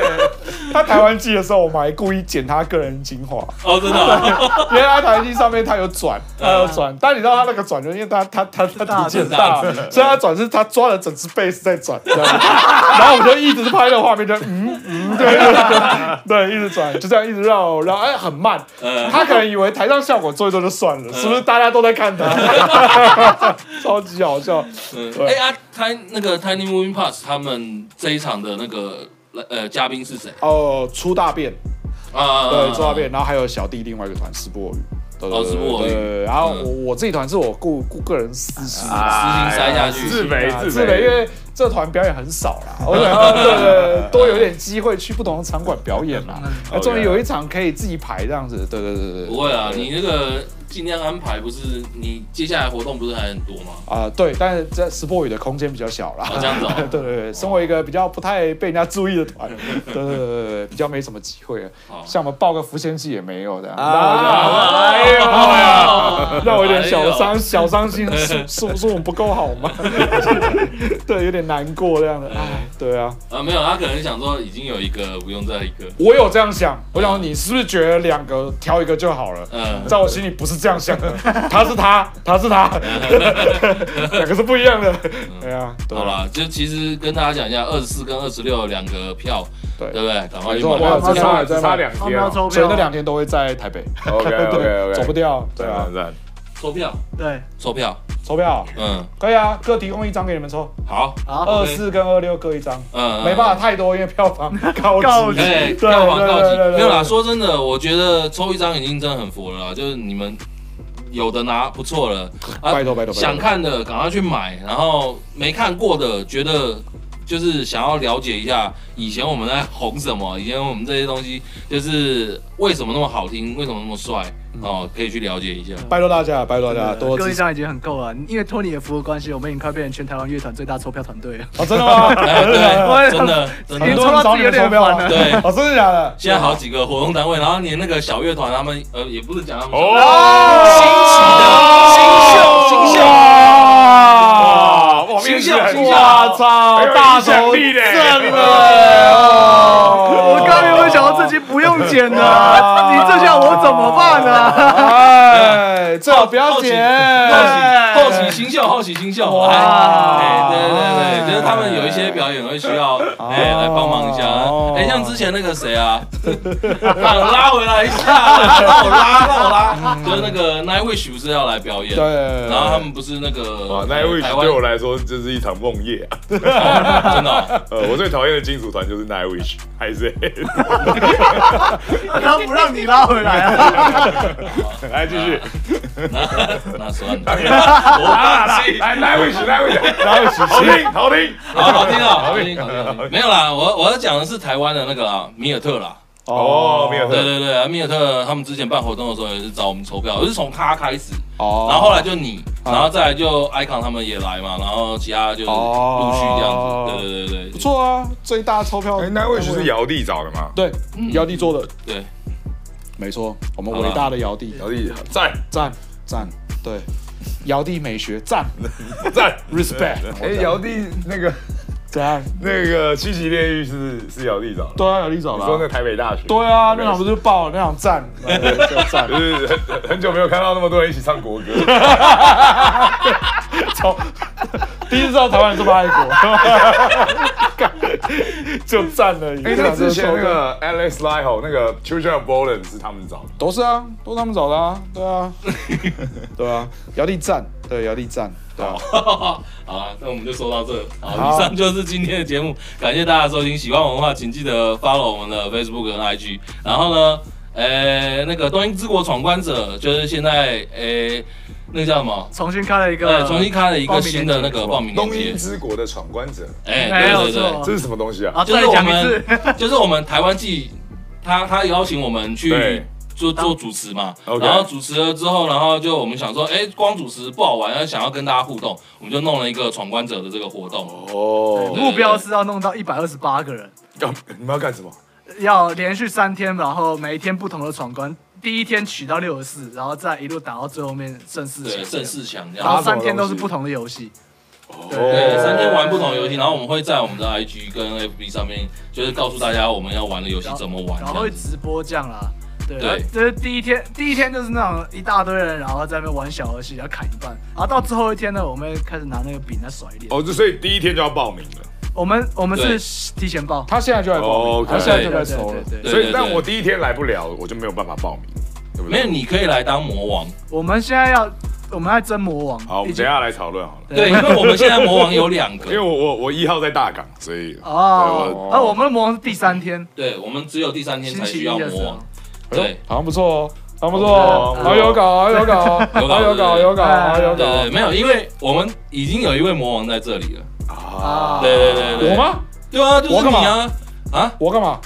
E: 他台湾季的时候，我们还故意剪他个人精 华，
A: 哦，真的 哦，
E: 因为他台湾季上面他有转，
C: 嗯
E: 他有转，但你知道他那个转，就因为他他他他他体积很大，所以他转是他抓了整只贝斯在转，这样然后我们就一直拍那个画面，就嗯嗯，对对对，一直转，就这样一直绕绕，哎，很慢。
C: 嗯
E: 他可能以为台上效果做一做就算了，是不是大家都在看他？ 超级好笑。
A: 嗯，哎啊，他那个 Tiny Moving Pass 他们这一场的那个呃嘉宾是谁
E: 哦，出大便。
A: 啊？
E: 对，抓变，然后还有小弟另外一个团石波鱼，对
A: 哦石波鱼
E: 对对对然后我
A: 嗯
E: 我自己团是我顾顾个人私心啊，
C: 哎
A: 塞下去
C: 自肥自
E: 自美，因
C: 肥，
E: 为这团表演很少 啦，我想要对对对多有点机会去不同的场馆表演
A: 嗯
E: 啦，那终于有一场可以自己排这样子，对对对对
A: 哦不
E: 对。
A: 会啊，你那个尽量安排，不是你接下来活动不是还很多吗？
E: 啊、对，但是在石波宇的空间比较小啦。
A: 哦，这样子哦，
E: 对对对，身为一个比较不太被人家注意的团，对对对对对，比较没什么机会，啊像我们报个浮仙戏也没有的。
C: 哎呦哎呀！
A: 哦
E: 让我有点小伤，
A: 哎
E: 小伤心，是是说我们不够好吗？ 对，有点难过这样的，哎，对啊，
A: 呦啊，没有，他可能想说已经有一个，不用再一个，
E: 我有这样想，我想你是不是觉得两个挑一个就好了？
A: 嗯，
E: 在我心里不是这样想的，他是他，他是 他，两个是不一样的，对啊，对
A: 嗯好
E: 啊，
A: 啦，就其实跟大家讲一下，二十四跟二十六两个票，
E: 对
A: 对不对？赶快去
E: 没错
A: 买
E: 哇。这差
C: 差差两
D: 他
C: 天
D: 们要抽
E: 所以那
D: 票
E: 两，天都会在台北，
C: ，OK OK
E: 对，
C: OK，
E: 走不，掉，对
C: 赞
E: 啊
A: 嗯
C: 赞，赞。
A: 抽票，
D: 对，
A: 抽票，
E: 抽票
A: 嗯，
E: 可以啊，各提供一张给你们抽，
A: 好，
D: 好，
E: 二
A: OK
E: 四跟二六各一张，
A: 嗯，
E: 没办法太多，因为票房高
D: 告
E: 级
D: 急。
A: 哎，
E: 对
A: 票房
E: 对
A: 告急
E: 对对对
A: 没有啦。说真的，我觉得抽一张已经真的很佛了啦，就是你们有的拿不错了，啊
E: 拜托拜托拜托
A: 想看的赶快去买，然后没看过的觉得。就是想要了解一下以前我们在红什么，以前我们这些东西就是为什么那么好听，为什么那么帅哦，可以去了解一下。
E: 拜托大家，拜托大家啊多
D: 各
E: 支
D: 一
E: 持。
D: 张已经很够了，因为托尼的服务关系，我们已经快变成全台湾乐团最大抽票团队了。
E: 哦，真的吗？
A: 哎，对，真的，真
D: 因
A: 的
D: 为
E: 很。多
D: 抽
E: 人
D: 到
E: 找
D: 自
E: 你
D: 己有点
E: 们抽票吗？
D: 烦
A: 对
E: 哦，真的假的？
A: 现在好几个活动单位，然后连那个小乐团他们，呃，也不是讲他们小乐
C: 哦，
A: 团，新奇的新秀新秀，
E: 哇！
C: 哇，我们也是
A: 形象
C: 很
A: 形象
E: 哇操
D: 哎
C: 很有，
E: 大
C: 影响
E: 手
C: 力嘞
E: 震了！哦
D: 哦我刚原本想到这集不用剪的， 你这下我怎么办啊呢？
E: 哎，最好不要哎剪。
A: 后起后起新秀，后起新秀，
E: 哇
A: 哎，哎对对对，就是他们有一些表演会需要，哎，来帮忙一下
E: 哦，
A: 哎，像之前那个谁 啊，让我拉回来一下，让我拉，让我拉，就是那个 Night Wish 不是要来表演，
E: 对，然
A: 然后他们不是那
C: 哇
A: 个，哎
C: 那一位
A: 台湾
C: 对我来说就是一场梦夜啊！
A: 真的 哦。
C: 呃，我最讨厌的金属团就是 Night Wish，还是
D: 他不让你拉回来啊！
C: 来继续
A: 那那算了，我放弃。
C: 来 Night Wish，Night Wish，
E: 后起
C: 好听好
A: 啊
C: 听，
A: 好好听哦，好听好听好听。没有啦，我我要讲的是台湾的那个啦，米尔特啦。
C: 哦，没有
A: 对
C: 特
A: 对对，米尔特他们之前办活动的时候也是找我们筹票，我是从他开始，
E: 哦，
A: 然后后来就你，然后再来就 icon 他们也来嘛，然后其他就陆续这
E: 哦
A: 样子。对对对对，
E: 不错啊，最大抽票
C: 哎，那位置是姚弟找的吗？
E: 对
A: 嗯
E: 姚弟做的，
A: 对，
E: 没错，我们
A: 好啦
E: 伟大的姚弟，
C: 姚弟在
E: 赞赞，对，姚弟美学赞
C: 在。
E: ，respect，
C: 哎，姚弟那个
E: 赞，
C: 那个七级炼狱是是姚弟找的，
E: 对啊，姚弟找
C: 你说
E: 的
C: 那
E: 啊，
C: 台北大学？
E: 对啊，那场不是爆了那场赞，对就赞
C: 就，是很很久没有看到那么多人一起唱国歌，
E: 超，第一次知道台湾人这么爱国， 就赞了，
C: 因为哎那之前那个 Alex Liho 那个 Children of Bodom 是他们找的。
E: 都是啊，都是他们找的啊，对啊， 对啊，姚弟赞，对姚弟赞，对啊，
C: 哦
A: 好啊，那我们就说到这。好，以上就是今天的节目，感谢大家收听。喜欢我们的话，请记得 follow 我们的 Facebook 跟 IG。然后呢，呃，那个《东英之国闯关者》就是现在，呃，那个叫什么？
D: 重新开了一个，
A: 呃，重新开了一个新的那个报名链
C: 东
A: 接
C: 英。之国的闯关者，
A: 哎，
D: 没有
A: 对对对
D: 错。
C: 这是什么东西啊
D: 啊，？
A: 就
D: 再
A: 是我
D: 讲一次
A: 们， 就是我们台湾季，他他邀请我们去
C: 对
A: 做做主持嘛，
C: OK
A: 然后主持了之后，然后就我们想说，哎，光主持不好玩，要想要跟大家互动，我们就弄了一个闯关者的这个活动，
C: 哦，
D: 目标是要弄到一百二十八个人，
C: 干你们要干什么？
D: 要连续三天，然后每一天不同的闯关，第一天取到六十四，然后再一路打到最后面剩四
A: 对，
D: 强，
A: 正式强这
D: 然
A: 样
D: 后
A: 子。
D: 三天都是不同的游戏，
A: 对，三天玩不同
D: 游戏。
A: 游戏，然后我们会在我们的 IG 跟 FB 上面，就是告诉大家我们要玩的游戏怎么玩
D: 然后
A: 这
D: 会
A: 样子。
D: 直播这样啦。对，
A: 对
D: 然后就是第一天，第一天就是那种一大堆人，然后在那边玩小游戏，然后砍一半，然后到最后一天呢，我们会开始拿那个饼来甩脸。
C: 哦，就所以第一天就要报名了，
D: 我们我们
A: 对
D: 是提前报，
E: 他现在就来报名，
C: 哦 OK
E: 他现在
D: 对
E: 就
D: 对
E: 来
D: 对
E: 抽了
D: 对，对对，
A: 哦对
C: 所以
A: 对
C: 但
A: 对
C: 我第一天来不了，我就没有办法报名，对不
A: 没有，
C: 对？
A: 你可以来当魔王。
D: 我们现在要我们在争魔王。
C: 好，我们
D: 已经
C: 等一下来讨论好了，
A: 对，因为我们现在魔王有两
C: 因为
A: 个，
C: 我我我一号在大港，所以对
D: 哦
C: 我，
D: 而我们的魔王是第三天，
A: 对我们只有第三天
D: 星
A: 才
D: 期
A: 需
D: 一
A: 要
D: 的时
A: 魔
D: 候
A: 王。。
E: 哎呦
A: 对，
E: 好像不错哦，好像不错哦，
C: 好不错
E: 好有搞，好有搞，
A: 有搞
E: 好有搞，有搞，好有
A: 对
E: 搞
A: 对，，没有，因为我们已经有一位魔王在这里了。
C: 啊，
A: 对对对对，
E: 我？吗？
A: 对啊，就是
E: 我干
A: 你
E: 嘛
A: 啊啊，
E: 我干嘛？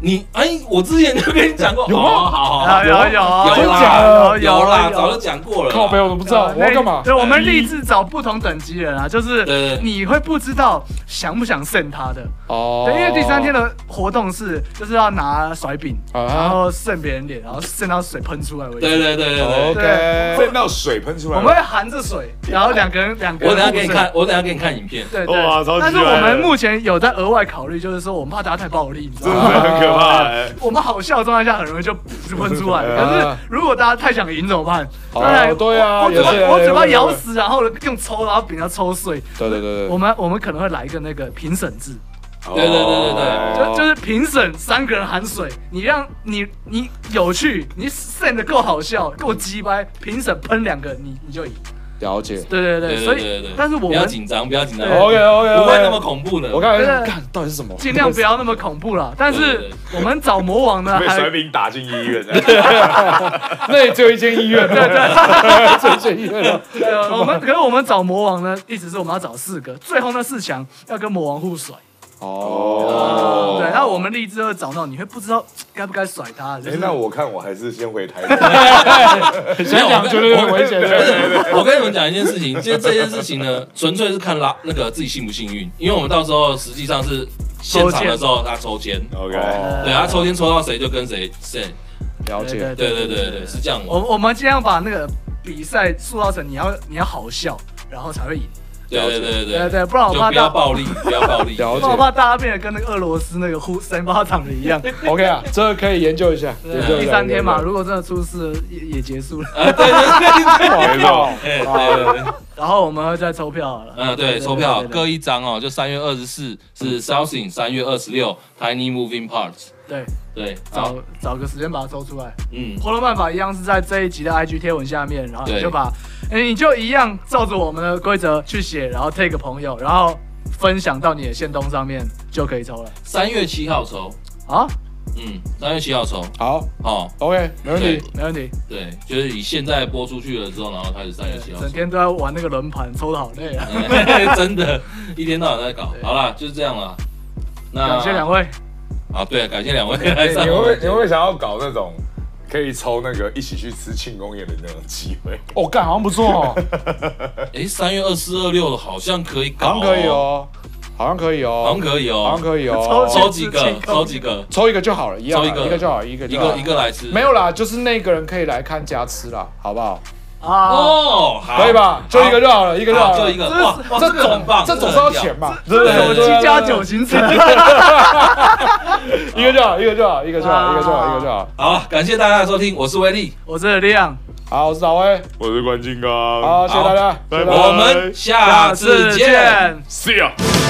A: 你哎，我之前就跟你讲过，
E: 有吗
A: 哦好好好，
D: 啊有有
A: 有
E: 真假
A: 啦，
D: 的
A: 有啦，
D: 有啊
A: 早就讲过了啦。
E: 靠北我都不知
C: 哦
E: 道，我要干嘛
D: 对，？我们立志找不同等级人啊，就是
A: 哎对对
D: 你会不知道想不想胜他的。
E: 哦
D: 对，因为第三天的活动是就是要拿甩饼，
E: 啊
D: 然后扇别人脸，然后扇到水喷出来为止。
A: 对对对
E: 哦
A: 对对，
E: ，OK，
C: 震到水喷出来
D: 我
C: 了，
D: 们会含着水，然后两个人两个人。
A: 我等下给你。看，我等下给你看影片。
D: 对对
C: 哇超级
D: 但是
C: 爱
D: 我们目前有在额外考虑，就是说我们怕大家太暴力，你知道
C: 真
D: 吗？
C: 的 很可怕
A: 哦
C: 哎。
D: 我们好笑的状态下很容易就喷出
A: 啊
D: 来。可是如果大家太想赢怎么办？
E: 哦
D: 当然
E: 对啊
D: 我我嘴
E: 也是
D: 巴我嘴巴
E: 对对对
D: 咬死，然后用抽，然后饼要抽碎。
E: 对对对
D: 我
E: 对，
D: 们我们可能会来一个那个评审制，
A: 对对对对对
E: 哦
D: 就就是评审三个人含水，你让你你有趣，你 send 的够好笑，够鸡掰，评审喷两个你你就赢。
E: 了解。
D: 对对对，
A: 对
D: 所
A: 对
D: 以
A: 对对，
D: 但是我
A: 不要
D: 们
A: 紧张，不要紧张
D: 对
E: ，OK OK，
A: 不会那么恐怖的。
E: 我刚才
D: 对对
E: 看到底是什么？
D: 尽量不要那么恐怖了。但
A: 对
D: 是
A: 对
D: 我们找魔王呢，
C: 被甩
D: 还
C: 饼打进 医院，这样
E: 那也只有一间医院，对 对，只有一间医院了。
D: 对啊我们可是我们找魔王呢，一直是我们要找四个，最后那四强要跟魔王互甩。
E: 哦，
D: 对，然后我们立志会找那种你会不知道该不该甩他的。就
C: 哎
D: 是，
C: 那我看我还是先回台 北。
E: 想想觉得有点危险。
A: 不是，我跟你们讲一件事情，就这件事情呢，纯粹是看拉那个自己幸不幸运，因为我们到时候实际上是现场的时候他抽签，
C: OK，
A: 对他抽签抽到谁就跟谁谁，
E: 了解，
A: 对对对对，是这样
D: 我
A: 玩，
D: 我们尽量把那个比赛塑造成你要你要好笑，然后才会赢。
A: 对对对对
D: 对对，不然我
A: 就
D: 怕
A: 不要
D: 大，
A: 暴力，不要暴力，
E: 了
D: 不然我
E: 解。
D: 怕大家变得跟那个俄罗斯那个呼三巴掌的一样。
E: OK 啊，这个可以研究一下。研究一下
D: 第三天嘛，，如果真的出事了也也结束了，
A: 啊，对对对对。
E: 没错。
A: 哎，对对对，
D: 然后我们会再抽票了。
A: 嗯，对，抽票
D: 对对
A: 各一张哦，就三月二十四是 Southing，三月二十六 Tiny Moving Parts，
D: 对，
A: 对，好
D: 找，找个时间把它抽出来。
A: 嗯，
D: 活动办法一样是在这一集的 IG 贴文下面，然后你
A: 对
D: 就把，哎你就一样照着我们的规则去写，然后 take 朋友，然后分享到你的线动上面就可以抽了。
A: 三月七号抽，
D: 啊，
A: 嗯，三月七号抽，
E: 好
A: 哦，
E: ，OK，没问题。
D: 没问题。
A: 对，就是你现在播出去了之后，然后开始三月七号嗯
D: 整天都在玩那个轮盘，抽的好累啊！
A: 抽，真的，一天到晚在搞。好啦，就是这样啦。那
D: 感谢两位，
A: 啊，对啊，感谢两位来
C: 你
A: 上
C: 会不
A: 我
C: 会
A: 们
C: 你
A: 节
C: 会
A: 目。
C: 不会想要搞那种可以抽那个一起去吃庆功宴的那种机会？
E: 哦，干，好像不错哦，
A: 哎，三月二四、二六好像可以搞，
E: 好像可以，哦，好像可以哦，
A: 好像可以
E: 好
A: 哦
E: 像，可以哦，
D: 抽
A: 抽几个，抽几个，
E: 抽一个就好了，一样啦啊
A: 抽一个
E: 一个就好，一个
A: 一
E: 就好
A: 个一个来吃，
E: 啊没有啦，就是那个人可以来看家吃啦，好不好？
D: 啊，
A: 哦，好
E: 可以吧？就一个就好了，一个就好
A: 好
E: 了，
A: 就一个，
D: 这是
A: 哇，哇
E: 这
A: 这个很
E: 总
A: 棒，
E: 这总
A: 个
E: 是要
A: 很屌
E: 钱嘛，
D: 这是什么
A: 对
D: 七加
E: 对啊
D: 九
E: 对
D: 行程？
E: 对对对一个就好，一个就好，一个就好，一个就好，
D: 啊
E: 一个就好。
A: 好，感谢大家的收听，我是威力，
D: 我这亮，
E: 好，我是老威，
C: 我是关金刚，
E: 好，谢谢大家，谢谢大家
C: 拜拜
A: 我们下次见。
C: ，See ya。